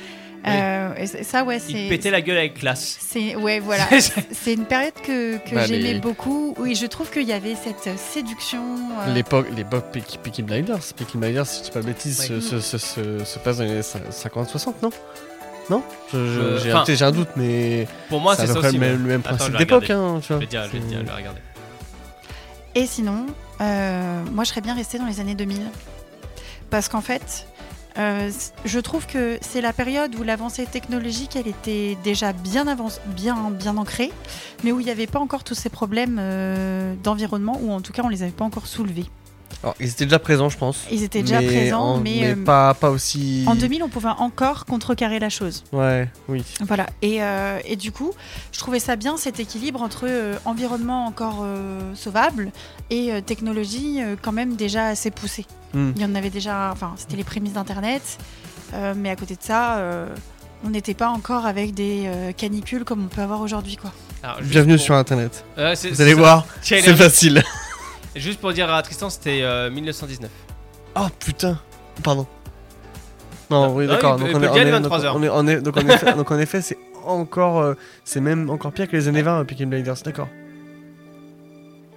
[SPEAKER 3] Euh, et c- ça, ouais,
[SPEAKER 2] Il
[SPEAKER 3] c'est.
[SPEAKER 2] pétait la gueule avec classe.
[SPEAKER 3] C'est ouais voilà. C'est une période que, que
[SPEAKER 4] Bah,
[SPEAKER 3] j'aimais
[SPEAKER 4] les-
[SPEAKER 3] beaucoup. Oui, je trouve qu'il y avait cette euh, séduction. euh,
[SPEAKER 4] L'époque, l'époque Peaky, Peaky Blinders. Peaky Blinders, si je dis pas de bêtises, se,
[SPEAKER 2] Ouais.
[SPEAKER 4] se- se- se- se passe dans les années 50-60, non Non Je- je-
[SPEAKER 2] Euh,
[SPEAKER 4] J'ai
[SPEAKER 2] enfin,
[SPEAKER 4] peut-être- j'ai un doute, mais
[SPEAKER 2] Pour moi,
[SPEAKER 4] c'est à
[SPEAKER 2] c'est
[SPEAKER 4] peu
[SPEAKER 2] ça
[SPEAKER 4] près
[SPEAKER 2] aussi.
[SPEAKER 4] le
[SPEAKER 2] mais-
[SPEAKER 4] même, le même
[SPEAKER 2] Attends,
[SPEAKER 4] principe
[SPEAKER 2] je vais
[SPEAKER 4] d'époque. Hein, tu
[SPEAKER 2] Je
[SPEAKER 4] vois.
[SPEAKER 2] vais te dire, je vais te dire, je vais regarder.
[SPEAKER 3] Et sinon, euh, moi, je serais bien restée dans les années 2000. Parce qu'en fait, euh, c- je trouve que c'est la période où l'avancée technologique, elle était déjà bien, avance, bien, bien ancrée, mais où il n'y avait pas encore tous ces problèmes euh, d'environnement, ou en tout cas, on les avait pas encore soulevés.
[SPEAKER 4] Alors, ils étaient déjà présents, je pense.
[SPEAKER 3] Ils étaient déjà
[SPEAKER 4] Mais
[SPEAKER 3] présents,
[SPEAKER 4] en-
[SPEAKER 3] mais, euh,
[SPEAKER 4] pas, pas aussi.
[SPEAKER 3] en 2000, on pouvait encore contrecarrer la chose.
[SPEAKER 4] Ouais, oui.
[SPEAKER 3] Voilà, et, euh, et du coup, je trouvais ça bien cet équilibre entre euh, environnement encore euh, sauvable et euh, technologie euh, quand même déjà assez poussée.
[SPEAKER 4] Hmm.
[SPEAKER 3] Il y en avait déjà, enfin, c'était les prémices d'Internet, euh, mais à côté de ça, euh, on n'était pas encore avec des euh, canicules comme on peut avoir aujourd'hui, quoi.
[SPEAKER 2] Ah,
[SPEAKER 4] Bienvenue sur Internet.
[SPEAKER 2] Euh, c'est-
[SPEAKER 4] Vous
[SPEAKER 2] c'est
[SPEAKER 4] allez
[SPEAKER 2] ça.
[SPEAKER 4] voir,
[SPEAKER 2] Challenge.
[SPEAKER 4] c'est facile.
[SPEAKER 2] Juste pour dire à Tristan, c'était euh, 1919.
[SPEAKER 4] Ah putain, pardon. Non,
[SPEAKER 2] Non,
[SPEAKER 4] oui,
[SPEAKER 2] non, Ah,
[SPEAKER 4] d'accord.
[SPEAKER 2] il peut-
[SPEAKER 4] donc on
[SPEAKER 2] il
[SPEAKER 4] est-
[SPEAKER 2] peut bien les
[SPEAKER 4] on est- donc
[SPEAKER 2] 23 heures.
[SPEAKER 4] on est- on est- donc en effet- Donc en effet, c'est encore. euh, C'est même encore pire que les années 20, euh, Peaky Blinders, d'accord.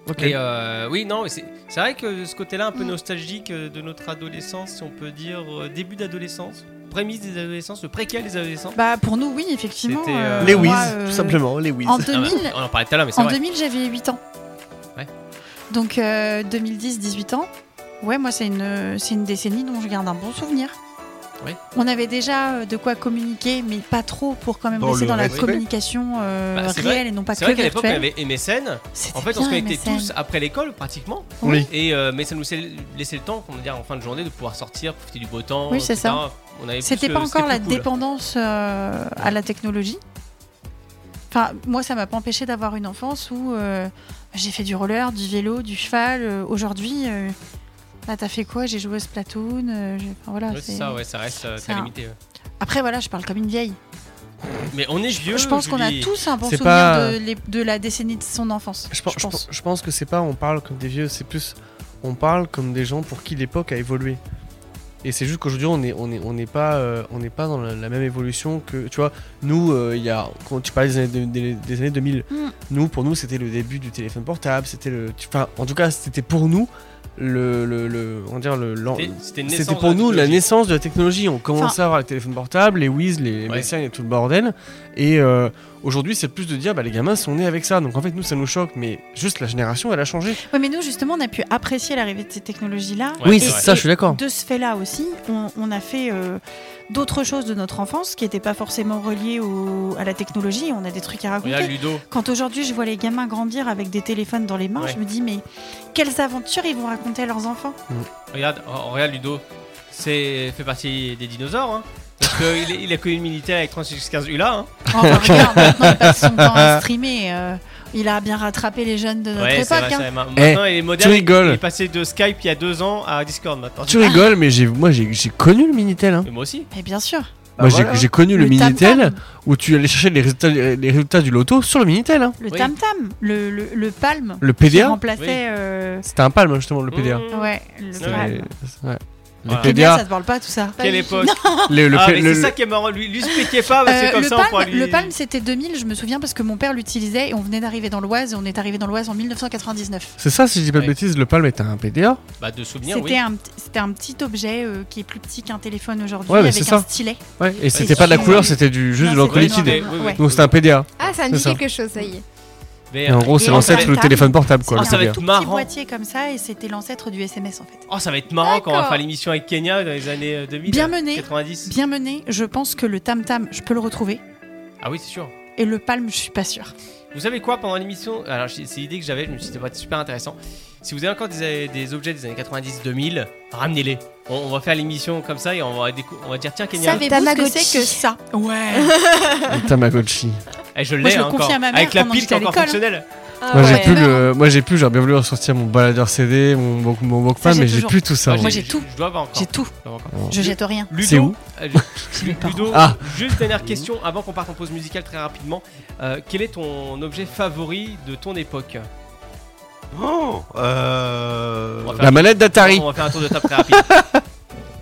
[SPEAKER 4] Ok.
[SPEAKER 2] Et euh, oui, non, mais c'est c'est vrai que ce côté-là, un peu
[SPEAKER 3] Mm.
[SPEAKER 2] nostalgique euh, de notre adolescence, si on peut dire, euh, début d'adolescence, prémisse des adolescents, le préquel des adolescents.
[SPEAKER 3] Bah, pour nous, oui, effectivement.
[SPEAKER 2] C'était, euh,
[SPEAKER 4] les
[SPEAKER 3] moi,
[SPEAKER 4] Wiz,
[SPEAKER 3] euh,
[SPEAKER 4] tout simplement, les Wiz.
[SPEAKER 3] En
[SPEAKER 2] Non, mais
[SPEAKER 3] 2000,
[SPEAKER 2] Ah, bah, on en parlait tout à l'heure, mais c'est
[SPEAKER 3] En
[SPEAKER 2] vrai.
[SPEAKER 3] 2000, j'avais 8 ans.
[SPEAKER 2] Ouais.
[SPEAKER 3] Donc euh, 2010, 18 ans. Ouais, moi, c'est une, c'est une décennie dont je garde un bon souvenir.
[SPEAKER 2] Ouais.
[SPEAKER 3] On avait déjà euh, de quoi communiquer, mais pas trop pour quand même
[SPEAKER 6] Dans
[SPEAKER 3] rester
[SPEAKER 6] le
[SPEAKER 3] dans la
[SPEAKER 6] respect.
[SPEAKER 3] communication euh,
[SPEAKER 2] Bah, c'est
[SPEAKER 3] réelle
[SPEAKER 2] vrai.
[SPEAKER 3] et non pas
[SPEAKER 2] C'est
[SPEAKER 3] que
[SPEAKER 2] vrai qu'à l'époque, on
[SPEAKER 3] virtuelle.
[SPEAKER 2] avait MSN.
[SPEAKER 3] C'était
[SPEAKER 2] En fait, on
[SPEAKER 3] bien,
[SPEAKER 2] se connectait
[SPEAKER 3] MSN.
[SPEAKER 2] tous après l'école, pratiquement.
[SPEAKER 4] Oui.
[SPEAKER 2] Et, euh, mais ça nous laissait le temps, comment dire, en fin de journée, de pouvoir sortir, profiter du beau temps.
[SPEAKER 3] Oui, c'est
[SPEAKER 2] etc.
[SPEAKER 3] ça.
[SPEAKER 2] On avait
[SPEAKER 3] C'était
[SPEAKER 2] plus,
[SPEAKER 3] pas
[SPEAKER 2] euh,
[SPEAKER 3] encore la
[SPEAKER 2] plus cool.
[SPEAKER 3] dépendance euh, à la technologie. Enfin, moi, ça m'a pas empêché d'avoir une enfance où euh, j'ai fait du roller, du vélo, du cheval. Euh, Aujourd'hui, euh, là, t'as fait quoi J'ai joué au Splatoon. euh, j'ai- enfin, voilà,
[SPEAKER 2] Ouais, c'est
[SPEAKER 3] c'est-
[SPEAKER 2] ça, ouais, ça reste euh,
[SPEAKER 3] c'est
[SPEAKER 2] très
[SPEAKER 3] un-
[SPEAKER 2] limité. ouais.
[SPEAKER 3] Après, voilà, je parle comme une vieille.
[SPEAKER 2] Mais on est vieux.
[SPEAKER 3] je pense qu'on a
[SPEAKER 2] Julie.
[SPEAKER 3] tous un bon
[SPEAKER 4] C'est
[SPEAKER 3] souvenir
[SPEAKER 4] pas-
[SPEAKER 3] de, l'ép- de la décennie de son enfance.
[SPEAKER 4] Je, pense, je pense- je pense que c'est pas on parle comme des vieux, c'est plus on parle comme des gens pour qui l'époque a évolué. Et c'est juste qu'aujourd'hui on est on est on n'est pas euh, on n'est pas dans la, la même évolution que tu vois nous euh, il y a quand tu parlais des années, de- des- des années 2000
[SPEAKER 3] Mm.
[SPEAKER 4] nous pour nous c'était le début du téléphone portable c'était le tu- enfin en tout cas c'était pour nous le le, le- on va dire le l'en-
[SPEAKER 2] C'était- C'était une
[SPEAKER 4] c'était
[SPEAKER 2] naissance
[SPEAKER 4] pour
[SPEAKER 2] de
[SPEAKER 4] nous la
[SPEAKER 2] technologie.
[SPEAKER 4] naissance de la technologie. On commençait
[SPEAKER 3] Enfin-
[SPEAKER 4] à avoir les téléphones portables, les Wiz, les
[SPEAKER 2] Ouais.
[SPEAKER 4] MSN et tout le bordel. Et euh, aujourd'hui, c'est plus de dire bah, les gamins sont nés avec ça. Donc en fait, nous, ça nous choque, mais juste la génération, elle a changé.
[SPEAKER 3] Ouais, mais nous, justement, on a pu apprécier l'arrivée de ces technologies-là.
[SPEAKER 2] Ouais, Oui, c'est
[SPEAKER 3] Et-
[SPEAKER 2] vrai.
[SPEAKER 3] et De ce fait-là aussi, on, on a fait. euh, d'autres choses de notre enfance qui n'étaient pas forcément reliées au- à la technologie. On a des trucs à raconter.
[SPEAKER 2] Regarde Ludo.
[SPEAKER 3] Quand aujourd'hui je vois les gamins grandir avec des téléphones dans les mains,
[SPEAKER 2] Ouais.
[SPEAKER 3] je me dis mais quelles aventures ils vont raconter à leurs enfants
[SPEAKER 2] Regarde, oh, regarde Ludo. C'est fait partie des dinosaures. Hein. Parce qu'il il a connu le militaire avec 3615 ULA. Hein.
[SPEAKER 3] Oh, bah, regarde, maintenant il passe son temps à streamer. euh, il a bien rattrapé les jeunes de notre
[SPEAKER 2] Ouais, c'est
[SPEAKER 3] époque.
[SPEAKER 2] vrai,
[SPEAKER 3] hein.
[SPEAKER 2] c'est vrai. Ma- Maintenant, il est moderne. il-
[SPEAKER 4] Eh, rigoles.
[SPEAKER 2] Il est passé de Skype il y a deux ans à Discord maintenant.
[SPEAKER 4] Tu rigoles, mais j'ai, moi j'ai, j'ai connu le Minitel. Hein.
[SPEAKER 2] Mais moi aussi.
[SPEAKER 3] Mais bien sûr.
[SPEAKER 2] Bah
[SPEAKER 4] moi j'ai-
[SPEAKER 6] voilà.
[SPEAKER 4] j'ai, connu le, Minitel
[SPEAKER 3] tam-tam,
[SPEAKER 4] où tu allais chercher les résultats, les résultats du loto sur le Minitel. hein.
[SPEAKER 3] le
[SPEAKER 2] Oui.
[SPEAKER 3] tam tam, le, le, le palm
[SPEAKER 4] Le
[SPEAKER 3] qui
[SPEAKER 4] PDA
[SPEAKER 3] remplaçait
[SPEAKER 2] Oui.
[SPEAKER 3] euh,
[SPEAKER 4] C'était un palme hein, justement, le PDA.
[SPEAKER 2] Mmh.
[SPEAKER 3] ouais le
[SPEAKER 2] C'est
[SPEAKER 4] C'est-
[SPEAKER 3] palm.
[SPEAKER 4] c'est- ouais.
[SPEAKER 2] Voilà.
[SPEAKER 4] Les
[SPEAKER 3] Eh bien,
[SPEAKER 4] PDA,
[SPEAKER 3] ça te parle pas tout ça.
[SPEAKER 2] Quelle
[SPEAKER 5] Pas
[SPEAKER 2] époque.
[SPEAKER 4] les- le,
[SPEAKER 2] Ah,
[SPEAKER 4] P-
[SPEAKER 2] mais
[SPEAKER 4] le-
[SPEAKER 2] c'est ça qui est marrant. Lui, lui spéciez pas Ah, parce que
[SPEAKER 3] Euh,
[SPEAKER 2] comme
[SPEAKER 3] le,
[SPEAKER 2] ça on pourra
[SPEAKER 3] palm,
[SPEAKER 2] lui.
[SPEAKER 3] le palm, c'était 2000, je me souviens parce que mon père l'utilisait et on venait d'arriver dans l'Oise et on est arrivé dans l'Oise en 1999.
[SPEAKER 4] c'est ça, si je dis pas de
[SPEAKER 2] Ouais.
[SPEAKER 4] bêtises, le palme était un PDA.
[SPEAKER 2] Bah, de souvenirs,
[SPEAKER 3] C'était
[SPEAKER 2] oui.
[SPEAKER 3] un, p- c'était un petit objet euh, qui est plus petit qu'un téléphone aujourd'hui
[SPEAKER 4] Ouais, mais
[SPEAKER 3] avec un
[SPEAKER 4] c'est ça.
[SPEAKER 3] stylet.
[SPEAKER 4] Ouais. Et c'était
[SPEAKER 3] c'est
[SPEAKER 4] pas de la
[SPEAKER 3] sûr.
[SPEAKER 4] couleur, c'était du, juste
[SPEAKER 3] Non,
[SPEAKER 4] de
[SPEAKER 3] c'est
[SPEAKER 4] l'encre
[SPEAKER 3] vrai, non,
[SPEAKER 4] liquide.
[SPEAKER 3] non,
[SPEAKER 2] Oui,
[SPEAKER 3] non,
[SPEAKER 2] oui.
[SPEAKER 3] ouais.
[SPEAKER 4] Donc c'était un PDA.
[SPEAKER 5] Ah, ça me dit
[SPEAKER 4] C'est ça.
[SPEAKER 5] quelque chose, ça y est.
[SPEAKER 2] Mais,
[SPEAKER 4] Et en gros,
[SPEAKER 3] Et
[SPEAKER 4] c'est
[SPEAKER 3] on
[SPEAKER 4] l'ancêtre
[SPEAKER 3] s'arrête
[SPEAKER 4] le
[SPEAKER 3] là.
[SPEAKER 4] téléphone portable quoi.
[SPEAKER 2] Ah,
[SPEAKER 4] le
[SPEAKER 2] ça va
[SPEAKER 4] PDA.
[SPEAKER 2] être
[SPEAKER 3] un petit
[SPEAKER 2] marrant.
[SPEAKER 3] boîtier comme ça et c'était l'ancêtre du SMS en fait.
[SPEAKER 2] Oh, ça va être marrant quand on va
[SPEAKER 5] D'accord.
[SPEAKER 2] faire l'émission avec Kenya dans les années euh, 2000.
[SPEAKER 3] Bien
[SPEAKER 2] euh,
[SPEAKER 3] mené.
[SPEAKER 2] 90.
[SPEAKER 3] Bien mené, je pense que le tam tam, je peux le retrouver
[SPEAKER 2] Ah oui, c'est sûr.
[SPEAKER 3] et le palm, je suis pas sûre.
[SPEAKER 2] Vous savez quoi pendant l'émission Alors, j'ai- c'est l'idée que j'avais, je me suis dit, ça va être super intéressant. Si vous avez encore des, des objets des années 90-2000, ramenez-les. On, on va faire l'émission comme ça et on va, décou- on va dire tiens, Kenya,
[SPEAKER 5] Savez-
[SPEAKER 3] Savez-vous ce que
[SPEAKER 5] Tamagotchi.
[SPEAKER 3] c'est que ça Ouais.
[SPEAKER 4] Le Tamagotchi.
[SPEAKER 2] Eh, je
[SPEAKER 3] Moi,
[SPEAKER 2] l'ai
[SPEAKER 3] je le
[SPEAKER 2] hein,
[SPEAKER 3] confie
[SPEAKER 2] encore.
[SPEAKER 3] à ma mère
[SPEAKER 2] avec la
[SPEAKER 3] pendant que
[SPEAKER 2] pile qui est
[SPEAKER 3] j'étais à
[SPEAKER 2] encore
[SPEAKER 3] l'école.
[SPEAKER 2] fonctionnelle.
[SPEAKER 3] Ah
[SPEAKER 4] Moi j'ai plus le, moi j'ai plus, j'aurais bien voulu ressortir mon baladeur CD, mon, mon, mon
[SPEAKER 3] Ça,
[SPEAKER 4] Walkman,
[SPEAKER 3] j'ai
[SPEAKER 4] mais j'ai
[SPEAKER 3] toujours.
[SPEAKER 4] plus tout ça.
[SPEAKER 3] Moi,
[SPEAKER 4] ouais.
[SPEAKER 3] j'ai tout.
[SPEAKER 2] Ah, Je dois avoir encore.
[SPEAKER 3] J'ai tout,
[SPEAKER 2] Je dois avoir encore.
[SPEAKER 3] je jette rien.
[SPEAKER 2] Ludo,
[SPEAKER 4] C'est où
[SPEAKER 2] euh, je-
[SPEAKER 3] mes parents.
[SPEAKER 2] Ludo,
[SPEAKER 4] Ah.
[SPEAKER 2] juste dernière question avant qu'on parte en pause musicale très rapidement. Euh, quel est ton objet favori de ton époque
[SPEAKER 6] Oh, euh,
[SPEAKER 2] On va faire-
[SPEAKER 4] La manette d'Atari.
[SPEAKER 2] On va faire un tour de table très rapide.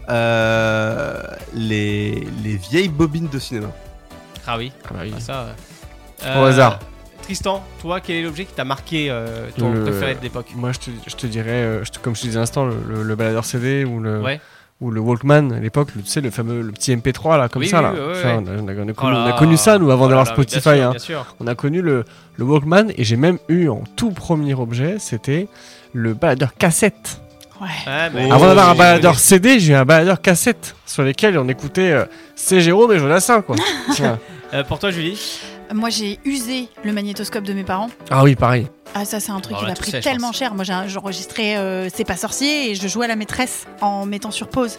[SPEAKER 6] euh, les, les vieilles bobines de cinéma.
[SPEAKER 2] Ah oui,
[SPEAKER 4] Ah bah oui.
[SPEAKER 2] ah, ça. euh.
[SPEAKER 4] Au hasard.
[SPEAKER 2] Tristan, toi, quel est l'objet qui t'a marqué euh, ton
[SPEAKER 4] Le-
[SPEAKER 2] préféré de l'époque
[SPEAKER 4] Moi, je te, je te dirais, euh, je te- comme je te disais à l'instant, le, le- le baladeur CD ou le,
[SPEAKER 2] Ouais.
[SPEAKER 4] ou le Walkman à l'époque, le- tu sais, le fameux le petit MP3 là, comme
[SPEAKER 2] Oui,
[SPEAKER 4] ça.
[SPEAKER 2] oui,
[SPEAKER 4] là.
[SPEAKER 2] oui, oui,
[SPEAKER 4] Enfin,
[SPEAKER 2] oui.
[SPEAKER 4] on, a, on a
[SPEAKER 2] Oh
[SPEAKER 4] connu, on a
[SPEAKER 2] là
[SPEAKER 4] connu
[SPEAKER 2] là.
[SPEAKER 4] ça, nous, avant
[SPEAKER 2] Oh là
[SPEAKER 4] d'avoir
[SPEAKER 2] là, oui, bien
[SPEAKER 4] Spotify.
[SPEAKER 2] sûr,
[SPEAKER 4] hein.
[SPEAKER 2] bien sûr.
[SPEAKER 4] On a connu le, le Walkman et j'ai même eu en tout premier objet, c'était le baladeur cassette.
[SPEAKER 3] Ouais.
[SPEAKER 2] Ouais, mais-
[SPEAKER 6] Oh,
[SPEAKER 4] Avant d'avoir un
[SPEAKER 6] j'ai-
[SPEAKER 4] baladeur CD, j'ai eu un baladeur cassette sur lesquels on écoutait euh, C'est Jérôme et Jonassin, quoi. Tiens.
[SPEAKER 2] Euh, pour toi, Julie
[SPEAKER 3] Moi, j'ai usé le magnétoscope de mes parents.
[SPEAKER 4] Ah oui, pareil.
[SPEAKER 3] Ah ça c'est un truc
[SPEAKER 2] Bon,
[SPEAKER 3] qui
[SPEAKER 2] là,
[SPEAKER 3] m'a
[SPEAKER 2] tu
[SPEAKER 3] pris
[SPEAKER 2] sais, je
[SPEAKER 3] tellement
[SPEAKER 2] pense.
[SPEAKER 3] cher. Moi j'ai- j'enregistrais euh, C'est pas sorcier et je jouais à la maîtresse en mettant sur pause.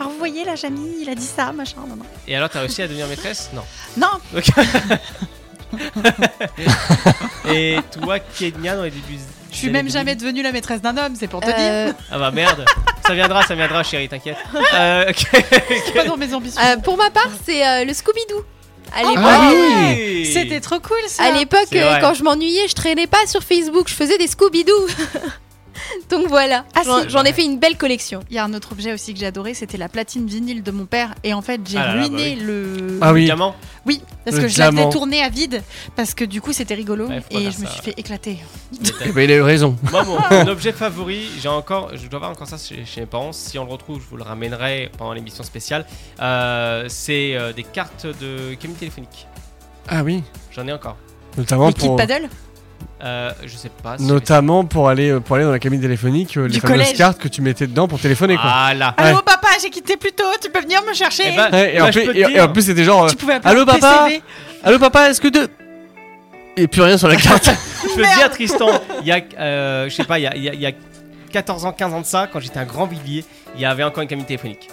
[SPEAKER 3] Alors vous voyez là Jamie, il a dit ça, machin. Non, non.
[SPEAKER 2] Et alors, t'as réussi à devenir maîtresse Non.
[SPEAKER 3] Non,
[SPEAKER 2] Et toi, Kenya, dans les débuts.
[SPEAKER 3] je suis même jamais devenue la maîtresse d'un homme, c'est pour te dire.
[SPEAKER 5] Euh,
[SPEAKER 2] Ah bah merde Ça viendra, ça viendra, chérie, t'inquiète. Euh, ok.
[SPEAKER 3] C'est pas dans mes ambitions.
[SPEAKER 5] euh, pour ma part, c'est euh, le Scooby-Doo. À l'époque,
[SPEAKER 4] Ah
[SPEAKER 3] C'était trop cool ça.
[SPEAKER 5] à l'époque,
[SPEAKER 2] C'est
[SPEAKER 5] euh,
[SPEAKER 2] vrai.
[SPEAKER 5] quand je m'ennuyais, je traînais pas sur Facebook, je faisais des Scooby-Doo. Donc voilà,
[SPEAKER 3] Ah,
[SPEAKER 5] J'en-
[SPEAKER 3] si.
[SPEAKER 5] j'en ai fait une belle collection.
[SPEAKER 3] Il y a un autre objet aussi que j'ai adoré, c'était la platine vinyle de mon père et en fait j'ai
[SPEAKER 2] Ah là là,
[SPEAKER 3] ruiné le.
[SPEAKER 4] Ah oui.
[SPEAKER 2] Diamant
[SPEAKER 3] Oui, parce
[SPEAKER 4] Le
[SPEAKER 3] que je l'avais
[SPEAKER 4] diamant.
[SPEAKER 3] tourné à vide parce que du coup c'était rigolo
[SPEAKER 2] Ouais, faut pas
[SPEAKER 3] et
[SPEAKER 2] faire
[SPEAKER 3] je me
[SPEAKER 2] ça,
[SPEAKER 3] suis fait éclater.
[SPEAKER 4] Eh ben, il a eu raison.
[SPEAKER 2] Moi, mon, mon objet favori, j'ai encore, je dois avoir encore ça chez, chez mes parents. Si on le retrouve, je vous le ramènerai pendant l'émission spéciale. Euh, c'est euh, des cartes de cabine téléphonique.
[SPEAKER 4] Ah oui.
[SPEAKER 2] J'en ai encore.
[SPEAKER 4] Notamment
[SPEAKER 3] Liquid
[SPEAKER 4] pour.
[SPEAKER 3] paddle.
[SPEAKER 2] Euh, je sais pas. si-
[SPEAKER 4] Notamment pour aller, euh, pour aller dans la cabine téléphonique, euh, les
[SPEAKER 3] Du
[SPEAKER 4] fameuses
[SPEAKER 3] collège.
[SPEAKER 4] cartes que tu mettais dedans pour téléphoner. Quoi.
[SPEAKER 2] Voilà.
[SPEAKER 3] Allô papa, j'ai quitté plus tôt, tu peux venir me chercher.
[SPEAKER 2] Eh ben,
[SPEAKER 4] Ouais, et,
[SPEAKER 2] bah,
[SPEAKER 4] en
[SPEAKER 2] je
[SPEAKER 4] plus,
[SPEAKER 2] peux te
[SPEAKER 4] et- et en
[SPEAKER 2] dire,
[SPEAKER 4] plus, c'était genre. euh,
[SPEAKER 3] Tu pouvais appeler
[SPEAKER 4] Allô,
[SPEAKER 3] un
[SPEAKER 4] papa
[SPEAKER 3] PCV.
[SPEAKER 4] Allô papa, est-ce que deux. Et plus rien sur la carte.
[SPEAKER 2] je peux te dire, Tristan, il y a, euh, je sais pas, il y a, il y a- il y a 14 ans, 15 ans de ça, quand j'étais un grand villier, il y avait encore une cabine téléphonique.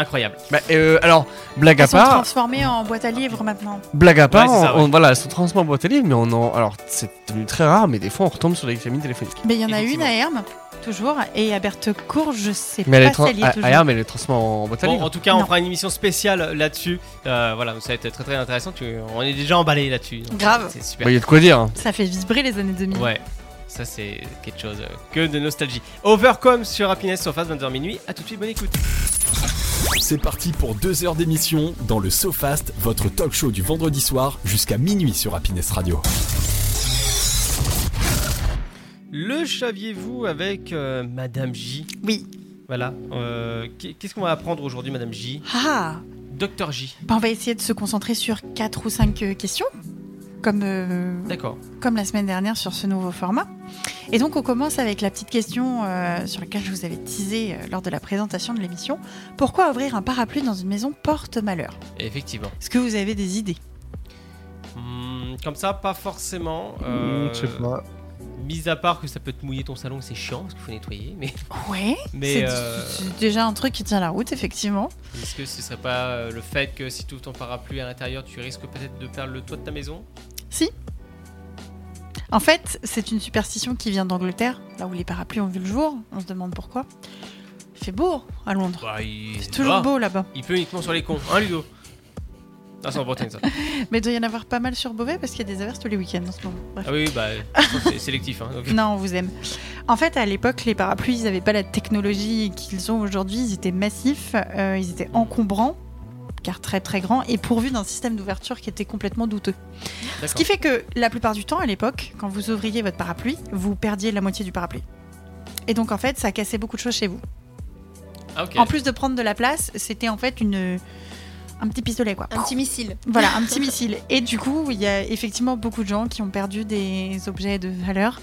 [SPEAKER 2] Incroyable.
[SPEAKER 4] Bah, euh, alors, blague à
[SPEAKER 3] Elles sont
[SPEAKER 4] part,
[SPEAKER 3] transformées en boîte à livres maintenant.
[SPEAKER 4] blague à part,
[SPEAKER 2] Ouais, c'est ça,
[SPEAKER 4] on-
[SPEAKER 2] ouais.
[SPEAKER 4] on- voilà, elles sont transformées en boîte à livres, mais on en. Alors, c'est devenu très rare, mais des fois, on retombe sur les cabines téléphoniques.
[SPEAKER 3] Mais il y en a une
[SPEAKER 2] Effectivement.
[SPEAKER 3] à Hermes, toujours, et à Berthecourt, je sais
[SPEAKER 4] Mais elle est,
[SPEAKER 3] pas si elle y est
[SPEAKER 4] trans- à-
[SPEAKER 3] toujours.
[SPEAKER 4] à Hermes, elle est transformée en boîte à
[SPEAKER 2] Bon,
[SPEAKER 4] livres.
[SPEAKER 2] en tout cas, on
[SPEAKER 3] Non.
[SPEAKER 2] fera une émission spéciale là-dessus. Euh, voilà, ça va être très très intéressant. Tu- on est déjà emballé là-dessus. donc
[SPEAKER 3] Grave.
[SPEAKER 2] C'est super.
[SPEAKER 4] Bah, Il y a de quoi dire. hein.
[SPEAKER 3] Ça fait vibrer les années 2000.
[SPEAKER 2] Ouais, ça c'est quelque chose euh, que de nostalgie. Overcome sur Happiness Sofa 22h minuit. À tout de suite, bonne écoute.
[SPEAKER 1] C'est parti pour deux heures d'émission dans le SoFast, votre talk show du vendredi soir jusqu'à minuit sur Happiness Radio.
[SPEAKER 2] Le saviez-vous avec euh, Madame J
[SPEAKER 3] Oui.
[SPEAKER 2] Voilà. euh, qu'est- Qu'est-ce qu'on va apprendre aujourd'hui, Madame J
[SPEAKER 3] Ah
[SPEAKER 2] Docteur J.
[SPEAKER 3] Bah, On va essayer de se concentrer sur 4 ou 5 euh, questions. comme, euh,
[SPEAKER 2] D'accord.
[SPEAKER 3] comme la semaine dernière sur ce nouveau format. Et donc on commence avec la petite question euh, sur laquelle je vous avais teasé euh, lors de la présentation de l'émission. Pourquoi ouvrir un parapluie dans une maison porte malheur
[SPEAKER 2] Effectivement.
[SPEAKER 3] Est-ce que vous avez des idées
[SPEAKER 2] Hmm, comme ça, pas forcément.
[SPEAKER 6] Hmm,
[SPEAKER 2] euh,
[SPEAKER 6] Je sais pas.
[SPEAKER 2] Mis à part que ça peut te mouiller ton salon, c'est chiant parce qu'il faut nettoyer. Mais,
[SPEAKER 3] Ouais,
[SPEAKER 2] mais
[SPEAKER 3] c'est
[SPEAKER 2] euh,
[SPEAKER 3] c'est déjà un truc qui tient la route, effectivement.
[SPEAKER 2] est-ce que ce serait pas euh, le fait que si tu ouvres ton parapluie à l'intérieur, tu risques peut-être de perdre le toit de ta maison
[SPEAKER 3] En fait, c'est une superstition qui vient d'Angleterre, là où les parapluies ont vu le jour. On se demande pourquoi. Il fait beau à Londres.
[SPEAKER 2] Bah, il...
[SPEAKER 3] C'est toujours
[SPEAKER 2] Ah,
[SPEAKER 3] beau là-bas.
[SPEAKER 2] Il peut uniquement sur les cons, hein, Ludo Ah, c'est en Bretagne ça.
[SPEAKER 3] Mais il doit y en avoir pas mal sur Beauvais parce qu'il y a des averses tous les week-ends en ce moment. Bref.
[SPEAKER 2] Ah oui, oui, bah, c'est sélectif. Hein, donc-
[SPEAKER 3] Non, on vous aime. En fait, à l'époque, les parapluies, ils n'avaient pas la technologie qu'ils ont aujourd'hui. Ils étaient massifs, euh, ils étaient encombrants, car très très grands, et pourvus d'un système d'ouverture qui était complètement douteux. Ce qui
[SPEAKER 2] D'accord.
[SPEAKER 3] fait que la plupart du temps, à l'époque, quand vous ouvriez votre parapluie, vous perdiez la moitié du parapluie. Et donc, en fait, ça cassait beaucoup de choses chez vous.
[SPEAKER 2] Ah, ok.
[SPEAKER 3] En plus de prendre de la place, c'était en fait une un petit pistolet quoi.
[SPEAKER 5] Un petit missile.
[SPEAKER 3] Voilà, un petit missile. Et du coup, il y a effectivement beaucoup de gens qui ont perdu des objets de valeur.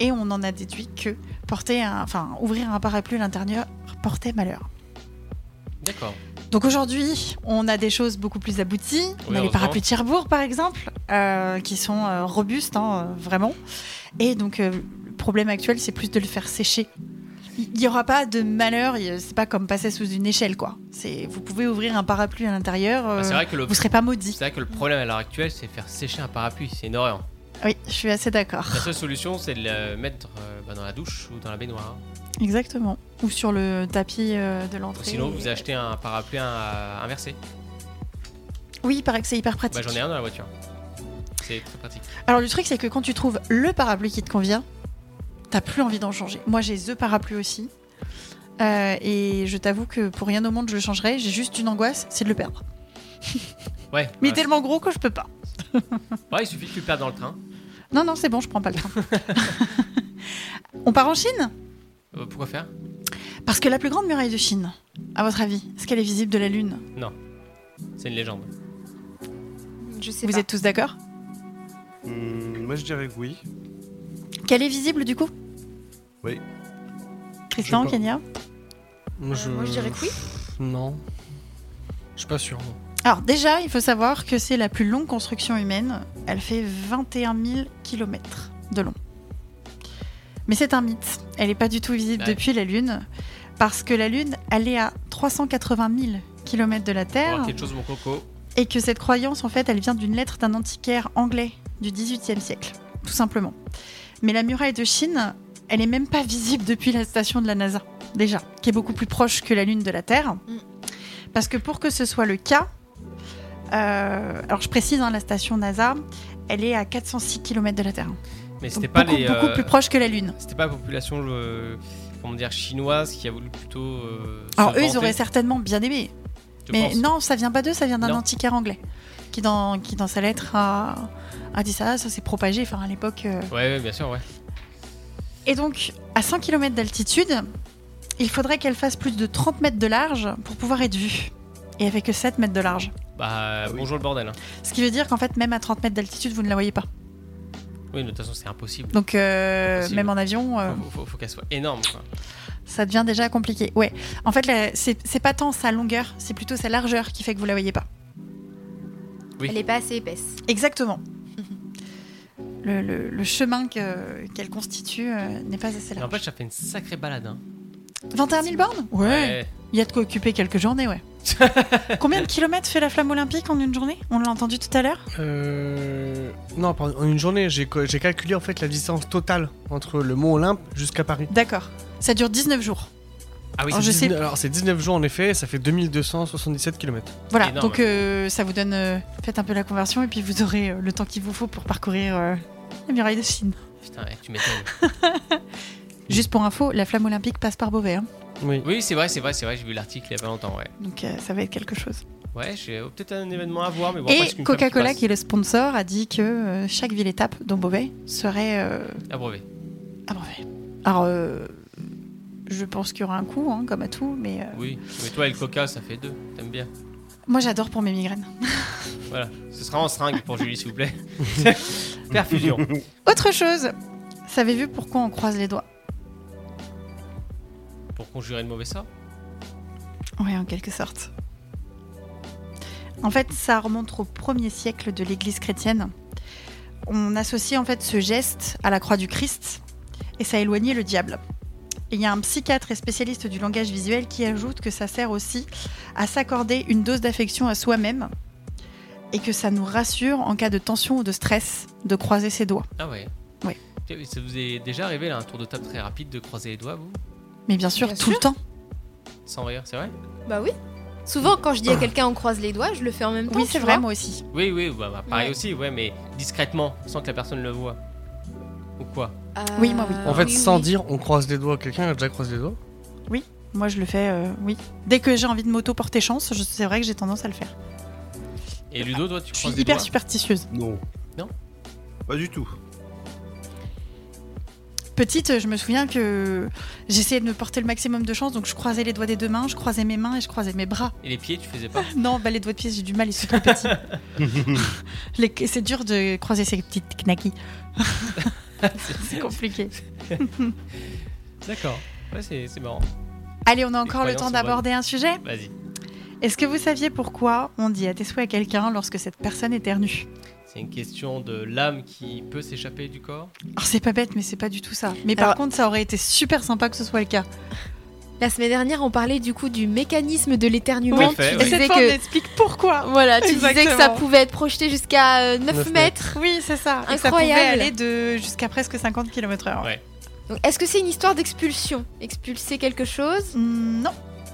[SPEAKER 3] Et on en a déduit que porter un, enfin, ouvrir un parapluie à l'intérieur portait malheur.
[SPEAKER 2] D'accord.
[SPEAKER 3] Donc aujourd'hui, on a des choses beaucoup plus abouties. on a les
[SPEAKER 2] heureusement.
[SPEAKER 3] parapluies de Cherbourg, par exemple, euh, qui sont euh, robustes, hein, euh, vraiment. Et donc, euh, le problème actuel, c'est plus de le faire sécher. Il n'y aura pas de malheur, il- c'est pas comme passer sous une échelle, quoi. C'est- Vous pouvez ouvrir un parapluie à l'intérieur,
[SPEAKER 2] Bah, c'est
[SPEAKER 3] euh,
[SPEAKER 2] vrai que le.
[SPEAKER 3] vous serez pas maudit.
[SPEAKER 2] C'est vrai que le problème à l'heure actuelle, c'est faire sécher un parapluie, c'est une horreur.
[SPEAKER 3] Oui, je suis assez d'accord.
[SPEAKER 2] La seule solution, c'est de le mettre euh, bah, dans la douche ou dans la baignoire. hein.
[SPEAKER 3] Exactement. Ou sur le tapis euh, de
[SPEAKER 2] Ou
[SPEAKER 3] l'entrée.
[SPEAKER 2] sinon, vous achetez un parapluie euh, inversé.
[SPEAKER 3] Oui, il paraît que c'est hyper pratique.
[SPEAKER 2] Bah, j'en ai un dans la voiture. C'est très pratique.
[SPEAKER 3] Alors le truc c'est que quand tu trouves le parapluie qui te convient, t'as plus envie d'en changer. Moi j'ai the parapluie aussi. Euh, et je t'avoue que pour rien au monde je le changerai. J'ai juste une angoisse, c'est de le perdre.
[SPEAKER 2] Ouais.
[SPEAKER 3] Mais
[SPEAKER 2] ouais.
[SPEAKER 3] tellement gros que je peux pas.
[SPEAKER 2] Ouais, il suffit que tu le perdes dans le train.
[SPEAKER 3] Non non c'est bon, je prends pas le train. On part en Chine
[SPEAKER 2] Euh, pourquoi faire
[SPEAKER 3] Parce que la plus grande muraille de Chine, à votre avis, est-ce qu'elle est visible de la Lune
[SPEAKER 2] C'est une légende.
[SPEAKER 5] Je sais
[SPEAKER 3] Vous
[SPEAKER 5] pas.
[SPEAKER 3] êtes tous d'accord
[SPEAKER 6] Hmm, moi je dirais que oui.
[SPEAKER 3] Qu'elle est visible du coup
[SPEAKER 6] Oui.
[SPEAKER 3] Tristan,
[SPEAKER 4] Je sais pas.
[SPEAKER 3] Kenya
[SPEAKER 4] Moi,
[SPEAKER 5] Euh, moi, je dirais que oui.
[SPEAKER 4] Pff, Non. Je suis pas sûr. non.
[SPEAKER 3] Alors déjà, il faut savoir que c'est la plus longue construction humaine. Elle fait 21 000 km de long. Mais c'est un mythe. Elle n'est pas du tout visible
[SPEAKER 2] Ouais.
[SPEAKER 3] depuis la Lune. Parce que la Lune, elle est à 380 000 km de la
[SPEAKER 2] Faut
[SPEAKER 3] Terre.
[SPEAKER 2] voir quelque chose, mon coco.
[SPEAKER 3] Et que cette croyance, en fait, elle vient d'une lettre d'un antiquaire anglais du XVIIIe siècle. Tout simplement. Mais la muraille de Chine, elle n'est même pas visible depuis la station de la NASA. Déjà. Qui est beaucoup plus proche que la Lune de la Terre.
[SPEAKER 5] Mm.
[SPEAKER 3] Parce que pour que ce soit le cas, euh, alors je précise, hein, la station NASA, elle est à 406 km de la Terre.
[SPEAKER 2] Mais c'était
[SPEAKER 3] Donc
[SPEAKER 2] pas
[SPEAKER 3] beaucoup,
[SPEAKER 2] les.
[SPEAKER 3] beaucoup
[SPEAKER 2] euh,
[SPEAKER 3] plus proche que la Lune.
[SPEAKER 2] C'était pas la population le, comment dire, chinoise qui a voulu plutôt. euh, se
[SPEAKER 3] Alors eux, ils
[SPEAKER 2] vanter,
[SPEAKER 3] auraient certainement bien aimé.
[SPEAKER 2] je
[SPEAKER 3] Mais
[SPEAKER 2] pense.
[SPEAKER 3] non, ça vient pas d'eux, ça vient d'un
[SPEAKER 2] Non.
[SPEAKER 3] antiquaire anglais qui dans, qui, dans sa lettre, a, a dit ça, ça s'est propagé enfin, à l'époque. euh.
[SPEAKER 2] Ouais, ouais, bien sûr, ouais.
[SPEAKER 3] Et donc, à 100 km d'altitude, il faudrait qu'elle fasse plus de 30 mètres de large pour pouvoir être vue. Et avec que 7 mètres de large.
[SPEAKER 2] Bah,
[SPEAKER 6] oui.
[SPEAKER 2] bonjour le bordel. hein.
[SPEAKER 3] Ce qui veut dire qu'en fait, même à 30 mètres d'altitude, vous ne la voyez pas.
[SPEAKER 2] Oui, de toute façon, c'est impossible.
[SPEAKER 3] Donc, euh,
[SPEAKER 2] Impossible.
[SPEAKER 3] même en avion, euh,
[SPEAKER 2] Faut, faut- faut qu'elle soit énorme. quoi.
[SPEAKER 3] ça devient déjà compliqué. Ouais. En fait, la- c'est c'est pas tant sa longueur, c'est plutôt sa largeur qui fait que vous la voyez pas.
[SPEAKER 2] Oui.
[SPEAKER 5] Elle est pas assez épaisse.
[SPEAKER 3] Exactement. Le, le- le chemin que- qu'elle constitue euh, n'est pas assez
[SPEAKER 2] Mais en
[SPEAKER 3] large.
[SPEAKER 2] fait, ça fait une sacrée balade. hein.
[SPEAKER 3] 21 000 bornes Ouais. Il y a de quoi occuper quelques journées, ouais. Combien de kilomètres fait la flamme olympique en une journée On l'a entendu tout à l'heure
[SPEAKER 4] Euh... Non, pardon, en une journée, j'ai co- j'ai calculé en fait la distance totale entre le Mont Olympe jusqu'à Paris.
[SPEAKER 3] D'accord. Ça dure 19 jours.
[SPEAKER 2] Ah oui,
[SPEAKER 3] Alors,
[SPEAKER 4] C'est
[SPEAKER 3] je sais-
[SPEAKER 4] 19 Alors c'est 19 jours en effet, et ça fait 2277 km.
[SPEAKER 3] Voilà,
[SPEAKER 2] Énorme.
[SPEAKER 3] donc euh, ça vous donne. euh, faites un peu la conversion et puis vous aurez euh, le temps qu'il vous faut pour parcourir euh, la muraille de Chine.
[SPEAKER 2] putain, ouais, tu m'étonnes.
[SPEAKER 3] Juste pour info, la flamme olympique passe par Beauvais. hein.
[SPEAKER 4] Oui.
[SPEAKER 2] Oui, c'est vrai, c'est vrai, c'est vrai, j'ai vu l'article il y a pas longtemps, ouais.
[SPEAKER 3] donc euh, ça va être quelque chose.
[SPEAKER 2] Ouais, j'ai euh, peut-être un événement à voir, mais bon, après, c'est
[SPEAKER 3] Et
[SPEAKER 2] qu'une femme
[SPEAKER 3] Coca-Cola, qui
[SPEAKER 2] qui
[SPEAKER 3] est le sponsor, a dit que euh, chaque ville étape, dont Beauvais, serait euh,
[SPEAKER 2] est. Abreuvé.
[SPEAKER 3] abreuvée. Alors, euh, je pense qu'il y aura un coût, hein, comme à tout, mais euh,
[SPEAKER 2] Oui, mais toi et le Coca, ça fait deux. T'aimes bien.
[SPEAKER 3] moi j'adore pour mes migraines.
[SPEAKER 2] Voilà. Ce sera en seringue pour Julie, s'il vous plaît. Perfusion.
[SPEAKER 3] Autre chose, savez-vous pourquoi on croise les doigts
[SPEAKER 2] Pour conjurer le mauvais sort.
[SPEAKER 3] Oui, en quelque sorte. En fait, ça remonte au premier siècle de l'Église chrétienne. On associe en fait ce geste à la croix du Christ et ça éloignait le diable. Et il y a un psychiatre et spécialiste du langage visuel qui ajoute que ça sert aussi à s'accorder une dose d'affection à soi-même et que ça nous rassure en cas de tension ou de stress de croiser ses doigts.
[SPEAKER 2] Ah ouais.
[SPEAKER 3] Ouais.
[SPEAKER 2] Tiens, Ça vous est déjà arrivé là un tour de table très rapide de croiser les doigts, vous
[SPEAKER 3] Mais bien sûr,
[SPEAKER 5] Bien
[SPEAKER 3] tout
[SPEAKER 5] sûr.
[SPEAKER 3] le temps.
[SPEAKER 2] Sans rire, c'est vrai
[SPEAKER 5] Bah oui. Souvent, quand je dis à quelqu'un on croise les doigts, je le fais en même temps.
[SPEAKER 3] Oui,
[SPEAKER 5] tu
[SPEAKER 3] c'est vrai,
[SPEAKER 5] vois.
[SPEAKER 3] moi aussi.
[SPEAKER 2] Oui, oui, bah, bah, pareil
[SPEAKER 5] Ouais.
[SPEAKER 2] aussi, ouais, mais discrètement, sans que la personne le voie. Ou quoi
[SPEAKER 5] Euh,
[SPEAKER 3] Oui, moi, Ah, oui.
[SPEAKER 4] En fait, sans
[SPEAKER 5] oui.
[SPEAKER 4] dire on croise les doigts, quelqu'un a déjà croisé les doigts
[SPEAKER 3] Moi, je le fais, euh, oui. Dès que j'ai envie de m'auto-porter chance, je- c'est vrai que j'ai tendance à le faire.
[SPEAKER 2] Et Ludo, toi, tu
[SPEAKER 3] Je suis
[SPEAKER 2] croises les
[SPEAKER 3] hyper
[SPEAKER 2] doigts
[SPEAKER 3] superstitieuse.
[SPEAKER 6] Non.
[SPEAKER 2] Non
[SPEAKER 6] Pas du tout.
[SPEAKER 3] Petite, euh, je me souviens que j'essayais de me porter le maximum de chance, donc je croisais les doigts des deux mains, je croisais mes mains et je croisais mes bras.
[SPEAKER 2] Et les pieds, tu faisais pas
[SPEAKER 3] Non, bah les doigts de pied, j'ai du mal, ils sont trop petits. Les- C'est dur de croiser ces petites knackis. C'est compliqué.
[SPEAKER 2] D'accord. Ouais, c'est c'est marrant.
[SPEAKER 3] Allez, on a encore
[SPEAKER 2] Les
[SPEAKER 3] le
[SPEAKER 2] croyances
[SPEAKER 3] temps
[SPEAKER 2] sont
[SPEAKER 3] d'aborder un sujet.
[SPEAKER 2] Vas-y.
[SPEAKER 3] Est-ce que vous saviez pourquoi on dit à tes souhaits à quelqu'un lorsque cette personne éternue
[SPEAKER 2] C'est une question de l'âme qui peut s'échapper du corps.
[SPEAKER 3] Alors c'est pas bête, mais c'est pas du tout ça. Mais par
[SPEAKER 5] Alors-
[SPEAKER 3] contre, ça aurait été super sympa que ce soit le cas.
[SPEAKER 5] La semaine dernière, on parlait du coup du mécanisme de
[SPEAKER 2] Tout à
[SPEAKER 5] l'éternuement.
[SPEAKER 2] fait,
[SPEAKER 5] tu
[SPEAKER 2] ouais.
[SPEAKER 3] Et cette
[SPEAKER 5] disais
[SPEAKER 3] fois, on
[SPEAKER 5] que
[SPEAKER 3] explique pourquoi.
[SPEAKER 5] voilà, tu disais que ça
[SPEAKER 3] Exactement.
[SPEAKER 5] pouvait être projeté jusqu'à euh, 9,
[SPEAKER 4] Neuf
[SPEAKER 5] mètres.
[SPEAKER 3] Oui, c'est ça. Et ça
[SPEAKER 5] Incroyable.
[SPEAKER 3] pouvait aller de jusqu'à presque 50 km/h.
[SPEAKER 2] Ouais.
[SPEAKER 5] Donc, Est-ce que c'est une histoire d'expulsion Expulser quelque chose
[SPEAKER 3] Hmm, Non,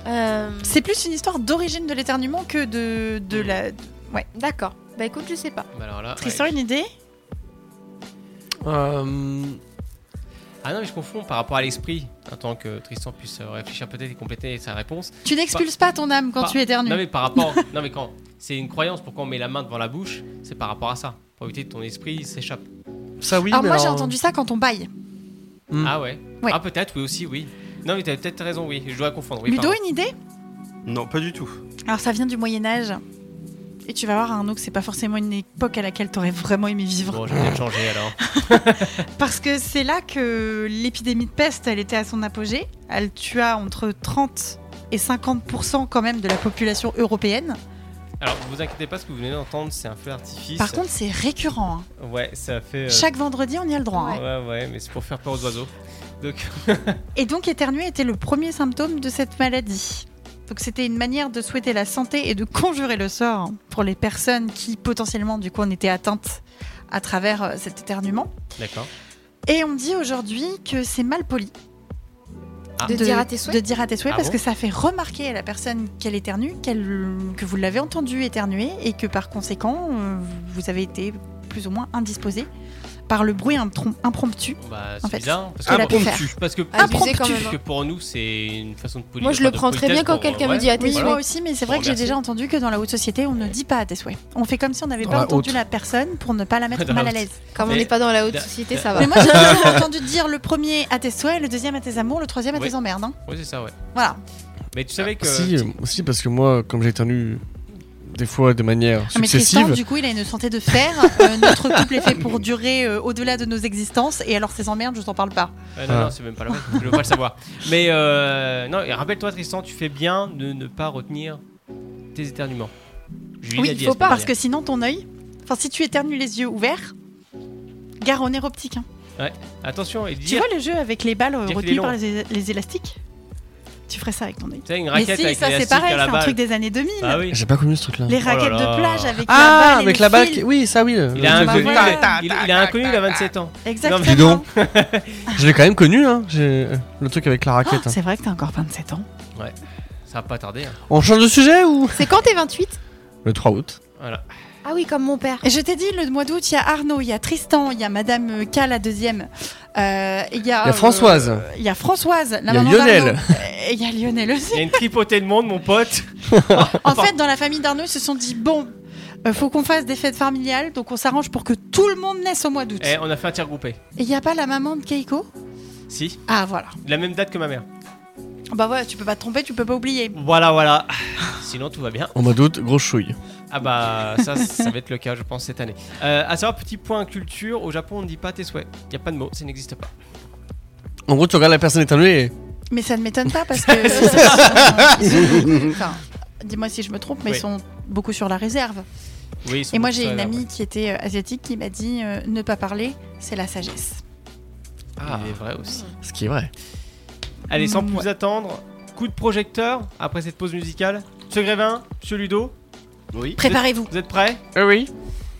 [SPEAKER 5] Euh,
[SPEAKER 3] c'est plus une histoire d'origine de l'éternuement que de, de la.
[SPEAKER 5] D'accord. Bah écoute, je sais pas.
[SPEAKER 2] Bah alors là.
[SPEAKER 3] Tristan,
[SPEAKER 2] ouais.
[SPEAKER 3] une idée
[SPEAKER 4] Euh,
[SPEAKER 2] Ah non, mais je confonds par rapport à l'esprit. Attends que Tristan puisse euh, réfléchir peut-être et compléter sa réponse.
[SPEAKER 3] Tu n'expulses pas ton âme quand
[SPEAKER 2] Par-
[SPEAKER 3] tu éternues.
[SPEAKER 2] Non mais par rapport. non mais quand. C'est une croyance pourquoi on met la main devant la bouche. C'est par rapport à ça. Pour éviter que ton esprit s'échappe.
[SPEAKER 4] Ça oui,
[SPEAKER 3] alors
[SPEAKER 4] mais
[SPEAKER 3] Ah, moi, j'ai entendu ça quand on baille.
[SPEAKER 4] Hmm.
[SPEAKER 2] Ah ouais.
[SPEAKER 3] Ouais.
[SPEAKER 2] Ah peut-être oui aussi oui. Non mais t'as peut-être raison oui. Je dois confondre. Oui,
[SPEAKER 3] Ludo,
[SPEAKER 2] pardon.
[SPEAKER 3] une idée
[SPEAKER 6] Non, pas du tout.
[SPEAKER 3] Alors ça vient du Moyen Âge. Et tu vas voir, Arnaud, que c'est pas forcément une époque à laquelle t'aurais vraiment aimé vivre.
[SPEAKER 2] Bon, je vais peut-être changer alors.
[SPEAKER 3] Parce que c'est là que l'épidémie de peste, elle était à son apogée. Elle tua entre 30 et 50% quand même de la population européenne.
[SPEAKER 2] Alors, vous inquiétez pas, ce que vous venez d'entendre, c'est un feu d'artifice.
[SPEAKER 3] Par contre, c'est récurrent. hein.
[SPEAKER 2] ouais, ça fait. euh,
[SPEAKER 3] Chaque vendredi, on y a le droit. hein.
[SPEAKER 2] Ouais. ouais, mais c'est pour faire peur aux oiseaux. Donc,
[SPEAKER 3] Et donc éternuer était le premier symptôme de cette maladie. Donc c'était une manière de souhaiter la santé et de conjurer le sort hein, pour les personnes qui potentiellement du coup en étaient atteintes à travers euh, cet éternuement.
[SPEAKER 2] d'accord.
[SPEAKER 3] Et on dit aujourd'hui que c'est mal poli
[SPEAKER 2] Ah.
[SPEAKER 5] De dire à tes souhaits
[SPEAKER 3] de dire à tes souhaits
[SPEAKER 2] Ah
[SPEAKER 3] parce
[SPEAKER 2] bon
[SPEAKER 3] que ça fait remarquer à la personne qu'elle éternue qu'elle, que vous l'avez entendue éternuer et que par conséquent euh, vous avez été plus ou moins indisposé par le bruit introm- impromptu.
[SPEAKER 2] Bah,
[SPEAKER 3] En
[SPEAKER 2] c'est
[SPEAKER 3] fait,
[SPEAKER 2] bizarre. Parce
[SPEAKER 3] ce qu'elle a
[SPEAKER 2] que,
[SPEAKER 3] pu faire.
[SPEAKER 6] Impromptu.
[SPEAKER 2] parce que,
[SPEAKER 5] Ah, abusé quand même,
[SPEAKER 2] parce
[SPEAKER 5] hein.
[SPEAKER 2] que pour nous, c'est une façon de poli-
[SPEAKER 5] Moi, je
[SPEAKER 2] enfin,
[SPEAKER 5] le
[SPEAKER 2] de
[SPEAKER 5] prends très
[SPEAKER 2] politesse
[SPEAKER 5] bien quand
[SPEAKER 2] pour-
[SPEAKER 5] quelqu'un me
[SPEAKER 2] ouais.
[SPEAKER 5] dit à tes
[SPEAKER 3] Oui,
[SPEAKER 5] souhaits.
[SPEAKER 3] moi aussi, mais c'est vrai que j'ai
[SPEAKER 2] Remercie.
[SPEAKER 3] déjà entendu que dans la haute société, on ne dit pas à tes souhaits. On fait comme si on n'avait
[SPEAKER 4] Dans
[SPEAKER 3] pas
[SPEAKER 4] la
[SPEAKER 3] entendu
[SPEAKER 4] haute.
[SPEAKER 3] la personne pour ne pas la mettre
[SPEAKER 2] Dans la
[SPEAKER 3] mal à
[SPEAKER 2] haute.
[SPEAKER 3] l'aise.
[SPEAKER 5] Comme on
[SPEAKER 2] Mais-
[SPEAKER 5] n'est pas dans la haute
[SPEAKER 2] Da-
[SPEAKER 5] société, ça
[SPEAKER 4] Ah.
[SPEAKER 5] va.
[SPEAKER 3] Mais moi, j'ai déjà entendu dire le premier à tes souhaits, le deuxième à tes amours, le troisième à
[SPEAKER 2] Oui.
[SPEAKER 3] tes emmerdes. hein.
[SPEAKER 2] Oui, c'est ça, ouais.
[SPEAKER 3] Voilà.
[SPEAKER 2] Mais tu savais que.
[SPEAKER 4] Si, euh, si, parce que moi, comme j'ai éternu des fois de manière
[SPEAKER 3] Ah, Mais Tristan,
[SPEAKER 4] successive,
[SPEAKER 3] du coup, il a une santé de fer. Euh, notre couple est fait pour durer euh, au-delà de nos existences. Et alors, ces emmerdes, je t'en parle pas.
[SPEAKER 2] Ah, non,
[SPEAKER 4] Ah.
[SPEAKER 2] non, c'est même pas la peine. Je veux pas le savoir. Mais euh, non, et rappelle-toi, Tristan, tu fais bien de ne pas retenir tes éternuements. Julie
[SPEAKER 3] oui,
[SPEAKER 2] l'a
[SPEAKER 3] il
[SPEAKER 2] dit
[SPEAKER 3] faut
[SPEAKER 2] la semaine
[SPEAKER 3] pas. Parce que
[SPEAKER 2] dernière.
[SPEAKER 3] sinon, ton œil. Enfin, si tu éternues les yeux ouverts, gare au nerf optique. hein.
[SPEAKER 2] Attention, et
[SPEAKER 3] Tu
[SPEAKER 2] dire.
[SPEAKER 3] vois le jeu avec les balles euh,
[SPEAKER 2] qu'il est
[SPEAKER 3] retenues
[SPEAKER 2] long.
[SPEAKER 3] par les, les élastiques Tu ferais ça avec ton œil.
[SPEAKER 2] Tu sais, une
[SPEAKER 3] Mais
[SPEAKER 2] raquette
[SPEAKER 3] si,
[SPEAKER 2] avec
[SPEAKER 3] ça
[SPEAKER 2] l'élastique
[SPEAKER 3] c'est pareil,
[SPEAKER 2] à la
[SPEAKER 3] c'est un
[SPEAKER 2] balle.
[SPEAKER 3] truc des années 2000.
[SPEAKER 2] Ah oui.
[SPEAKER 4] j'ai pas connu ce truc-là.
[SPEAKER 3] Les raquettes
[SPEAKER 2] là.
[SPEAKER 3] de plage avec la
[SPEAKER 4] Ah,
[SPEAKER 3] balle. et
[SPEAKER 4] avec
[SPEAKER 3] le
[SPEAKER 4] la balle,
[SPEAKER 3] fil.
[SPEAKER 4] qui- oui, ça oui. le-
[SPEAKER 2] Il a,
[SPEAKER 4] le-
[SPEAKER 3] Bah
[SPEAKER 2] inconnu,
[SPEAKER 3] voilà.
[SPEAKER 2] il, il- il a inconnu, il a 27 ans.
[SPEAKER 3] Exactement.
[SPEAKER 4] Dis donc. Je l'ai quand même connu, hein. J'ai le truc avec la
[SPEAKER 3] Oh,
[SPEAKER 4] raquette. hein.
[SPEAKER 3] c'est vrai que t'as encore 27 ans.
[SPEAKER 2] Ça va pas tarder. hein.
[SPEAKER 4] On change de sujet ou
[SPEAKER 5] C'est quand t'es 28
[SPEAKER 4] Le 3 août.
[SPEAKER 2] Voilà.
[SPEAKER 5] Ah oui, comme mon père.
[SPEAKER 3] Et je t'ai dit, le mois d'août, il y a Arnaud, il y a Tristan, il y a Madame K, la deuxième. Euh, il y a,
[SPEAKER 4] Il y a Françoise.
[SPEAKER 3] euh, Il y a Françoise, la
[SPEAKER 4] Il y a
[SPEAKER 3] maman
[SPEAKER 4] Lionel.
[SPEAKER 3] d'Arnaud. Et il y a Lionel aussi.
[SPEAKER 2] Il y a une tripotée de monde, mon pote.
[SPEAKER 3] En fait, dans la famille d'Arnaud, ils se sont dit, bon, euh, faut qu'on fasse des fêtes familiales, donc on s'arrange pour que tout le monde naisse au mois d'août.
[SPEAKER 2] Et Eh, on a fait un tir groupé.
[SPEAKER 3] Et il n'y a pas la maman de Keiko
[SPEAKER 2] Si,
[SPEAKER 3] Ah voilà.
[SPEAKER 2] de la même date que ma mère.
[SPEAKER 3] Bah voilà, tu peux pas te tromper, tu peux pas oublier.
[SPEAKER 2] Voilà, voilà. Sinon, tout va bien.
[SPEAKER 4] En mois d'août, grosse chouille.
[SPEAKER 2] Ah bah ça, ça va être le cas, je pense, cette année. Euh, à savoir, petit point culture, au Japon, on ne dit pas tes souhaits. Il n'y a pas de mot, ça n'existe pas.
[SPEAKER 4] En gros, tu regardes la personne éternuer et.
[SPEAKER 3] Mais ça ne m'étonne pas parce que. Enfin, Dis-moi si je me trompe, mais
[SPEAKER 2] Oui.
[SPEAKER 3] ils sont beaucoup sur la réserve.
[SPEAKER 2] Oui, ils sont
[SPEAKER 3] Et moi,
[SPEAKER 2] tous
[SPEAKER 3] j'ai
[SPEAKER 2] sur
[SPEAKER 3] une
[SPEAKER 2] la
[SPEAKER 3] amie qui était euh, asiatique qui m'a dit euh, ne pas parler, c'est la sagesse.
[SPEAKER 2] Ah, il est vrai aussi.
[SPEAKER 4] Ce qui est vrai.
[SPEAKER 2] Allez, sans
[SPEAKER 3] Mm,
[SPEAKER 2] plus
[SPEAKER 3] ouais.
[SPEAKER 2] attendre, coup de projecteur après cette pause musicale. Monsieur Grévin, monsieur Ludo,
[SPEAKER 6] Oui.
[SPEAKER 3] Préparez-vous.
[SPEAKER 2] vous êtes prêts
[SPEAKER 3] Euh,
[SPEAKER 4] oui.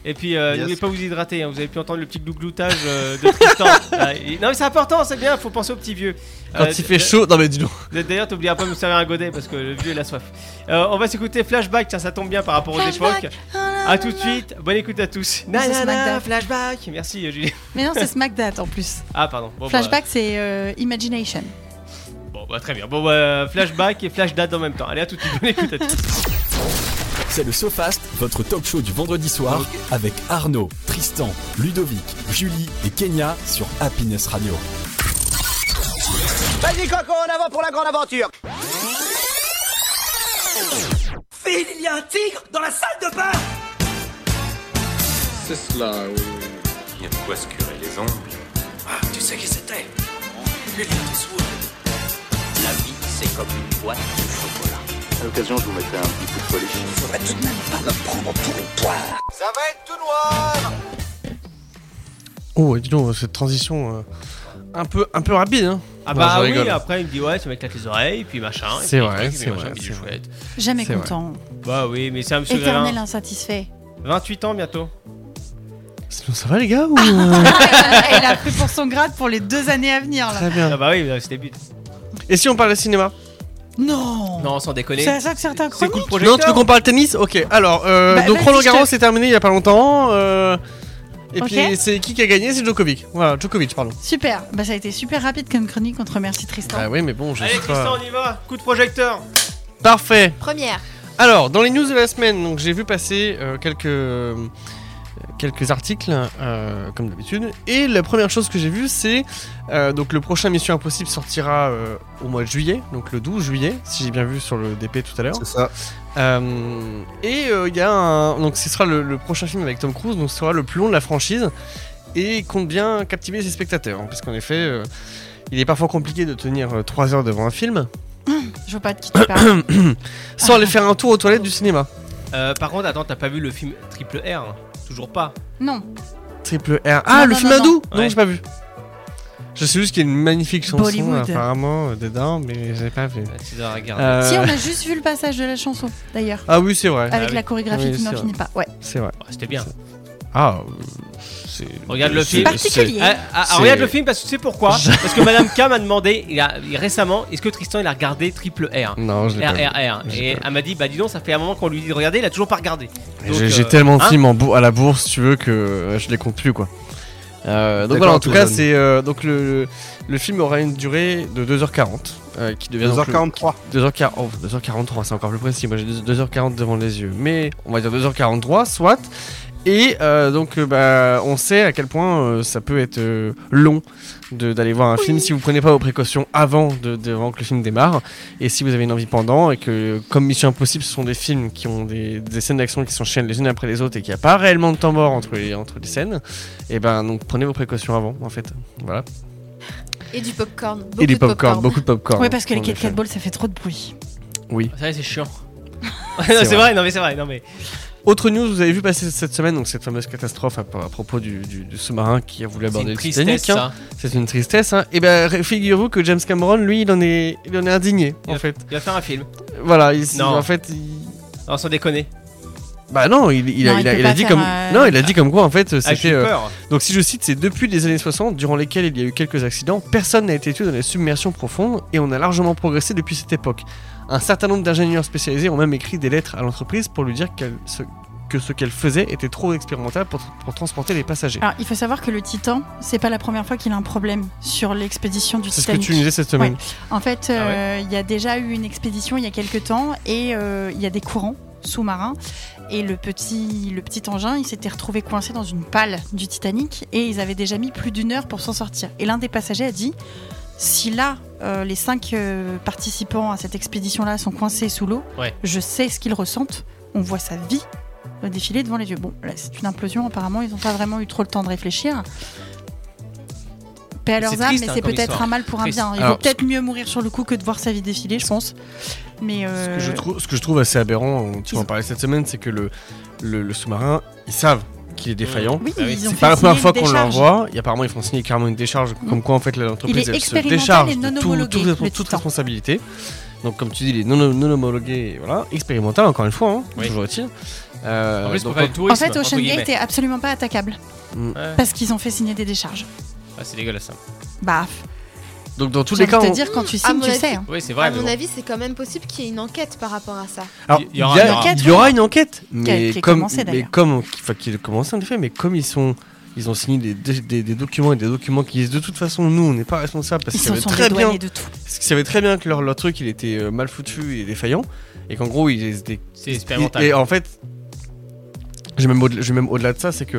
[SPEAKER 2] Et puis, euh,
[SPEAKER 6] Yes.
[SPEAKER 2] n'oubliez pas vous hydrater, hein, vous avez pu entendre le petit glougloutage euh, de Tristan. Euh, et- non, mais c'est important, c'est bien, faut penser au petit vieux.
[SPEAKER 4] Quand
[SPEAKER 2] Euh,
[SPEAKER 4] il fait
[SPEAKER 2] d-
[SPEAKER 4] chaud. Non, mais dis donc.
[SPEAKER 2] d- D'ailleurs, t'oublieras pas de me servir un godet parce que le vieux il a soif. Euh, on va s'écouter Flashback, tiens, ça tombe bien par rapport aux
[SPEAKER 3] Flashback.
[SPEAKER 2] époques.
[SPEAKER 5] Ah.
[SPEAKER 4] Ah.
[SPEAKER 2] A tout de suite, bonne écoute à tous.
[SPEAKER 3] Na, na, na,
[SPEAKER 2] flashback Merci euh, Julie.
[SPEAKER 3] Mais non, c'est Smack That en plus.
[SPEAKER 2] Ah, pardon. Bon, bah,
[SPEAKER 3] Flashback, c'est euh, Imagination.
[SPEAKER 2] bon, bah, très bien. Bon, bah, flashback et flash date en même temps. Allez, à tout de suite, bonne écoute à tous.
[SPEAKER 1] C'est le SoFast, votre talk show du vendredi soir avec Arnaud, Tristan, Ludovic, Julie et Kenya sur Happiness Radio.
[SPEAKER 9] Vas-y, Coco, en avant pour la grande aventure
[SPEAKER 8] Phil, il y a un tigre dans la salle de bain
[SPEAKER 10] C'est cela, oui. Il y a de quoi se curer les ongles.
[SPEAKER 9] Ah, tu sais qui c'était Putain, t'es sourd La vie, c'est comme une boîte de chocolat.
[SPEAKER 10] À l'occasion, je vous mettrai un petit coup de polish.
[SPEAKER 9] Faudrait tout de même pas me prendre pour une poire Ça va être tout noir
[SPEAKER 4] Oh, et dis donc, cette transition. euh, Un peu, un peu rapide, hein.
[SPEAKER 2] Ah
[SPEAKER 4] Non,
[SPEAKER 2] bah
[SPEAKER 4] je
[SPEAKER 2] oui,
[SPEAKER 4] rigole.
[SPEAKER 2] après il me dit ouais, tu m'éclates les oreilles, puis machin. et
[SPEAKER 4] C'est
[SPEAKER 2] puis
[SPEAKER 4] vrai,
[SPEAKER 2] truc, et puis
[SPEAKER 4] c'est
[SPEAKER 2] machin,
[SPEAKER 4] vrai,
[SPEAKER 2] puis
[SPEAKER 4] c'est
[SPEAKER 2] du
[SPEAKER 4] vrai.
[SPEAKER 2] chouette.
[SPEAKER 3] Jamais
[SPEAKER 4] C'est vrai.
[SPEAKER 3] content.
[SPEAKER 2] Bah oui, mais c'est un monsieur Grévin.
[SPEAKER 3] Éternel insatisfait.
[SPEAKER 2] 28 ans bientôt.
[SPEAKER 4] Sinon, ça va, les gars ou...
[SPEAKER 3] Ah,
[SPEAKER 4] euh,
[SPEAKER 3] Et il a pris pour son grade pour les deux années à venir là.
[SPEAKER 4] Très bien.
[SPEAKER 2] Ah bah oui, mais c'était but.
[SPEAKER 3] bah.
[SPEAKER 4] Et si on parle de cinéma
[SPEAKER 3] Non.
[SPEAKER 2] Non, sans déconner.
[SPEAKER 3] C'est à ça que certains
[SPEAKER 2] C'est cool le
[SPEAKER 3] chroniques.
[SPEAKER 4] Non, tu veux
[SPEAKER 2] projecteur.
[SPEAKER 4] qu'on parle tennis Ok, alors, euh,
[SPEAKER 3] Bah,
[SPEAKER 4] donc
[SPEAKER 3] vas-y,
[SPEAKER 4] Roland
[SPEAKER 3] je te-
[SPEAKER 4] Garros est terminé il y a pas longtemps. euh, et
[SPEAKER 3] Ok.
[SPEAKER 4] puis, c'est qui qui a gagné C'est Djokovic. Voilà, Djokovic, pardon.
[SPEAKER 3] Super. Bah ça a été super rapide comme chronique. On te remercie Tristan.
[SPEAKER 4] Bah oui, mais bon, je
[SPEAKER 2] Allez
[SPEAKER 4] sais
[SPEAKER 2] Tristan,
[SPEAKER 4] pas.
[SPEAKER 2] on y va. Coup de projecteur.
[SPEAKER 4] Parfait.
[SPEAKER 5] Première.
[SPEAKER 4] Alors, dans les news de la semaine, donc j'ai vu passer euh, quelques euh, quelques articles, euh, comme d'habitude. Et la première chose que j'ai vue, c'est euh, donc le prochain Mission Impossible sortira euh, au mois de juillet, donc le 12 juillet, si j'ai bien vu sur le DP tout à l'heure.
[SPEAKER 6] C'est ça.
[SPEAKER 4] Euh, et euh, il y a un. Donc, ce sera le, le prochain film avec Tom Cruise, donc ce sera le plus long de la franchise. Et il compte bien captiver ses spectateurs. hein, parce qu'en effet, euh, il est parfois compliqué de tenir 3 heures devant un film
[SPEAKER 3] Je veux pas de qui tu parles.
[SPEAKER 4] sans aller faire un tour aux toilettes du cinéma.
[SPEAKER 2] Euh, par contre, attends, t'as pas vu le film Triple R hein Toujours pas.
[SPEAKER 3] Non.
[SPEAKER 4] Triple R. Ah,
[SPEAKER 3] Non,
[SPEAKER 4] le
[SPEAKER 3] non,
[SPEAKER 4] film
[SPEAKER 3] non,
[SPEAKER 4] hindou Non,
[SPEAKER 2] non. Ouais.
[SPEAKER 4] j'ai pas vu. Je sais juste qu'il y a une magnifique chanson
[SPEAKER 3] Bollywood.
[SPEAKER 4] apparemment euh, dedans, mais j'ai pas vu.
[SPEAKER 2] Euh, Tu dois regarder.
[SPEAKER 4] Euh,
[SPEAKER 3] Si on a juste vu le passage de la chanson d'ailleurs.
[SPEAKER 4] Ah oui, c'est vrai.
[SPEAKER 3] Avec
[SPEAKER 2] oui.
[SPEAKER 3] la chorégraphie
[SPEAKER 4] Oui,
[SPEAKER 3] qui n'en
[SPEAKER 4] c'est
[SPEAKER 3] finit pas. Ouais.
[SPEAKER 4] C'est vrai.
[SPEAKER 2] Bah, c'était bien.
[SPEAKER 4] Ah, euh, c'est-
[SPEAKER 2] Regarde le
[SPEAKER 4] c'est-
[SPEAKER 2] film.
[SPEAKER 4] c'est-
[SPEAKER 3] Particulier.
[SPEAKER 2] Ah, ah, ah,
[SPEAKER 4] C'est-
[SPEAKER 2] regarde le film parce que tu sais pourquoi
[SPEAKER 4] Je-
[SPEAKER 2] Parce que Madame K m'a demandé il a- il- récemment est-ce que Tristan il a regardé Triple R
[SPEAKER 4] Non, je l'ai pas vu.
[SPEAKER 2] RRR.
[SPEAKER 4] J'ai
[SPEAKER 2] Et
[SPEAKER 4] pas vu.
[SPEAKER 2] elle m'a dit bah dis donc, ça fait un moment qu'on lui dit de regarder, il a toujours pas regardé. Donc,
[SPEAKER 4] J'ai
[SPEAKER 2] euh,
[SPEAKER 4] j'ai tellement de
[SPEAKER 2] hein
[SPEAKER 4] films en bou- à la bourse, si tu veux, que euh, je les compte plus, quoi. Euh, donc
[SPEAKER 6] D'accord,
[SPEAKER 4] voilà, en tout
[SPEAKER 6] tout
[SPEAKER 4] cas,
[SPEAKER 6] donne.
[SPEAKER 4] c'est euh, donc le, le film aura une durée de 2h40, euh, qui devient donc le-
[SPEAKER 6] 2h43.
[SPEAKER 4] 2h40, oh, 2h43, c'est encore plus précis. Moi j'ai 2h40 devant les yeux, mais on va dire 2h43, soit. Et euh, donc, euh, bah, on sait à quel point euh, ça peut être euh, long de- d'aller voir un film si vous prenez pas vos précautions avant, de, de- avant que le film démarre. Et si vous avez une envie pendant, et que comme Mission Impossible, ce sont des films qui ont des, des scènes d'action qui s'enchaînent les unes après les autres et qu'il n'y a pas réellement de temps mort entre les, entre les scènes, et ben donc prenez vos précautions avant, en fait. Voilà.
[SPEAKER 5] Et du popcorn. Beaucoup
[SPEAKER 4] et du
[SPEAKER 5] de popcorn.
[SPEAKER 4] popcorn, beaucoup de popcorn.
[SPEAKER 3] Ouais parce que les
[SPEAKER 4] en
[SPEAKER 3] Kit
[SPEAKER 4] effet.
[SPEAKER 3] Kat Balls ça fait trop de bruit.
[SPEAKER 2] C'est vrai, c'est chiant. Non,
[SPEAKER 4] C'est
[SPEAKER 2] c'est
[SPEAKER 4] vrai.
[SPEAKER 2] vrai. non mais c'est vrai, non mais.
[SPEAKER 4] Autre news, vous avez vu passer cette semaine donc cette fameuse catastrophe à, à propos du, du- du sous-marin qui a voulu
[SPEAKER 2] C'est
[SPEAKER 4] aborder
[SPEAKER 2] une
[SPEAKER 4] le
[SPEAKER 2] tristesse
[SPEAKER 4] Titanic. hein.
[SPEAKER 2] ça.
[SPEAKER 4] C'est une tristesse. hein. Et ben ré- figurez-vous que James Cameron, lui, il en est, il en est indigné en fait.
[SPEAKER 2] Il va faire un film.
[SPEAKER 4] Voilà, il,
[SPEAKER 2] Non.
[SPEAKER 4] en fait, il-
[SPEAKER 2] Non, sans déconner.
[SPEAKER 4] bah non, il, il a,
[SPEAKER 3] Non, il
[SPEAKER 4] il a-
[SPEAKER 3] peut
[SPEAKER 4] il a
[SPEAKER 3] pas
[SPEAKER 4] dit
[SPEAKER 3] faire,
[SPEAKER 4] comme,
[SPEAKER 3] euh,
[SPEAKER 4] non, il a dit comme quoi en fait
[SPEAKER 2] Ah, j'ai
[SPEAKER 4] c'était. euh,
[SPEAKER 2] peur.
[SPEAKER 4] donc si je cite, c'est depuis les années 60, durant lesquelles il y a eu quelques accidents, personne n'a été tué dans les submersions profondes et on a largement progressé depuis cette époque. Un certain nombre d'ingénieurs spécialisés ont même écrit des lettres à l'entreprise pour lui dire qu'elle se- que ce qu'elle faisait était trop expérimental pour, pour transporter les passagers.
[SPEAKER 3] Alors il faut savoir que le Titan c'est pas la première fois qu'il a un problème sur l'expédition du
[SPEAKER 4] C'est ce que
[SPEAKER 3] Titanic.
[SPEAKER 4] tu nous disais cette semaine.
[SPEAKER 3] En fait,
[SPEAKER 2] Ah ouais.
[SPEAKER 3] euh, il y a déjà eu une expédition il y a quelques temps et euh, il y a des courants sous-marins. Et le petit, le petit engin, il s'était retrouvé coincé dans une pale du Titanic et ils avaient déjà mis plus d'une heure pour s'en sortir. Et l'un des passagers a dit Si là, euh, les cinq euh, participants à cette expédition-là sont coincés sous l'eau,
[SPEAKER 2] Ouais.
[SPEAKER 3] je sais ce qu'ils ressentent, on voit sa vie euh, défiler devant les yeux. Bon, là, c'est une implosion, apparemment, ils n'ont pas vraiment eu trop le temps de réfléchir. Paix à
[SPEAKER 2] C'est
[SPEAKER 3] leurs âmes,
[SPEAKER 2] triste,
[SPEAKER 3] mais
[SPEAKER 2] hein,
[SPEAKER 3] c'est
[SPEAKER 2] comme
[SPEAKER 3] peut-être
[SPEAKER 2] histoire.
[SPEAKER 3] un mal pour un
[SPEAKER 2] Triste.
[SPEAKER 3] bien. Il vaut
[SPEAKER 4] Alors,
[SPEAKER 3] peut-être mieux mourir sur le coup que de voir sa vie défiler, je pense. Mais
[SPEAKER 4] Ce
[SPEAKER 3] euh,
[SPEAKER 4] que, je trouve, ce que je trouve assez aberrant, on tu m'en parlais cette semaine, c'est que le, le, le sous-marin, ils savent qu'il est défaillant.
[SPEAKER 3] Oui,
[SPEAKER 2] Bah oui,
[SPEAKER 3] ils ont
[SPEAKER 4] Ah C'est
[SPEAKER 3] fait
[SPEAKER 4] pas la première
[SPEAKER 3] signer
[SPEAKER 4] fois
[SPEAKER 3] une
[SPEAKER 4] qu'on
[SPEAKER 3] décharge. Mm.
[SPEAKER 4] l'envoie, et apparemment ils font signer carrément une décharge, comme quoi en fait
[SPEAKER 3] Il est
[SPEAKER 4] l'entreprise elle se
[SPEAKER 3] expérimental
[SPEAKER 4] décharge
[SPEAKER 3] et non
[SPEAKER 4] de tout-
[SPEAKER 3] homologué,
[SPEAKER 4] tout-
[SPEAKER 3] le
[SPEAKER 4] toute
[SPEAKER 3] Titan.
[SPEAKER 4] responsabilité. Donc comme tu dis, il est non, non homologué, et voilà, expérimental encore une fois, hein,
[SPEAKER 2] Oui.
[SPEAKER 4] toujours est-il. Euh,
[SPEAKER 2] En plus, pour
[SPEAKER 4] donc,
[SPEAKER 2] faire du tourisme.
[SPEAKER 3] En fait,
[SPEAKER 2] entre
[SPEAKER 3] Ocean
[SPEAKER 2] guillemets.
[SPEAKER 3] Gate est absolument pas attaquable
[SPEAKER 2] Ouais.
[SPEAKER 3] parce qu'ils ont fait signer des décharges.
[SPEAKER 2] Ah, c'est dégueulasse. ça.
[SPEAKER 3] Bah,
[SPEAKER 4] donc, dans tous
[SPEAKER 3] j'ai
[SPEAKER 4] les
[SPEAKER 3] envie
[SPEAKER 4] cas,
[SPEAKER 3] de te
[SPEAKER 4] on-
[SPEAKER 3] dire quand tu
[SPEAKER 5] Ah,
[SPEAKER 3] signes,
[SPEAKER 5] mon
[SPEAKER 3] tu
[SPEAKER 5] avis.
[SPEAKER 3] sais. hein.
[SPEAKER 2] Oui, c'est vrai.
[SPEAKER 5] À
[SPEAKER 2] mais
[SPEAKER 5] mon
[SPEAKER 2] bon.
[SPEAKER 5] avis, c'est quand même possible qu'il y ait une enquête par rapport à ça.
[SPEAKER 4] Alors,
[SPEAKER 2] Il y aura- il y aura-
[SPEAKER 4] il y aura une enquête, mais
[SPEAKER 3] qui est
[SPEAKER 4] comme,
[SPEAKER 3] commencée,
[SPEAKER 4] mais
[SPEAKER 3] d'ailleurs.
[SPEAKER 4] comme, enfin, qui est commencée en effet, mais comme ils sont, ils ont signé des, des- des- des documents et des documents qui disent de toute façon nous on n'est pas responsables parce
[SPEAKER 3] Ils
[SPEAKER 4] qu'ils
[SPEAKER 3] se
[SPEAKER 4] savaient
[SPEAKER 3] sont
[SPEAKER 4] très bien,
[SPEAKER 3] dédouanés de tout.
[SPEAKER 4] parce qu'ils savaient très bien que leur, leur truc il était euh, mal foutu et défaillant et qu'en gros ils étaient,
[SPEAKER 2] C'est expérimental.
[SPEAKER 4] et en fait, j'ai même au-delà, j'ai même au-delà de ça, c'est que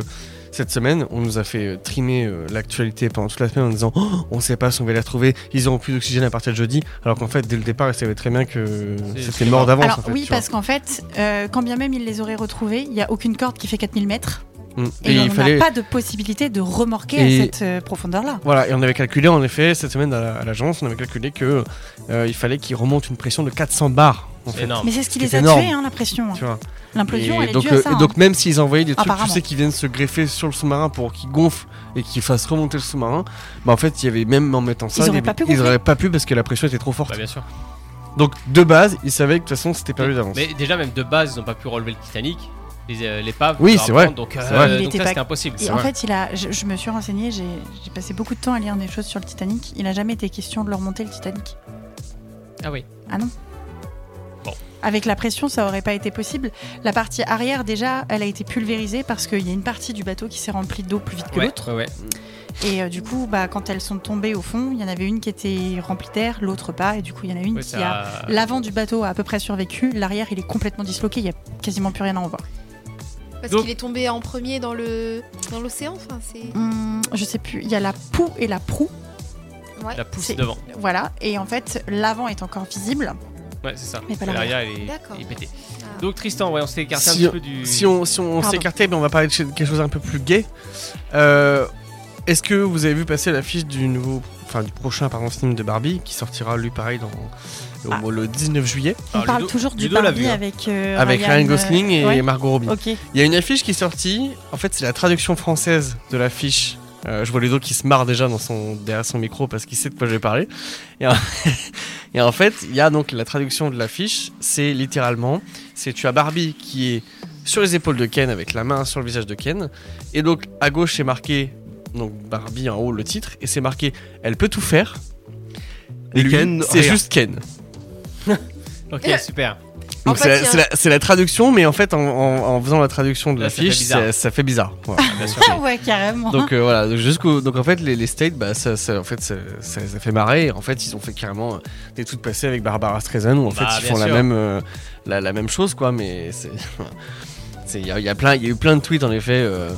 [SPEAKER 4] cette semaine on nous a fait euh, trimer euh, l'actualité pendant toute la semaine en disant Oh, on sait pas si on va les retrouver, ils auront plus d'oxygène à partir de jeudi, alors qu'en fait dès le départ ils savaient très bien que
[SPEAKER 2] C'est-
[SPEAKER 4] c'était
[SPEAKER 2] c'est
[SPEAKER 4] mort
[SPEAKER 2] mort.
[SPEAKER 4] d'avance.
[SPEAKER 3] Alors
[SPEAKER 4] en fait,
[SPEAKER 3] oui,
[SPEAKER 4] tu vois.
[SPEAKER 3] parce qu'en fait, euh, quand bien même ils les auraient retrouvés, il n'y a aucune corde qui fait 4000 mètres
[SPEAKER 4] Mm.
[SPEAKER 3] et, on n'a pas de possibilité de remorquer
[SPEAKER 4] Et-
[SPEAKER 3] à cette euh, profondeur-là.
[SPEAKER 4] Voilà, et on avait calculé en effet cette semaine à, à l'agence, on avait calculé que euh, il fallait qu'il remonte une pression de 400 bars en
[SPEAKER 2] C'est
[SPEAKER 4] fait.
[SPEAKER 2] énorme.
[SPEAKER 3] Mais c'est ce qui
[SPEAKER 4] Ce qui
[SPEAKER 3] les
[SPEAKER 4] est
[SPEAKER 3] a
[SPEAKER 4] énorme.
[SPEAKER 3] tués, hein, la pression.
[SPEAKER 4] Tu vois.
[SPEAKER 3] L'implosion,
[SPEAKER 4] Et
[SPEAKER 3] elle est
[SPEAKER 4] donc,
[SPEAKER 3] due à
[SPEAKER 4] euh,
[SPEAKER 3] ça. hein.
[SPEAKER 4] et donc même s'ils envoyaient des trucs, tu
[SPEAKER 3] Apparemment.
[SPEAKER 4] sais, qui viennent se greffer sur le sous-marin pour qu'ils gonflent et qu'ils fassent remonter le sous-marin, bah en fait il y avait même en mettant ça,
[SPEAKER 3] Ils auraient
[SPEAKER 4] des-
[SPEAKER 3] pas pu
[SPEAKER 4] ils
[SPEAKER 3] gonfler.
[SPEAKER 4] auraient pas pu parce que la pression était trop forte.
[SPEAKER 2] Bah, bien sûr.
[SPEAKER 4] Donc de base, ils savaient que de toute façon c'était perdu d'avance.
[SPEAKER 2] Mais déjà, même de base, ils n'ont pas pu relever le Titanic. Les, euh, l'épave,
[SPEAKER 4] Oui,
[SPEAKER 2] leur
[SPEAKER 4] c'est vrai.
[SPEAKER 2] plante, Donc, euh,
[SPEAKER 4] C'est vrai.
[SPEAKER 3] Il
[SPEAKER 2] donc
[SPEAKER 3] était
[SPEAKER 2] ça,
[SPEAKER 3] pas-
[SPEAKER 2] c'était impossible.
[SPEAKER 3] Et en fait, il a, je, je me suis renseignée, j'ai j'ai passé beaucoup de temps à lire des choses sur le Titanic. Il n'a jamais été question de leur monter le Titanic.
[SPEAKER 2] Ah oui.
[SPEAKER 3] Ah non.
[SPEAKER 2] Bon.
[SPEAKER 3] Avec la pression, ça aurait pas été possible. La partie arrière, déjà, elle a été pulvérisée parce qu'il y a une partie du bateau qui s'est remplie d'eau plus vite que
[SPEAKER 2] Ouais,
[SPEAKER 3] l'autre.
[SPEAKER 2] ouais, ouais.
[SPEAKER 3] Et euh, du coup, bah, quand elles sont tombées au fond, il y en avait une qui était remplie d'air, l'autre pas. Et du coup, il y en a une
[SPEAKER 2] Ouais,
[SPEAKER 3] qui a.
[SPEAKER 2] ça-
[SPEAKER 3] L'avant du bateau a à peu près survécu, l'arrière il est complètement disloqué, il n'y a quasiment plus rien à en voir.
[SPEAKER 5] Parce
[SPEAKER 2] Donc-
[SPEAKER 5] qu'il est tombé en premier dans le dans l'océan. Enfin, c'est.
[SPEAKER 3] Hum, je sais plus, il y a la poue et la proue,
[SPEAKER 5] Ouais.
[SPEAKER 2] La pousse
[SPEAKER 3] C'est-
[SPEAKER 2] devant.
[SPEAKER 3] voilà. Et en fait, l'avant est encore visible.
[SPEAKER 2] Ouais, c'est ça.
[SPEAKER 3] Mais pas
[SPEAKER 2] Et
[SPEAKER 3] l'arrière.
[SPEAKER 2] L'arrière, il est-
[SPEAKER 5] D'accord.
[SPEAKER 2] il est pété.
[SPEAKER 5] Ah.
[SPEAKER 2] Donc, Tristan, ouais, on s'est écarté
[SPEAKER 4] Si
[SPEAKER 2] un
[SPEAKER 4] on-
[SPEAKER 2] petit peu du.
[SPEAKER 4] Si on, si on
[SPEAKER 3] Pardon.
[SPEAKER 4] s'écartait, ben, on va parler de quelque chose un peu plus gay. Euh, Est-ce que vous avez vu passer l'affiche du nouveau, enfin du prochain pardon, film de Barbie qui sortira lui pareil dans au-
[SPEAKER 3] Ah.
[SPEAKER 4] le 19 juillet
[SPEAKER 3] On
[SPEAKER 2] Alors,
[SPEAKER 3] parle
[SPEAKER 2] Ludo-
[SPEAKER 3] toujours du
[SPEAKER 2] Ludo l'a
[SPEAKER 3] Barbie
[SPEAKER 2] vu, hein.
[SPEAKER 3] avec, euh,
[SPEAKER 4] avec Ryan
[SPEAKER 3] euh,
[SPEAKER 4] Gosling et
[SPEAKER 3] ouais.
[SPEAKER 4] Margot Robbie.
[SPEAKER 3] Ok.
[SPEAKER 4] Il y a une affiche qui est sortie. En fait, c'est la traduction française de l'affiche. Euh, je vois Ludo qui se marre déjà dans son, derrière son micro parce qu'il sait de quoi je vais parler. Et en, et en fait, il y a donc la traduction de l'affiche. C'est littéralement, c'est tu as Barbie qui est sur les épaules de Ken avec la main sur le visage de Ken. Et donc à gauche c'est marqué donc Barbie en haut le titre et c'est marqué elle peut tout faire.
[SPEAKER 6] Et
[SPEAKER 4] Lui,
[SPEAKER 6] Ken,
[SPEAKER 4] c'est
[SPEAKER 6] rien.
[SPEAKER 4] juste Ken.
[SPEAKER 2] hein. Ok,
[SPEAKER 5] Euh,
[SPEAKER 2] super.
[SPEAKER 5] En
[SPEAKER 4] Donc
[SPEAKER 5] fait,
[SPEAKER 4] c'est la-
[SPEAKER 5] il y a-
[SPEAKER 4] c'est la, c'est la traduction, mais en fait en, en- en faisant la traduction de
[SPEAKER 2] Là, ça fait
[SPEAKER 4] l'affiche,
[SPEAKER 2] bizarre.
[SPEAKER 4] ça, ça fait bizarre. Voilà.
[SPEAKER 3] Ah ouais, carrément.
[SPEAKER 4] Donc euh, voilà, donc jusqu'au donc en fait les, les States bah ça, ça en fait ça, ça les a fait marrer Et en fait ils ont fait carrément euh, des trucs passés avec Barbara Streisand où en fait
[SPEAKER 2] Bah,
[SPEAKER 4] ils
[SPEAKER 2] bien
[SPEAKER 4] font la
[SPEAKER 2] sûr.
[SPEAKER 4] même euh, la, la même chose quoi mais c'est c'est- il y a, il y a plein il y a eu plein de tweets en effet euh,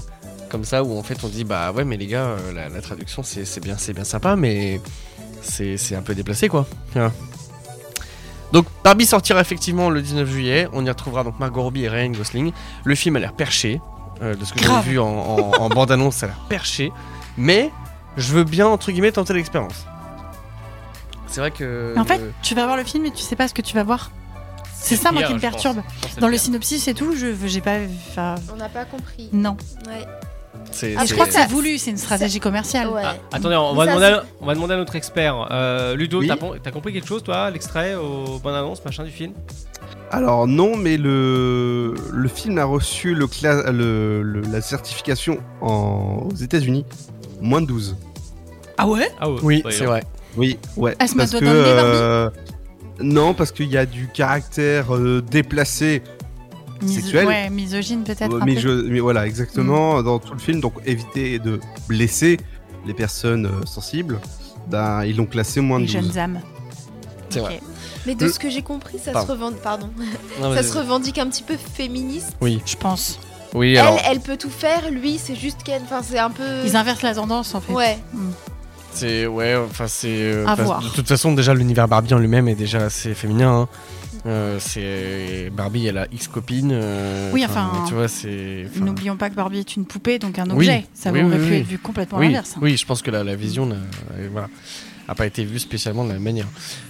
[SPEAKER 4] comme ça où en fait on dit bah ouais mais les gars euh, la, la traduction c'est c'est bien c'est bien sympa mais c'est c'est un peu déplacé quoi. Voilà. Donc Barbie sortira effectivement le 19 juillet, on y retrouvera donc Margot Robbie et Ryan Gosling. Le film a l'air perché, euh, de ce que j'ai
[SPEAKER 3] Grave.
[SPEAKER 4] vu en, en- en bande-annonce, ça a l'air perché, mais je veux bien entre guillemets tenter l'expérience. C'est vrai que
[SPEAKER 3] Mais en fait,
[SPEAKER 4] le-
[SPEAKER 3] tu vas voir le film et tu sais pas ce que tu vas voir. C'est ça, moi,
[SPEAKER 2] pire,
[SPEAKER 3] qui me
[SPEAKER 2] je pense.
[SPEAKER 3] perturbe.
[SPEAKER 2] Je pense que c'est
[SPEAKER 3] Dans le
[SPEAKER 2] pire.
[SPEAKER 3] synopsis et tout, je j'ai pas. enfin,
[SPEAKER 5] On n'a pas compris.
[SPEAKER 3] Non.
[SPEAKER 5] Ouais.
[SPEAKER 4] c'est
[SPEAKER 3] Et
[SPEAKER 5] Ah,
[SPEAKER 3] je
[SPEAKER 4] c'est-
[SPEAKER 3] crois que c'est voulu, c'est une stratégie commerciale.
[SPEAKER 5] Ouais.
[SPEAKER 2] Ah, attendez, on va,
[SPEAKER 5] Ça,
[SPEAKER 2] demander à, on va demander à notre expert. Euh, Ludo,
[SPEAKER 6] Oui.
[SPEAKER 2] t'as pon- t'as compris quelque chose, toi, à l'extrait, aux bonnes annonces, machin du film
[SPEAKER 6] Alors non, mais le, le film a reçu le cla- le- le- la certification en- aux États-Unis, moins de 12.
[SPEAKER 3] Ah ouais
[SPEAKER 2] Ah ouais,
[SPEAKER 4] Oui,
[SPEAKER 2] bah,
[SPEAKER 4] c'est
[SPEAKER 2] alors.
[SPEAKER 4] vrai.
[SPEAKER 6] Oui, ouais.
[SPEAKER 3] Elle se
[SPEAKER 6] parce
[SPEAKER 3] met
[SPEAKER 6] que,
[SPEAKER 3] dedans le nez,
[SPEAKER 6] euh, non, parce qu'il y a du caractère euh, déplacé, Sexuel.
[SPEAKER 3] Ouais, misogyne peut-être.
[SPEAKER 6] euh,
[SPEAKER 3] un
[SPEAKER 6] mais,
[SPEAKER 3] peu. Mm.
[SPEAKER 6] je- mais voilà, exactement, dans tout le film. Donc éviter de blesser les personnes euh, sensibles. Ben, ils l'ont classé moins de
[SPEAKER 3] Les
[SPEAKER 6] 12.
[SPEAKER 3] jeunes âmes.
[SPEAKER 4] C'est
[SPEAKER 3] Ok.
[SPEAKER 5] Mais de
[SPEAKER 4] Le-
[SPEAKER 5] ce que j'ai compris, ça se
[SPEAKER 4] Pardon.
[SPEAKER 5] revendique. Pardon.
[SPEAKER 4] Non,
[SPEAKER 5] ça
[SPEAKER 4] vas-y.
[SPEAKER 5] se revendique un petit peu féministe.
[SPEAKER 3] Je pense.
[SPEAKER 4] Oui, alors
[SPEAKER 5] Elle, elle peut tout faire. Lui, c'est juste qu'elle. Enfin, c'est un peu.
[SPEAKER 3] Ils inversent la tendance en fait.
[SPEAKER 5] Ouais.
[SPEAKER 3] Mm.
[SPEAKER 4] C'est ouais, enfin c'est. euh,
[SPEAKER 3] À
[SPEAKER 4] enfin,
[SPEAKER 3] voir.
[SPEAKER 4] De toute façon, déjà l'univers Barbie en lui-même est déjà assez féminin. hein. Euh, c'est Barbie, elle a X copines. euh,
[SPEAKER 3] Oui, enfin,
[SPEAKER 4] Tu vois, c'est. enfin,
[SPEAKER 3] N'oublions pas que Barbie est une poupée, donc un
[SPEAKER 4] oui,
[SPEAKER 3] objet. Ça
[SPEAKER 4] oui,
[SPEAKER 3] aurait
[SPEAKER 4] oui,
[SPEAKER 3] pu
[SPEAKER 4] oui.
[SPEAKER 3] être vu complètement à
[SPEAKER 4] oui,
[SPEAKER 3] l'inverse. hein.
[SPEAKER 4] Oui, je pense que la, la vision n'a euh, voilà, a pas été vue spécialement de la même manière.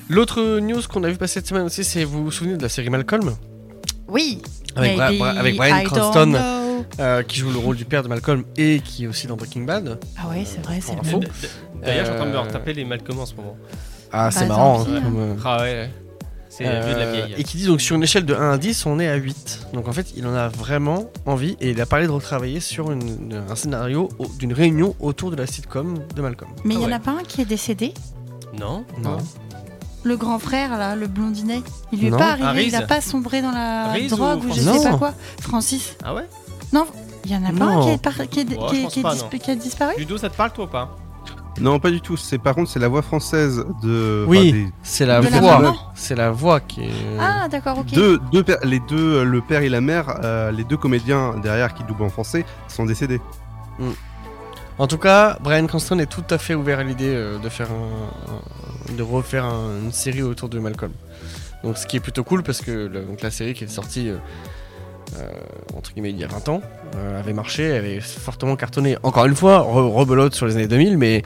[SPEAKER 4] L'autre news qu'on a vu passer cette semaine aussi, c'est vous vous souvenez de la série Malcolm
[SPEAKER 3] Oui.
[SPEAKER 4] avec, Bra-
[SPEAKER 3] Maybe
[SPEAKER 4] Bra- avec Brian
[SPEAKER 3] I don't
[SPEAKER 4] Cranston
[SPEAKER 3] know.
[SPEAKER 4] euh, qui joue le rôle du père de Malcolm et qui est aussi dans Breaking Bad.
[SPEAKER 3] Ah ouais, c'est vrai, c'est
[SPEAKER 4] pour
[SPEAKER 3] vrai.
[SPEAKER 4] info.
[SPEAKER 2] D'ailleurs, je suis en train de me
[SPEAKER 4] Euh,
[SPEAKER 2] retaper les Malcolm en ce moment.
[SPEAKER 4] Ah, c'est
[SPEAKER 3] Bah,
[SPEAKER 4] marrant.
[SPEAKER 3] tant pis,
[SPEAKER 4] hein,
[SPEAKER 3] hein.
[SPEAKER 4] comme, euh,
[SPEAKER 2] Ah ouais, ouais. C'est
[SPEAKER 4] Euh,
[SPEAKER 2] le vieux de la vieille.
[SPEAKER 4] Et qui dit donc sur une échelle de 1 à 10, on est à 8. Donc en fait, il en a vraiment envie et il a parlé de retravailler sur une- une- un scénario au- d'une réunion autour de la sitcom de Malcolm.
[SPEAKER 3] Mais il
[SPEAKER 2] Ah
[SPEAKER 3] n'y en
[SPEAKER 2] ouais.
[SPEAKER 3] a pas un qui est décédé
[SPEAKER 2] Non
[SPEAKER 4] Non.
[SPEAKER 3] Le grand frère, là, le blondinet, il lui est
[SPEAKER 4] Non.
[SPEAKER 3] pas arrivé,
[SPEAKER 2] Ah,
[SPEAKER 3] il n'a
[SPEAKER 2] Reese.
[SPEAKER 3] pas sombré dans la
[SPEAKER 2] Reese
[SPEAKER 3] drogue
[SPEAKER 2] ou
[SPEAKER 3] ou, je
[SPEAKER 4] Francis
[SPEAKER 3] sais pas
[SPEAKER 4] Non.
[SPEAKER 3] quoi. Francis,
[SPEAKER 2] Ah ouais
[SPEAKER 3] il y en a pas
[SPEAKER 4] Non.
[SPEAKER 3] un qui est, par- qui est-
[SPEAKER 2] Ouais,
[SPEAKER 3] qui
[SPEAKER 2] je
[SPEAKER 3] est-
[SPEAKER 2] pense
[SPEAKER 3] qui est
[SPEAKER 2] pas,
[SPEAKER 3] dis-
[SPEAKER 2] non.
[SPEAKER 3] qui a disparu
[SPEAKER 2] Ludo, ça te parle toi ou pas
[SPEAKER 6] Non, pas du tout. C'est par contre, c'est la voix française de.
[SPEAKER 4] Oui.
[SPEAKER 6] enfin, des-
[SPEAKER 4] C'est la
[SPEAKER 3] De la
[SPEAKER 4] voix.
[SPEAKER 3] maman
[SPEAKER 4] c'est la voix qui est.
[SPEAKER 3] Ah, d'accord, ok.
[SPEAKER 6] deux, deux pères- les deux, euh, le père et la mère, euh, les deux comédiens derrière qui doublent en français sont décédés.
[SPEAKER 4] En tout cas, Brian Cranston est tout à fait ouvert à l'idée euh, de faire un- un- de refaire un- une série autour de Malcolm. Donc, ce qui est plutôt cool parce que le- donc, la série qui est sortie euh, euh, entre guillemets il y a 20 ans euh, avait marché, avait fortement cartonné. Encore une fois, re- rebelote sur les années 2000, mais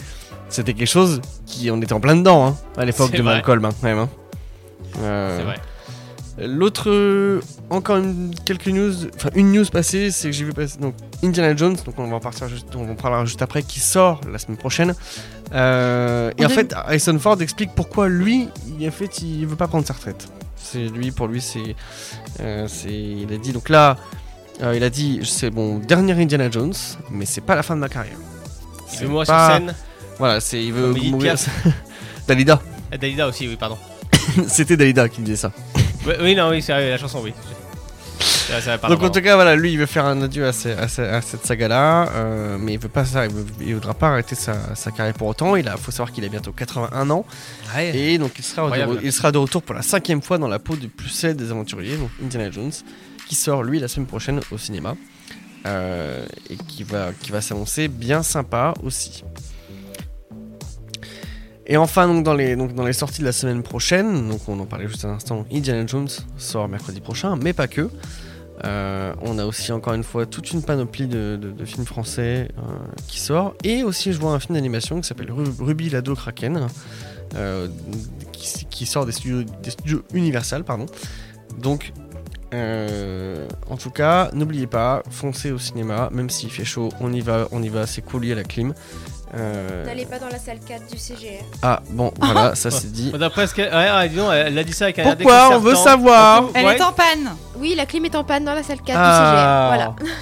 [SPEAKER 4] c'était quelque chose qui on était en plein dedans hein, à l'époque
[SPEAKER 2] C'est
[SPEAKER 4] de
[SPEAKER 2] vrai.
[SPEAKER 4] Malcolm, hein, quand même. hein. Euh,
[SPEAKER 2] C'est vrai.
[SPEAKER 4] L'autre, euh, encore une, quelques news, enfin une news passée, c'est que j'ai vu passer donc Indiana Jones, donc on va en partir juste, on va en parlera juste après, qui sort la semaine prochaine. Euh, et
[SPEAKER 3] En
[SPEAKER 4] en
[SPEAKER 3] deux-
[SPEAKER 4] fait, Harrison Ford explique pourquoi lui, il, en fait, il veut pas prendre sa retraite. C'est lui, pour lui, c'est, euh, c'est, il a dit donc là, euh, il a dit c'est bon dernier Indiana Jones, mais c'est pas la fin de ma carrière.
[SPEAKER 2] Il veut moi
[SPEAKER 4] pas-
[SPEAKER 2] sur scène.
[SPEAKER 4] Voilà, c'est il veut
[SPEAKER 2] Comme Edith
[SPEAKER 4] mourir. Dalida,
[SPEAKER 2] Ah, Dalida aussi, oui, pardon.
[SPEAKER 4] c'était Dalida qui disait ça.
[SPEAKER 2] Ouais, oui, non, oui, c'est vrai, la chanson, oui. Ça, ça, pardon,
[SPEAKER 4] Donc en tout cas voilà, lui il veut faire un adieu à, ce- à ce- à cette saga là, mais il veut pas ça, il, veut- il voudra pas arrêter sa, sa carrière pour autant. Il a, faut savoir qu'il a bientôt 81
[SPEAKER 2] pardon.
[SPEAKER 4] ans
[SPEAKER 2] Ouais.
[SPEAKER 4] et donc il sera, de,
[SPEAKER 2] Incroyable.
[SPEAKER 4] il sera de retour pour la cinquième fois dans la peau du plus célèbre des aventuriers, donc Indiana Jones, qui sort lui la semaine prochaine au cinéma Euh, et qui va, qui va s'annoncer bien sympa aussi. Et enfin, donc dans, les, donc dans les sorties de la semaine prochaine, donc on en parlait juste à l'instant, Indiana Jones sort mercredi prochain, mais pas que. Euh, on a aussi encore une fois toute une panoplie de, de- de films français euh, qui sort. Et aussi, je vois un film d'animation qui s'appelle Ru- Ruby Lado Kraken, euh, qui, s- qui sort des studios, des studios Universal. Pardon. Donc, euh, en tout cas, n'oubliez pas, foncez au cinéma, même s'il fait chaud, on y va, on y va, c'est cool, il y a la clim. Euh,
[SPEAKER 5] N'allez pas dans la salle 4 du CGR.
[SPEAKER 4] ah bon, voilà, ça c'est dit.
[SPEAKER 2] Bon, D'après ce qu'elle. Ouais, ouais, dis donc, elle a dit ça avec un air
[SPEAKER 4] Pourquoi On veut
[SPEAKER 2] déconcertant.
[SPEAKER 4] savoir.
[SPEAKER 2] On peut-
[SPEAKER 3] Elle
[SPEAKER 2] ouais.
[SPEAKER 3] est en panne
[SPEAKER 5] Oui, la clim est en panne dans la salle 4
[SPEAKER 4] Ah.
[SPEAKER 5] du CGR. Voilà.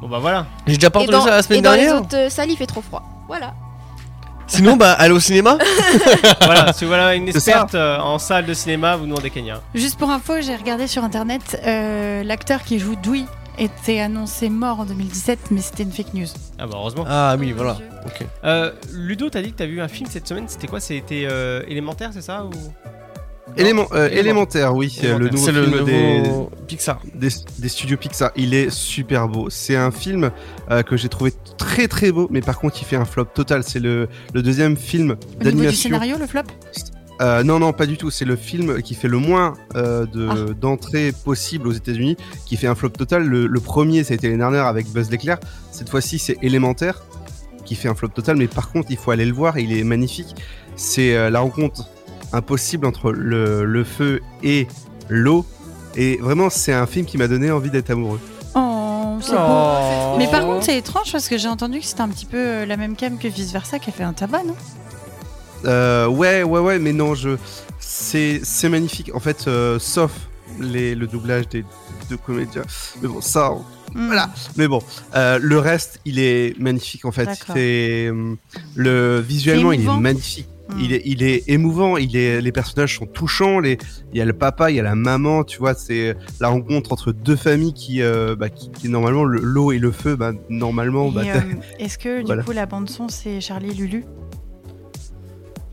[SPEAKER 2] Bon, bah voilà.
[SPEAKER 4] J'ai déjà pas
[SPEAKER 5] et
[SPEAKER 4] entendu
[SPEAKER 5] dans,
[SPEAKER 4] ça la semaine
[SPEAKER 5] et dans les
[SPEAKER 4] dernière.
[SPEAKER 5] autres euh, salles, il fait trop froid. Voilà.
[SPEAKER 4] Sinon, bah, allez au cinéma.
[SPEAKER 2] voilà, si vous voilà une
[SPEAKER 6] C'est ça.
[SPEAKER 2] experte euh, en salle de cinéma, vous demandez Kenya.
[SPEAKER 3] Juste pour info, j'ai regardé sur internet, euh, l'acteur qui joue Dewey était annoncé mort en 2017, mais c'était une fake news.
[SPEAKER 2] Ah bah heureusement.
[SPEAKER 4] Ah
[SPEAKER 5] Oh
[SPEAKER 4] oui,
[SPEAKER 5] mon
[SPEAKER 4] voilà.
[SPEAKER 5] Dieu.
[SPEAKER 4] Ok.
[SPEAKER 2] Euh, Ludo, t'as dit que t'as vu un film cette semaine, c'était quoi C'était euh, élémentaire, c'est ça ou...
[SPEAKER 6] Élément, euh,
[SPEAKER 2] Élément-
[SPEAKER 6] élémentaire, oui,
[SPEAKER 2] Élémentaire.
[SPEAKER 6] euh, le nouveau
[SPEAKER 4] C'est le
[SPEAKER 6] film des,
[SPEAKER 4] nouveau Pixar.
[SPEAKER 6] des, des studios Pixar. Il est super beau. C'est un film euh, que j'ai trouvé très très beau, mais par contre il fait un flop total. C'est le, le deuxième film
[SPEAKER 3] Au niveau du
[SPEAKER 6] d'animation.
[SPEAKER 3] scénario, le flop
[SPEAKER 6] Euh, non, non, pas du tout. C'est le film qui fait le moins euh, de
[SPEAKER 3] Ah.
[SPEAKER 6] d'entrées possibles aux États-Unis, qui fait un flop total. Le, le premier, ça a été l'année dernière avec Buzz l'éclair. Cette fois-ci, c'est élémentaire qui fait un flop total. Mais par contre, il faut aller le voir. Il est magnifique. C'est euh, la rencontre impossible entre le, le feu et l'eau. Et vraiment, c'est un film qui m'a donné envie d'être amoureux.
[SPEAKER 3] Oh, c'est beau.
[SPEAKER 4] Oh.
[SPEAKER 3] Mais par contre, c'est étrange parce que j'ai entendu que c'était un petit peu euh, la même cam que Vice Versa qui a fait un tabac, non
[SPEAKER 6] Euh, ouais, ouais, ouais, mais non, je. C'est c'est magnifique. En fait, euh, sauf les, le doublage des deux comédiens. Mais bon, ça, on-
[SPEAKER 3] Hmm.
[SPEAKER 6] Voilà. Mais bon, euh, le reste, il est magnifique en fait.
[SPEAKER 3] D'accord.
[SPEAKER 6] C'est hum, le visuellement, il
[SPEAKER 3] émouvant.
[SPEAKER 6] est magnifique.
[SPEAKER 3] Hmm.
[SPEAKER 6] Il est, il est émouvant. Il est, les personnages sont touchants. Les, il y a le papa, il y a la maman. Tu vois, c'est la rencontre entre deux familles qui, euh, bah, qui, qui, normalement, le- l'eau et le feu, bah, normalement,
[SPEAKER 3] Et,
[SPEAKER 6] bah,
[SPEAKER 3] euh, Est-ce que du
[SPEAKER 6] Voilà.
[SPEAKER 3] coup la bande son c'est Charlie et Lulu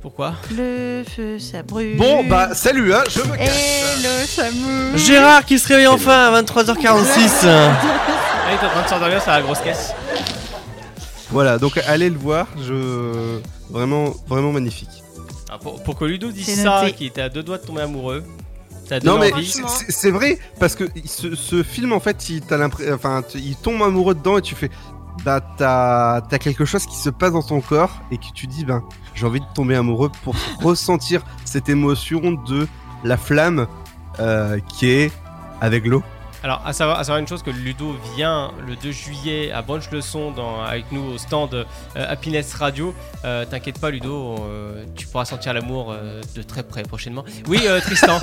[SPEAKER 2] Pourquoi
[SPEAKER 3] Le feu ça brûle.
[SPEAKER 6] bon, bah, salut, hein, je me casse.
[SPEAKER 3] Hello Samu.
[SPEAKER 4] Gérard qui se réveille enfin à 23h46.
[SPEAKER 2] Ah, il est en train de s'endormir sur la grosse caisse.
[SPEAKER 6] Voilà, donc allez le voir, je vraiment vraiment magnifique.
[SPEAKER 2] Ah, pour, pour que Ludo dise
[SPEAKER 3] C'est
[SPEAKER 2] ça,
[SPEAKER 3] noté.
[SPEAKER 2] qui était à deux doigts de tomber amoureux, t'as donné
[SPEAKER 6] Non mais
[SPEAKER 2] envie.
[SPEAKER 6] c'est- c'est c'est vrai parce que ce, ce film en fait, il, t'as l'impr- enfin, tu- il tombe amoureux dedans et tu fais bah t'as t'as quelque chose qui se passe dans ton corps et que tu dis ben j'ai envie de tomber amoureux pour ressentir cette émotion de la flamme euh, qui est avec l'eau.
[SPEAKER 2] Alors, à savoir, à savoir une chose, que Ludo vient le 2 juillet à Brunch Leçon dans, avec nous au stand euh, Happiness Radio. Euh, T'inquiète pas, Ludo, euh, tu pourras sentir l'amour euh, de très près prochainement. Oui, euh, Tristan,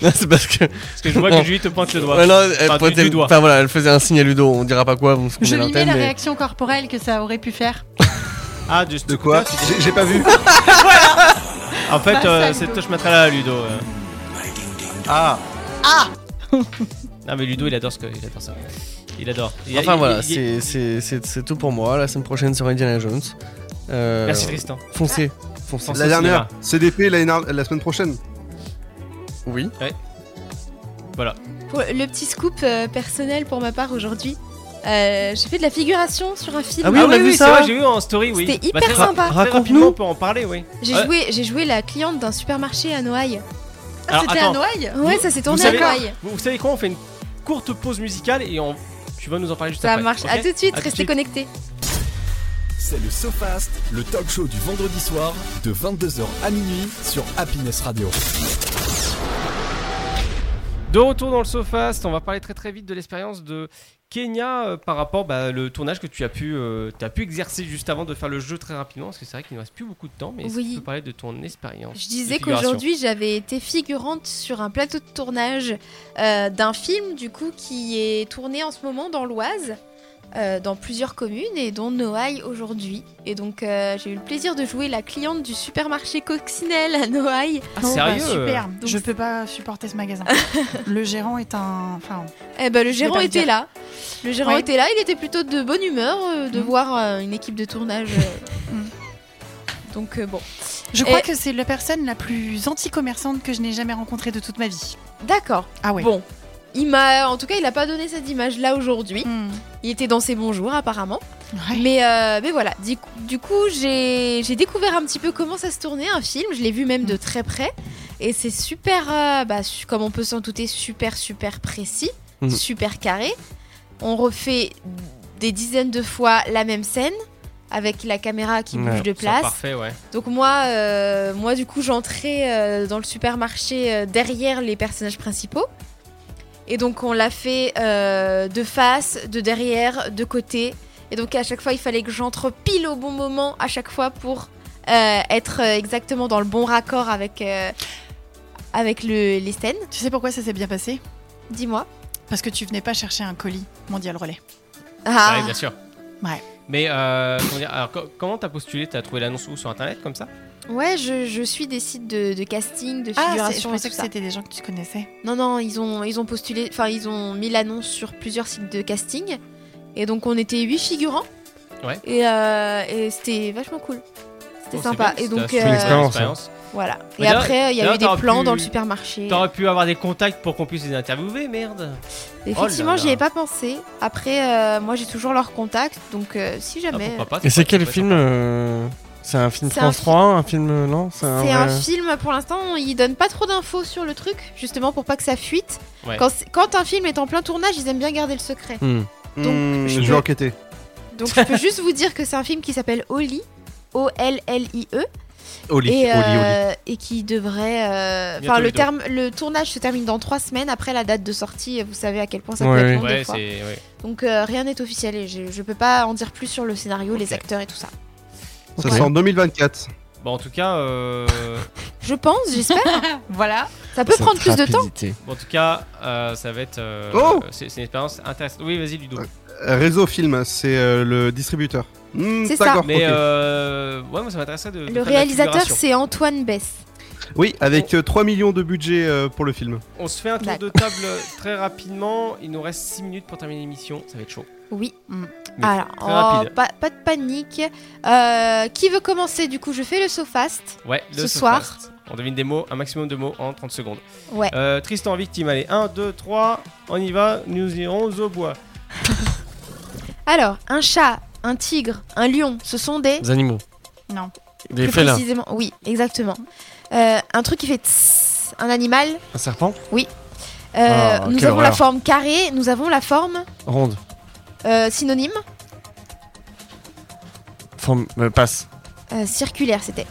[SPEAKER 4] Non, c'est parce que.
[SPEAKER 2] parce que je vois
[SPEAKER 4] Non.
[SPEAKER 2] que Julie te pointe le doigt.
[SPEAKER 4] Ouais, Euh, non, elle
[SPEAKER 2] Enfin, du-
[SPEAKER 4] pointait-
[SPEAKER 2] du doigt.
[SPEAKER 4] enfin, voilà, elle faisait un signe à Ludo, on dira pas quoi, on se
[SPEAKER 3] Je
[SPEAKER 4] connaît
[SPEAKER 3] mimais la
[SPEAKER 4] mais-
[SPEAKER 3] réaction corporelle que ça aurait pu faire.
[SPEAKER 2] Ah, de,
[SPEAKER 6] De quoi J'ai- J'ai pas vu.
[SPEAKER 2] En fait,
[SPEAKER 3] Bah,
[SPEAKER 2] euh,
[SPEAKER 3] ça,
[SPEAKER 2] cette
[SPEAKER 3] Ludo.
[SPEAKER 2] touche là, Ludo. euh.
[SPEAKER 6] Ah
[SPEAKER 2] Non, mais Ludo, il adore, ce que, il adore ça. Il adore. Il-
[SPEAKER 4] Enfin
[SPEAKER 2] il-
[SPEAKER 4] voilà,
[SPEAKER 2] il- il-
[SPEAKER 4] c'est- c'est c'est- c'est tout pour moi. La semaine prochaine sur Indiana Jones. Euh,
[SPEAKER 2] Merci, Tristan.
[SPEAKER 4] Foncez, foncez.
[SPEAKER 2] Foncez.
[SPEAKER 6] la dernière CDP la, la semaine prochaine.
[SPEAKER 4] Oui.
[SPEAKER 5] Pour le petit scoop euh, personnel pour ma part aujourd'hui, euh, j'ai fait de la figuration sur un film.
[SPEAKER 4] Ah oui, on a vu
[SPEAKER 2] c'est
[SPEAKER 4] ça.
[SPEAKER 2] vrai, J'ai vu en story, oui.
[SPEAKER 5] C'était
[SPEAKER 2] Bah,
[SPEAKER 5] hyper
[SPEAKER 2] très-
[SPEAKER 5] sympa.
[SPEAKER 2] très rapidement, on peut en parler, oui.
[SPEAKER 5] J'ai
[SPEAKER 2] Ouais.
[SPEAKER 5] joué, j'ai joué la cliente d'un supermarché à Noailles.
[SPEAKER 3] Ah, C'était à
[SPEAKER 2] attends.
[SPEAKER 3] Noailles
[SPEAKER 5] Ouais, ça s'est
[SPEAKER 2] Vous
[SPEAKER 5] tourné à
[SPEAKER 2] savez,
[SPEAKER 5] Noailles.
[SPEAKER 2] vous, vous savez quoi On fait une courte pause musicale et on... tu vas nous en parler juste
[SPEAKER 5] Ça
[SPEAKER 2] après.
[SPEAKER 5] marche.
[SPEAKER 2] ok
[SPEAKER 5] À tout de suite,
[SPEAKER 2] À tout de
[SPEAKER 5] restez
[SPEAKER 2] suite.
[SPEAKER 5] connectés.
[SPEAKER 1] C'est le SoFast, le talk show du vendredi soir de 22h à minuit sur Happiness Radio.
[SPEAKER 2] De retour dans le SoFast, on va parler très très vite de l'expérience de Kenya euh, par rapport bah, le tournage que tu as pu, euh, t'as pu exercer juste avant de faire le jeu très rapidement, parce que c'est vrai qu'il ne reste plus beaucoup de temps, mais est-ce que
[SPEAKER 5] Oui.
[SPEAKER 2] tu peux parler de ton expérience
[SPEAKER 5] Je
[SPEAKER 2] de
[SPEAKER 5] disais
[SPEAKER 2] figuration
[SPEAKER 5] qu'aujourd'hui j'avais été figurante sur un plateau de tournage euh, d'un film du coup qui est tourné en ce moment dans l'Oise, euh, dans plusieurs communes et dont Noailles aujourd'hui. Et donc euh, j'ai eu le plaisir de jouer la cliente du supermarché Coccinelle à Noailles.
[SPEAKER 2] Ah,
[SPEAKER 3] Non,
[SPEAKER 2] sérieux
[SPEAKER 3] bah, super.
[SPEAKER 5] Donc-
[SPEAKER 3] Je peux pas supporter ce magasin. le gérant est un. Enfin,
[SPEAKER 5] Eh ben le
[SPEAKER 3] Je vais pas
[SPEAKER 5] gérant
[SPEAKER 3] le
[SPEAKER 5] était
[SPEAKER 3] dire.
[SPEAKER 5] là. Le gérant
[SPEAKER 3] Ouais.
[SPEAKER 5] était là, il était plutôt de bonne humeur euh, de
[SPEAKER 3] Mhm.
[SPEAKER 5] voir euh, une équipe de tournage. euh.
[SPEAKER 3] Mhm.
[SPEAKER 5] donc euh, bon.
[SPEAKER 3] je crois
[SPEAKER 5] Et-
[SPEAKER 3] que c'est la personne la plus anti-commerçante que je n'ai jamais rencontrée de toute ma vie.
[SPEAKER 5] D'accord.
[SPEAKER 3] Ah ouais.
[SPEAKER 5] Bon. Il m'a, en tout cas, il a pas donné cette image là aujourd'hui.
[SPEAKER 3] Hmm.
[SPEAKER 5] Il était dans ses bons jours apparemment.
[SPEAKER 3] Ouais.
[SPEAKER 5] Mais, euh, mais voilà, du, coup- du coup, j'ai j'ai découvert un petit peu comment ça se tournait un film. Je l'ai vu même de très près. Et c'est super, euh, bah, su- comme on peut s'en douter, super, super précis,
[SPEAKER 4] Mhm.
[SPEAKER 5] super carré. On refait des dizaines de fois la même scène avec la caméra qui
[SPEAKER 4] Ouais,
[SPEAKER 5] bouge de
[SPEAKER 2] Ça,
[SPEAKER 5] place.
[SPEAKER 2] Parfait, ouais.
[SPEAKER 5] Donc moi, euh, moi du coup, j'entrais euh, dans le supermarché euh, derrière les personnages principaux. Et donc on l'a fait euh, de face, de derrière, de côté. Et donc à chaque fois, il fallait que j'entre pile au bon moment à chaque fois pour euh, être euh, exactement dans le bon raccord avec euh, avec le, les scènes.
[SPEAKER 3] Tu sais pourquoi ça s'est bien passé
[SPEAKER 5] Dis-moi.
[SPEAKER 3] Parce que tu venais pas chercher un colis mondial relais.
[SPEAKER 5] Ah.
[SPEAKER 2] Ouais, bien sûr.
[SPEAKER 3] Ouais.
[SPEAKER 2] Mais euh, comment dire, alors, co- comment t'as postulé T'as trouvé l'annonce où sur internet comme ça
[SPEAKER 5] Ouais, je, je suis des sites de, de casting,
[SPEAKER 3] Ah,
[SPEAKER 5] de
[SPEAKER 3] c'est- je
[SPEAKER 5] figuration et
[SPEAKER 3] pensais
[SPEAKER 5] tout
[SPEAKER 3] que
[SPEAKER 5] ça.
[SPEAKER 3] c'était des gens que tu connaissais.
[SPEAKER 5] Non, non, ils ont, ils ont postulé, enfin, ils ont mis l'annonce sur plusieurs sites de casting. Et donc, on était huit figurants.
[SPEAKER 2] Ouais.
[SPEAKER 5] Et, euh, et c'était vachement cool.
[SPEAKER 2] Oh,
[SPEAKER 5] C'était
[SPEAKER 2] c'est bien,
[SPEAKER 5] sympa. et
[SPEAKER 2] c'était
[SPEAKER 5] donc,
[SPEAKER 2] assez-
[SPEAKER 5] euh,
[SPEAKER 4] expérience,
[SPEAKER 5] voilà.
[SPEAKER 2] Mais
[SPEAKER 5] Et
[SPEAKER 2] là-
[SPEAKER 5] après, il y
[SPEAKER 2] là,
[SPEAKER 5] a eu des
[SPEAKER 2] t'aurais
[SPEAKER 5] plans
[SPEAKER 2] pu-
[SPEAKER 5] dans le supermarché.
[SPEAKER 2] T'aurais pu avoir des contacts pour qu'on puisse les interviewer, merde.
[SPEAKER 5] Effectivement,
[SPEAKER 2] Oh là
[SPEAKER 5] j'y
[SPEAKER 2] là.
[SPEAKER 5] ai pas pensé. Après, euh, moi, j'ai toujours leur contact. Donc, euh, si
[SPEAKER 2] Ah,
[SPEAKER 5] jamais.
[SPEAKER 2] pourquoi pas,
[SPEAKER 4] Et
[SPEAKER 2] ça
[SPEAKER 4] c'est
[SPEAKER 2] pourrait
[SPEAKER 4] quel
[SPEAKER 2] être
[SPEAKER 4] film euh, C'est un film
[SPEAKER 5] C'est un
[SPEAKER 4] France
[SPEAKER 5] fi-
[SPEAKER 4] 3, un film euh, non
[SPEAKER 5] C'est
[SPEAKER 4] vrai-
[SPEAKER 5] un film, pour l'instant, ils donnent pas trop d'infos sur le truc, justement pour pas que ça fuite.
[SPEAKER 2] Ouais.
[SPEAKER 5] Quand, c'est- quand un film est en plein tournage, ils aiment bien garder le secret.
[SPEAKER 4] Hmm.
[SPEAKER 5] Donc,
[SPEAKER 6] Hmm,
[SPEAKER 5] je
[SPEAKER 6] je vais
[SPEAKER 5] peux-
[SPEAKER 6] enquêter.
[SPEAKER 5] Donc je peux juste vous dire que c'est un film qui s'appelle Oli, O-L-L-I-E,
[SPEAKER 6] Oli,
[SPEAKER 5] E, et,
[SPEAKER 6] Oli, Oli.
[SPEAKER 5] euh, et qui devrait... euh,
[SPEAKER 2] Bientôt
[SPEAKER 5] Enfin, le,
[SPEAKER 2] Ludo.
[SPEAKER 5] terme, le tournage se termine dans trois semaines après la date de sortie, vous savez à quel point ça
[SPEAKER 4] Ouais,
[SPEAKER 5] peut
[SPEAKER 4] ouais.
[SPEAKER 5] être
[SPEAKER 2] sympa.
[SPEAKER 5] long
[SPEAKER 2] Ouais,
[SPEAKER 5] des fois.
[SPEAKER 2] c'est. ouais.
[SPEAKER 5] Donc euh, rien n'est officiel et je, je peux pas en dire plus sur le scénario,
[SPEAKER 2] Ok.
[SPEAKER 5] les acteurs et tout ça.
[SPEAKER 6] Ça
[SPEAKER 5] Ouais.
[SPEAKER 6] sort en 2024.
[SPEAKER 2] Bon, en tout cas, euh,
[SPEAKER 5] Je pense, j'espère.
[SPEAKER 3] Ah. Voilà.
[SPEAKER 5] ça peut prendre plus de temps.
[SPEAKER 2] bon, en tout cas, euh, ça va être. euh,
[SPEAKER 6] Oh
[SPEAKER 2] c'est c'est une expérience intéressante. Oui, vas-y, Ludo.
[SPEAKER 6] Euh, Réseau Film, c'est euh, le distributeur. Hmm,
[SPEAKER 5] C'est ça.
[SPEAKER 6] D'accord.
[SPEAKER 2] Mais
[SPEAKER 6] ok.
[SPEAKER 2] euh, ouais, moi ça m'intéresserait de. de
[SPEAKER 5] Le
[SPEAKER 2] faire de la
[SPEAKER 5] réalisateur,
[SPEAKER 2] figuration.
[SPEAKER 5] c'est Antoine Bess.
[SPEAKER 6] Oui, avec euh, 3 millions de budget euh, pour le film.
[SPEAKER 2] On se fait un tour de table très rapidement. Il nous reste 6 minutes pour terminer l'émission. Ça va être chaud.
[SPEAKER 5] Oui.
[SPEAKER 3] Mm.
[SPEAKER 2] Mais
[SPEAKER 5] Alors,
[SPEAKER 2] très
[SPEAKER 5] oh,
[SPEAKER 2] rapide.
[SPEAKER 5] pas, pas de panique. Euh, qui veut commencer Du coup, je fais le saut fast.
[SPEAKER 2] Ouais, le
[SPEAKER 5] Ce
[SPEAKER 2] Sofast.
[SPEAKER 5] soir.
[SPEAKER 2] On devine des mots, un maximum de mots en 30 secondes.
[SPEAKER 5] Ouais.
[SPEAKER 2] Euh, Tristan, victime, allez, 1, 2, 3, on y va, nous irons au bois.
[SPEAKER 5] Alors, un chat un tigre, un lion, ce sont des...
[SPEAKER 4] Des animaux.
[SPEAKER 3] Non.
[SPEAKER 4] Des
[SPEAKER 5] Plus
[SPEAKER 4] félins.
[SPEAKER 5] précisément, oui, exactement. Euh, un truc qui fait tss, un animal.
[SPEAKER 4] Un serpent
[SPEAKER 5] Oui. Euh,
[SPEAKER 4] Ah,
[SPEAKER 5] nous
[SPEAKER 4] quelle
[SPEAKER 5] avons la
[SPEAKER 4] horreur.
[SPEAKER 5] forme carrée, nous avons la forme
[SPEAKER 4] Ronde.
[SPEAKER 5] euh, synonyme
[SPEAKER 4] Forme. euh, passe.
[SPEAKER 5] euh, circulaire, c'était.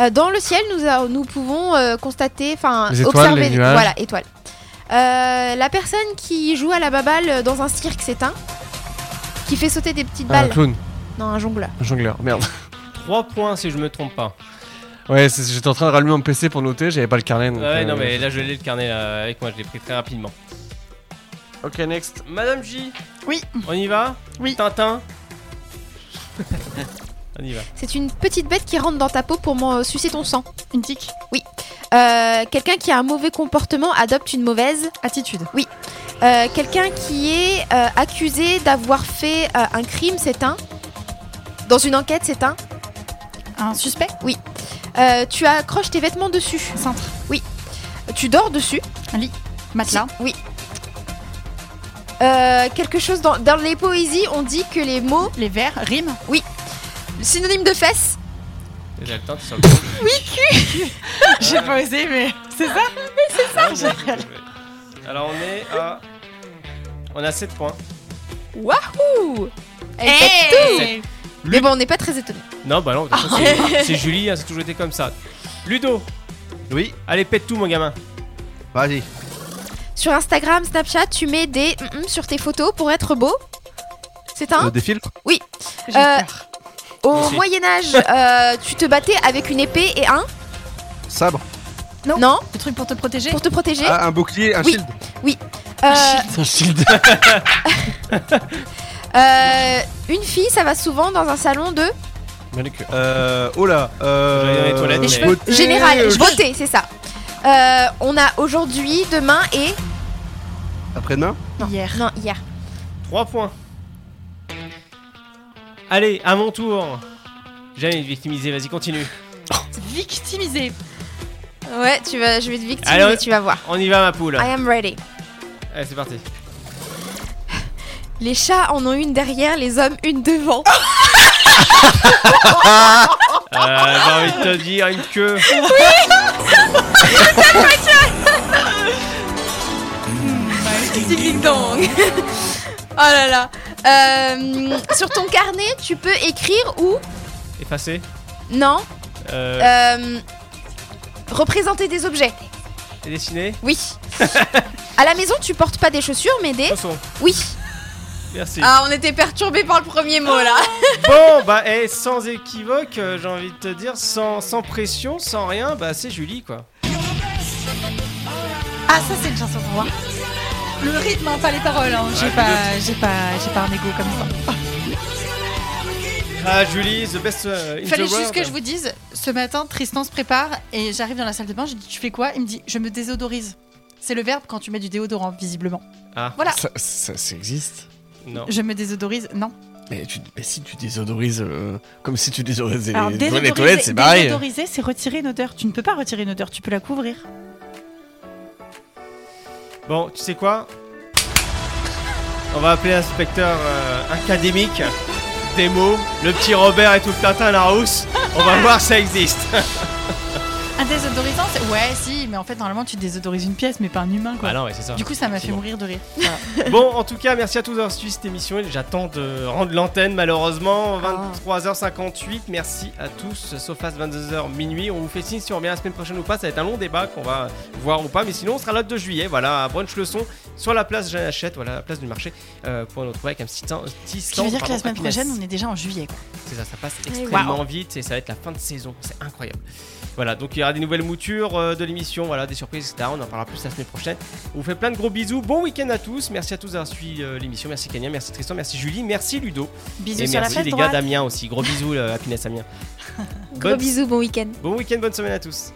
[SPEAKER 5] Euh, dans le ciel, nous, a- nous pouvons euh, constater, enfin,
[SPEAKER 4] Les étoiles,
[SPEAKER 5] observer.
[SPEAKER 4] les nuages.
[SPEAKER 5] Voilà, étoiles. Euh, la personne qui joue à la baballe dans un cirque, c'est un qui fait sauter des petites
[SPEAKER 4] Un
[SPEAKER 5] balles.
[SPEAKER 4] clown.
[SPEAKER 5] Non, un jongleur.
[SPEAKER 4] Un jongleur. Merde.
[SPEAKER 2] 3 points si je me trompe pas.
[SPEAKER 4] Ouais, c'est- j'étais en train de rallumer mon PC pour noter, j'avais pas le carnet. donc,
[SPEAKER 2] Ouais,
[SPEAKER 4] euh,
[SPEAKER 2] non, mais là, je l'ai le carnet là, avec moi, je l'ai pris très rapidement.
[SPEAKER 4] Ok, next.
[SPEAKER 2] Madame J,
[SPEAKER 3] Oui,
[SPEAKER 2] on y va
[SPEAKER 3] Oui.
[SPEAKER 2] Tintin On y va.
[SPEAKER 5] C'est une petite bête qui rentre dans ta peau pour m'en- sucer ton sang.
[SPEAKER 3] une tique,
[SPEAKER 5] Euh, quelqu'un qui a un mauvais comportement adopte une mauvaise.
[SPEAKER 3] attitude,
[SPEAKER 5] Euh, quelqu'un qui est euh, accusé d'avoir fait euh, un crime, c'est un. Dans une enquête, c'est un.
[SPEAKER 3] un suspect,
[SPEAKER 5] Euh, tu accroches tes vêtements dessus.
[SPEAKER 3] cintre,
[SPEAKER 5] Tu dors dessus.
[SPEAKER 3] matelas,
[SPEAKER 5] Oui. Euh, quelque chose dans, dans les poésies, on dit que les mots
[SPEAKER 3] les verres, rimes,
[SPEAKER 5] synonymes de fesses.
[SPEAKER 2] Déjà, le temps, t'es sur le coup.
[SPEAKER 3] j'ai pas osé mais c'est ça
[SPEAKER 2] Ouais, ouais, ouais. Alors, on est à. On a 7 points.
[SPEAKER 5] Wouh
[SPEAKER 3] Eh
[SPEAKER 5] Elle fait-
[SPEAKER 3] Hey
[SPEAKER 5] Mais bon, on n'est pas très étonnés.
[SPEAKER 2] Non, bah non, de toute façon,
[SPEAKER 3] Ah.
[SPEAKER 2] c'est- c'est Julie, hein, c'est toujours été comme ça. Ludo,
[SPEAKER 6] Oui,
[SPEAKER 2] allez, pète tout, mon gamin.
[SPEAKER 6] vas-y.
[SPEAKER 5] Sur Instagram, Snapchat, tu mets des mm, mm sur tes photos pour être beau. C'est un.
[SPEAKER 6] Euh, des filtres
[SPEAKER 3] J'ai
[SPEAKER 5] Euh,
[SPEAKER 3] peur.
[SPEAKER 5] Au
[SPEAKER 2] Merci.
[SPEAKER 5] Moyen Âge, euh, tu te battais avec une épée et un.
[SPEAKER 6] Sabre
[SPEAKER 5] Non.
[SPEAKER 3] Le truc pour te protéger
[SPEAKER 5] Pour te protéger.
[SPEAKER 6] Ah, un bouclier, un
[SPEAKER 5] Oui.
[SPEAKER 6] shield
[SPEAKER 5] Euh,
[SPEAKER 4] C'est un shield.
[SPEAKER 5] euh, une fille, ça va souvent dans un salon de
[SPEAKER 4] Manucure.
[SPEAKER 6] Euh. Oh là
[SPEAKER 2] J'allais dans
[SPEAKER 6] Euh.
[SPEAKER 2] les toilettes, mais-
[SPEAKER 6] je vote-
[SPEAKER 5] général.
[SPEAKER 6] Euh,
[SPEAKER 5] Beauté, c'est ça. Euh, on a aujourd'hui, demain et
[SPEAKER 6] Après-demain
[SPEAKER 3] hier.
[SPEAKER 5] non hier.
[SPEAKER 2] 3 points. Allez, à mon tour. Jamais de victimiser, vas-y, continue.
[SPEAKER 3] Victimisé.
[SPEAKER 5] Ouais, tu vas, je vais te victimiser,
[SPEAKER 2] Alors-
[SPEAKER 5] tu vas voir.
[SPEAKER 2] On y va, ma poule.
[SPEAKER 5] I am ready.
[SPEAKER 2] Allez, c'est parti.
[SPEAKER 5] Les chats en ont une derrière, les hommes une devant.
[SPEAKER 2] Euh, J'ai envie de te dire une queue.
[SPEAKER 5] Ding dong. oh là là. Euh, sur ton carnet, tu peux écrire ou
[SPEAKER 2] Effacé.
[SPEAKER 5] non
[SPEAKER 2] Euh,
[SPEAKER 5] euh, représenter des objets.
[SPEAKER 2] et Dessiné.
[SPEAKER 5] Oui. à la maison, tu portes pas des chaussures, mais des
[SPEAKER 2] Chanson.
[SPEAKER 5] oui.
[SPEAKER 2] Merci.
[SPEAKER 5] Ah, on était perturbé par le premier mot là.
[SPEAKER 2] Bon, bah, et sans équivoque, euh, j'ai envie de te dire, sans, sans pression, sans rien, bah, c'est Julie, quoi.
[SPEAKER 3] Ah ça c'est une chanson pour moi. Le rythme, hein, pas les paroles. hein. J'ai
[SPEAKER 2] Ouais,
[SPEAKER 3] pas, j'ai pas, j'ai pas un égo comme ça.
[SPEAKER 2] Ah, Julie, the best euh, in
[SPEAKER 3] Il fallait
[SPEAKER 2] the world.
[SPEAKER 3] juste que je vous dise. Ce matin, Tristan se prépare et j'arrive dans la salle de bain. Je dis, tu fais quoi Il me dit, je me désodorise. C'est le verbe quand tu mets du déodorant, visiblement.
[SPEAKER 2] Ah.
[SPEAKER 3] Voilà.
[SPEAKER 4] Ça, ça, ça existe.
[SPEAKER 2] Non.
[SPEAKER 3] Je me désodorise. Non.
[SPEAKER 4] Mais, tu- mais si tu désodorises. euh, comme si tu désodorises les,
[SPEAKER 3] Alors
[SPEAKER 4] les
[SPEAKER 3] désodoriser,
[SPEAKER 4] toilettes, c'est pareil.
[SPEAKER 3] désodoriser, c'est retirer une odeur. Tu ne peux pas retirer une odeur. Tu peux la couvrir.
[SPEAKER 2] Bon, tu sais quoi On va appeler l'inspecteur euh, académique des mots, le petit Robert et tout le tintin à la rousse. On va voir si ça existe.
[SPEAKER 3] Un désodorisant, c'est ouais, si, mais en fait normalement tu désodorises une pièce, mais pas un humain quoi.
[SPEAKER 2] Bah non, ouais, c'est ça.
[SPEAKER 3] du coup, ça m'a fait
[SPEAKER 2] Bon.
[SPEAKER 3] mourir de rire.
[SPEAKER 2] Bon, en tout cas, merci à tous d'avoir suivi cette émission. Et J'attends de rendre l'antenne, malheureusement.
[SPEAKER 3] Ah.
[SPEAKER 2] 23h58. Merci à tous. Sofast 22h minuit. On vous fait signe si on revient la semaine prochaine ou pas. Ça va être un long débat qu'on va voir ou pas. Mais sinon, on sera là le 2 juillet. Voilà, à brunch leçon sur la place Jeanne Hachette, voilà, la place du marché, euh, pour nous retrouver avec un petit temps. petit
[SPEAKER 3] Ce qui
[SPEAKER 2] stand,
[SPEAKER 3] veut dire que
[SPEAKER 2] pardon,
[SPEAKER 3] la semaine
[SPEAKER 2] happiness.
[SPEAKER 3] prochaine, on est déjà en juillet. Quoi.
[SPEAKER 2] C'est ça, ça passe
[SPEAKER 3] Ah
[SPEAKER 5] oui.
[SPEAKER 2] extrêmement vite et ça va être la fin de saison. C'est incroyable. Voilà, donc il y aura des nouvelles moutures euh, de l'émission, voilà, des surprises, etc. On en parlera plus la semaine prochaine. On vous fait plein de gros bisous. Bon week-end à tous. Merci à tous d'avoir suivi euh, l'émission. Merci Kenya, merci Tristan, merci Julie, merci Ludo.
[SPEAKER 3] Bisous
[SPEAKER 2] et
[SPEAKER 3] sur la
[SPEAKER 2] merci
[SPEAKER 3] fête
[SPEAKER 2] les gars
[SPEAKER 3] droite.
[SPEAKER 2] d'Amiens aussi. Gros bisous, euh, Happiness Amiens.
[SPEAKER 5] Gros
[SPEAKER 2] Bonne-
[SPEAKER 5] bisous, bon week-end.
[SPEAKER 2] Bon week-end, bonne semaine à tous.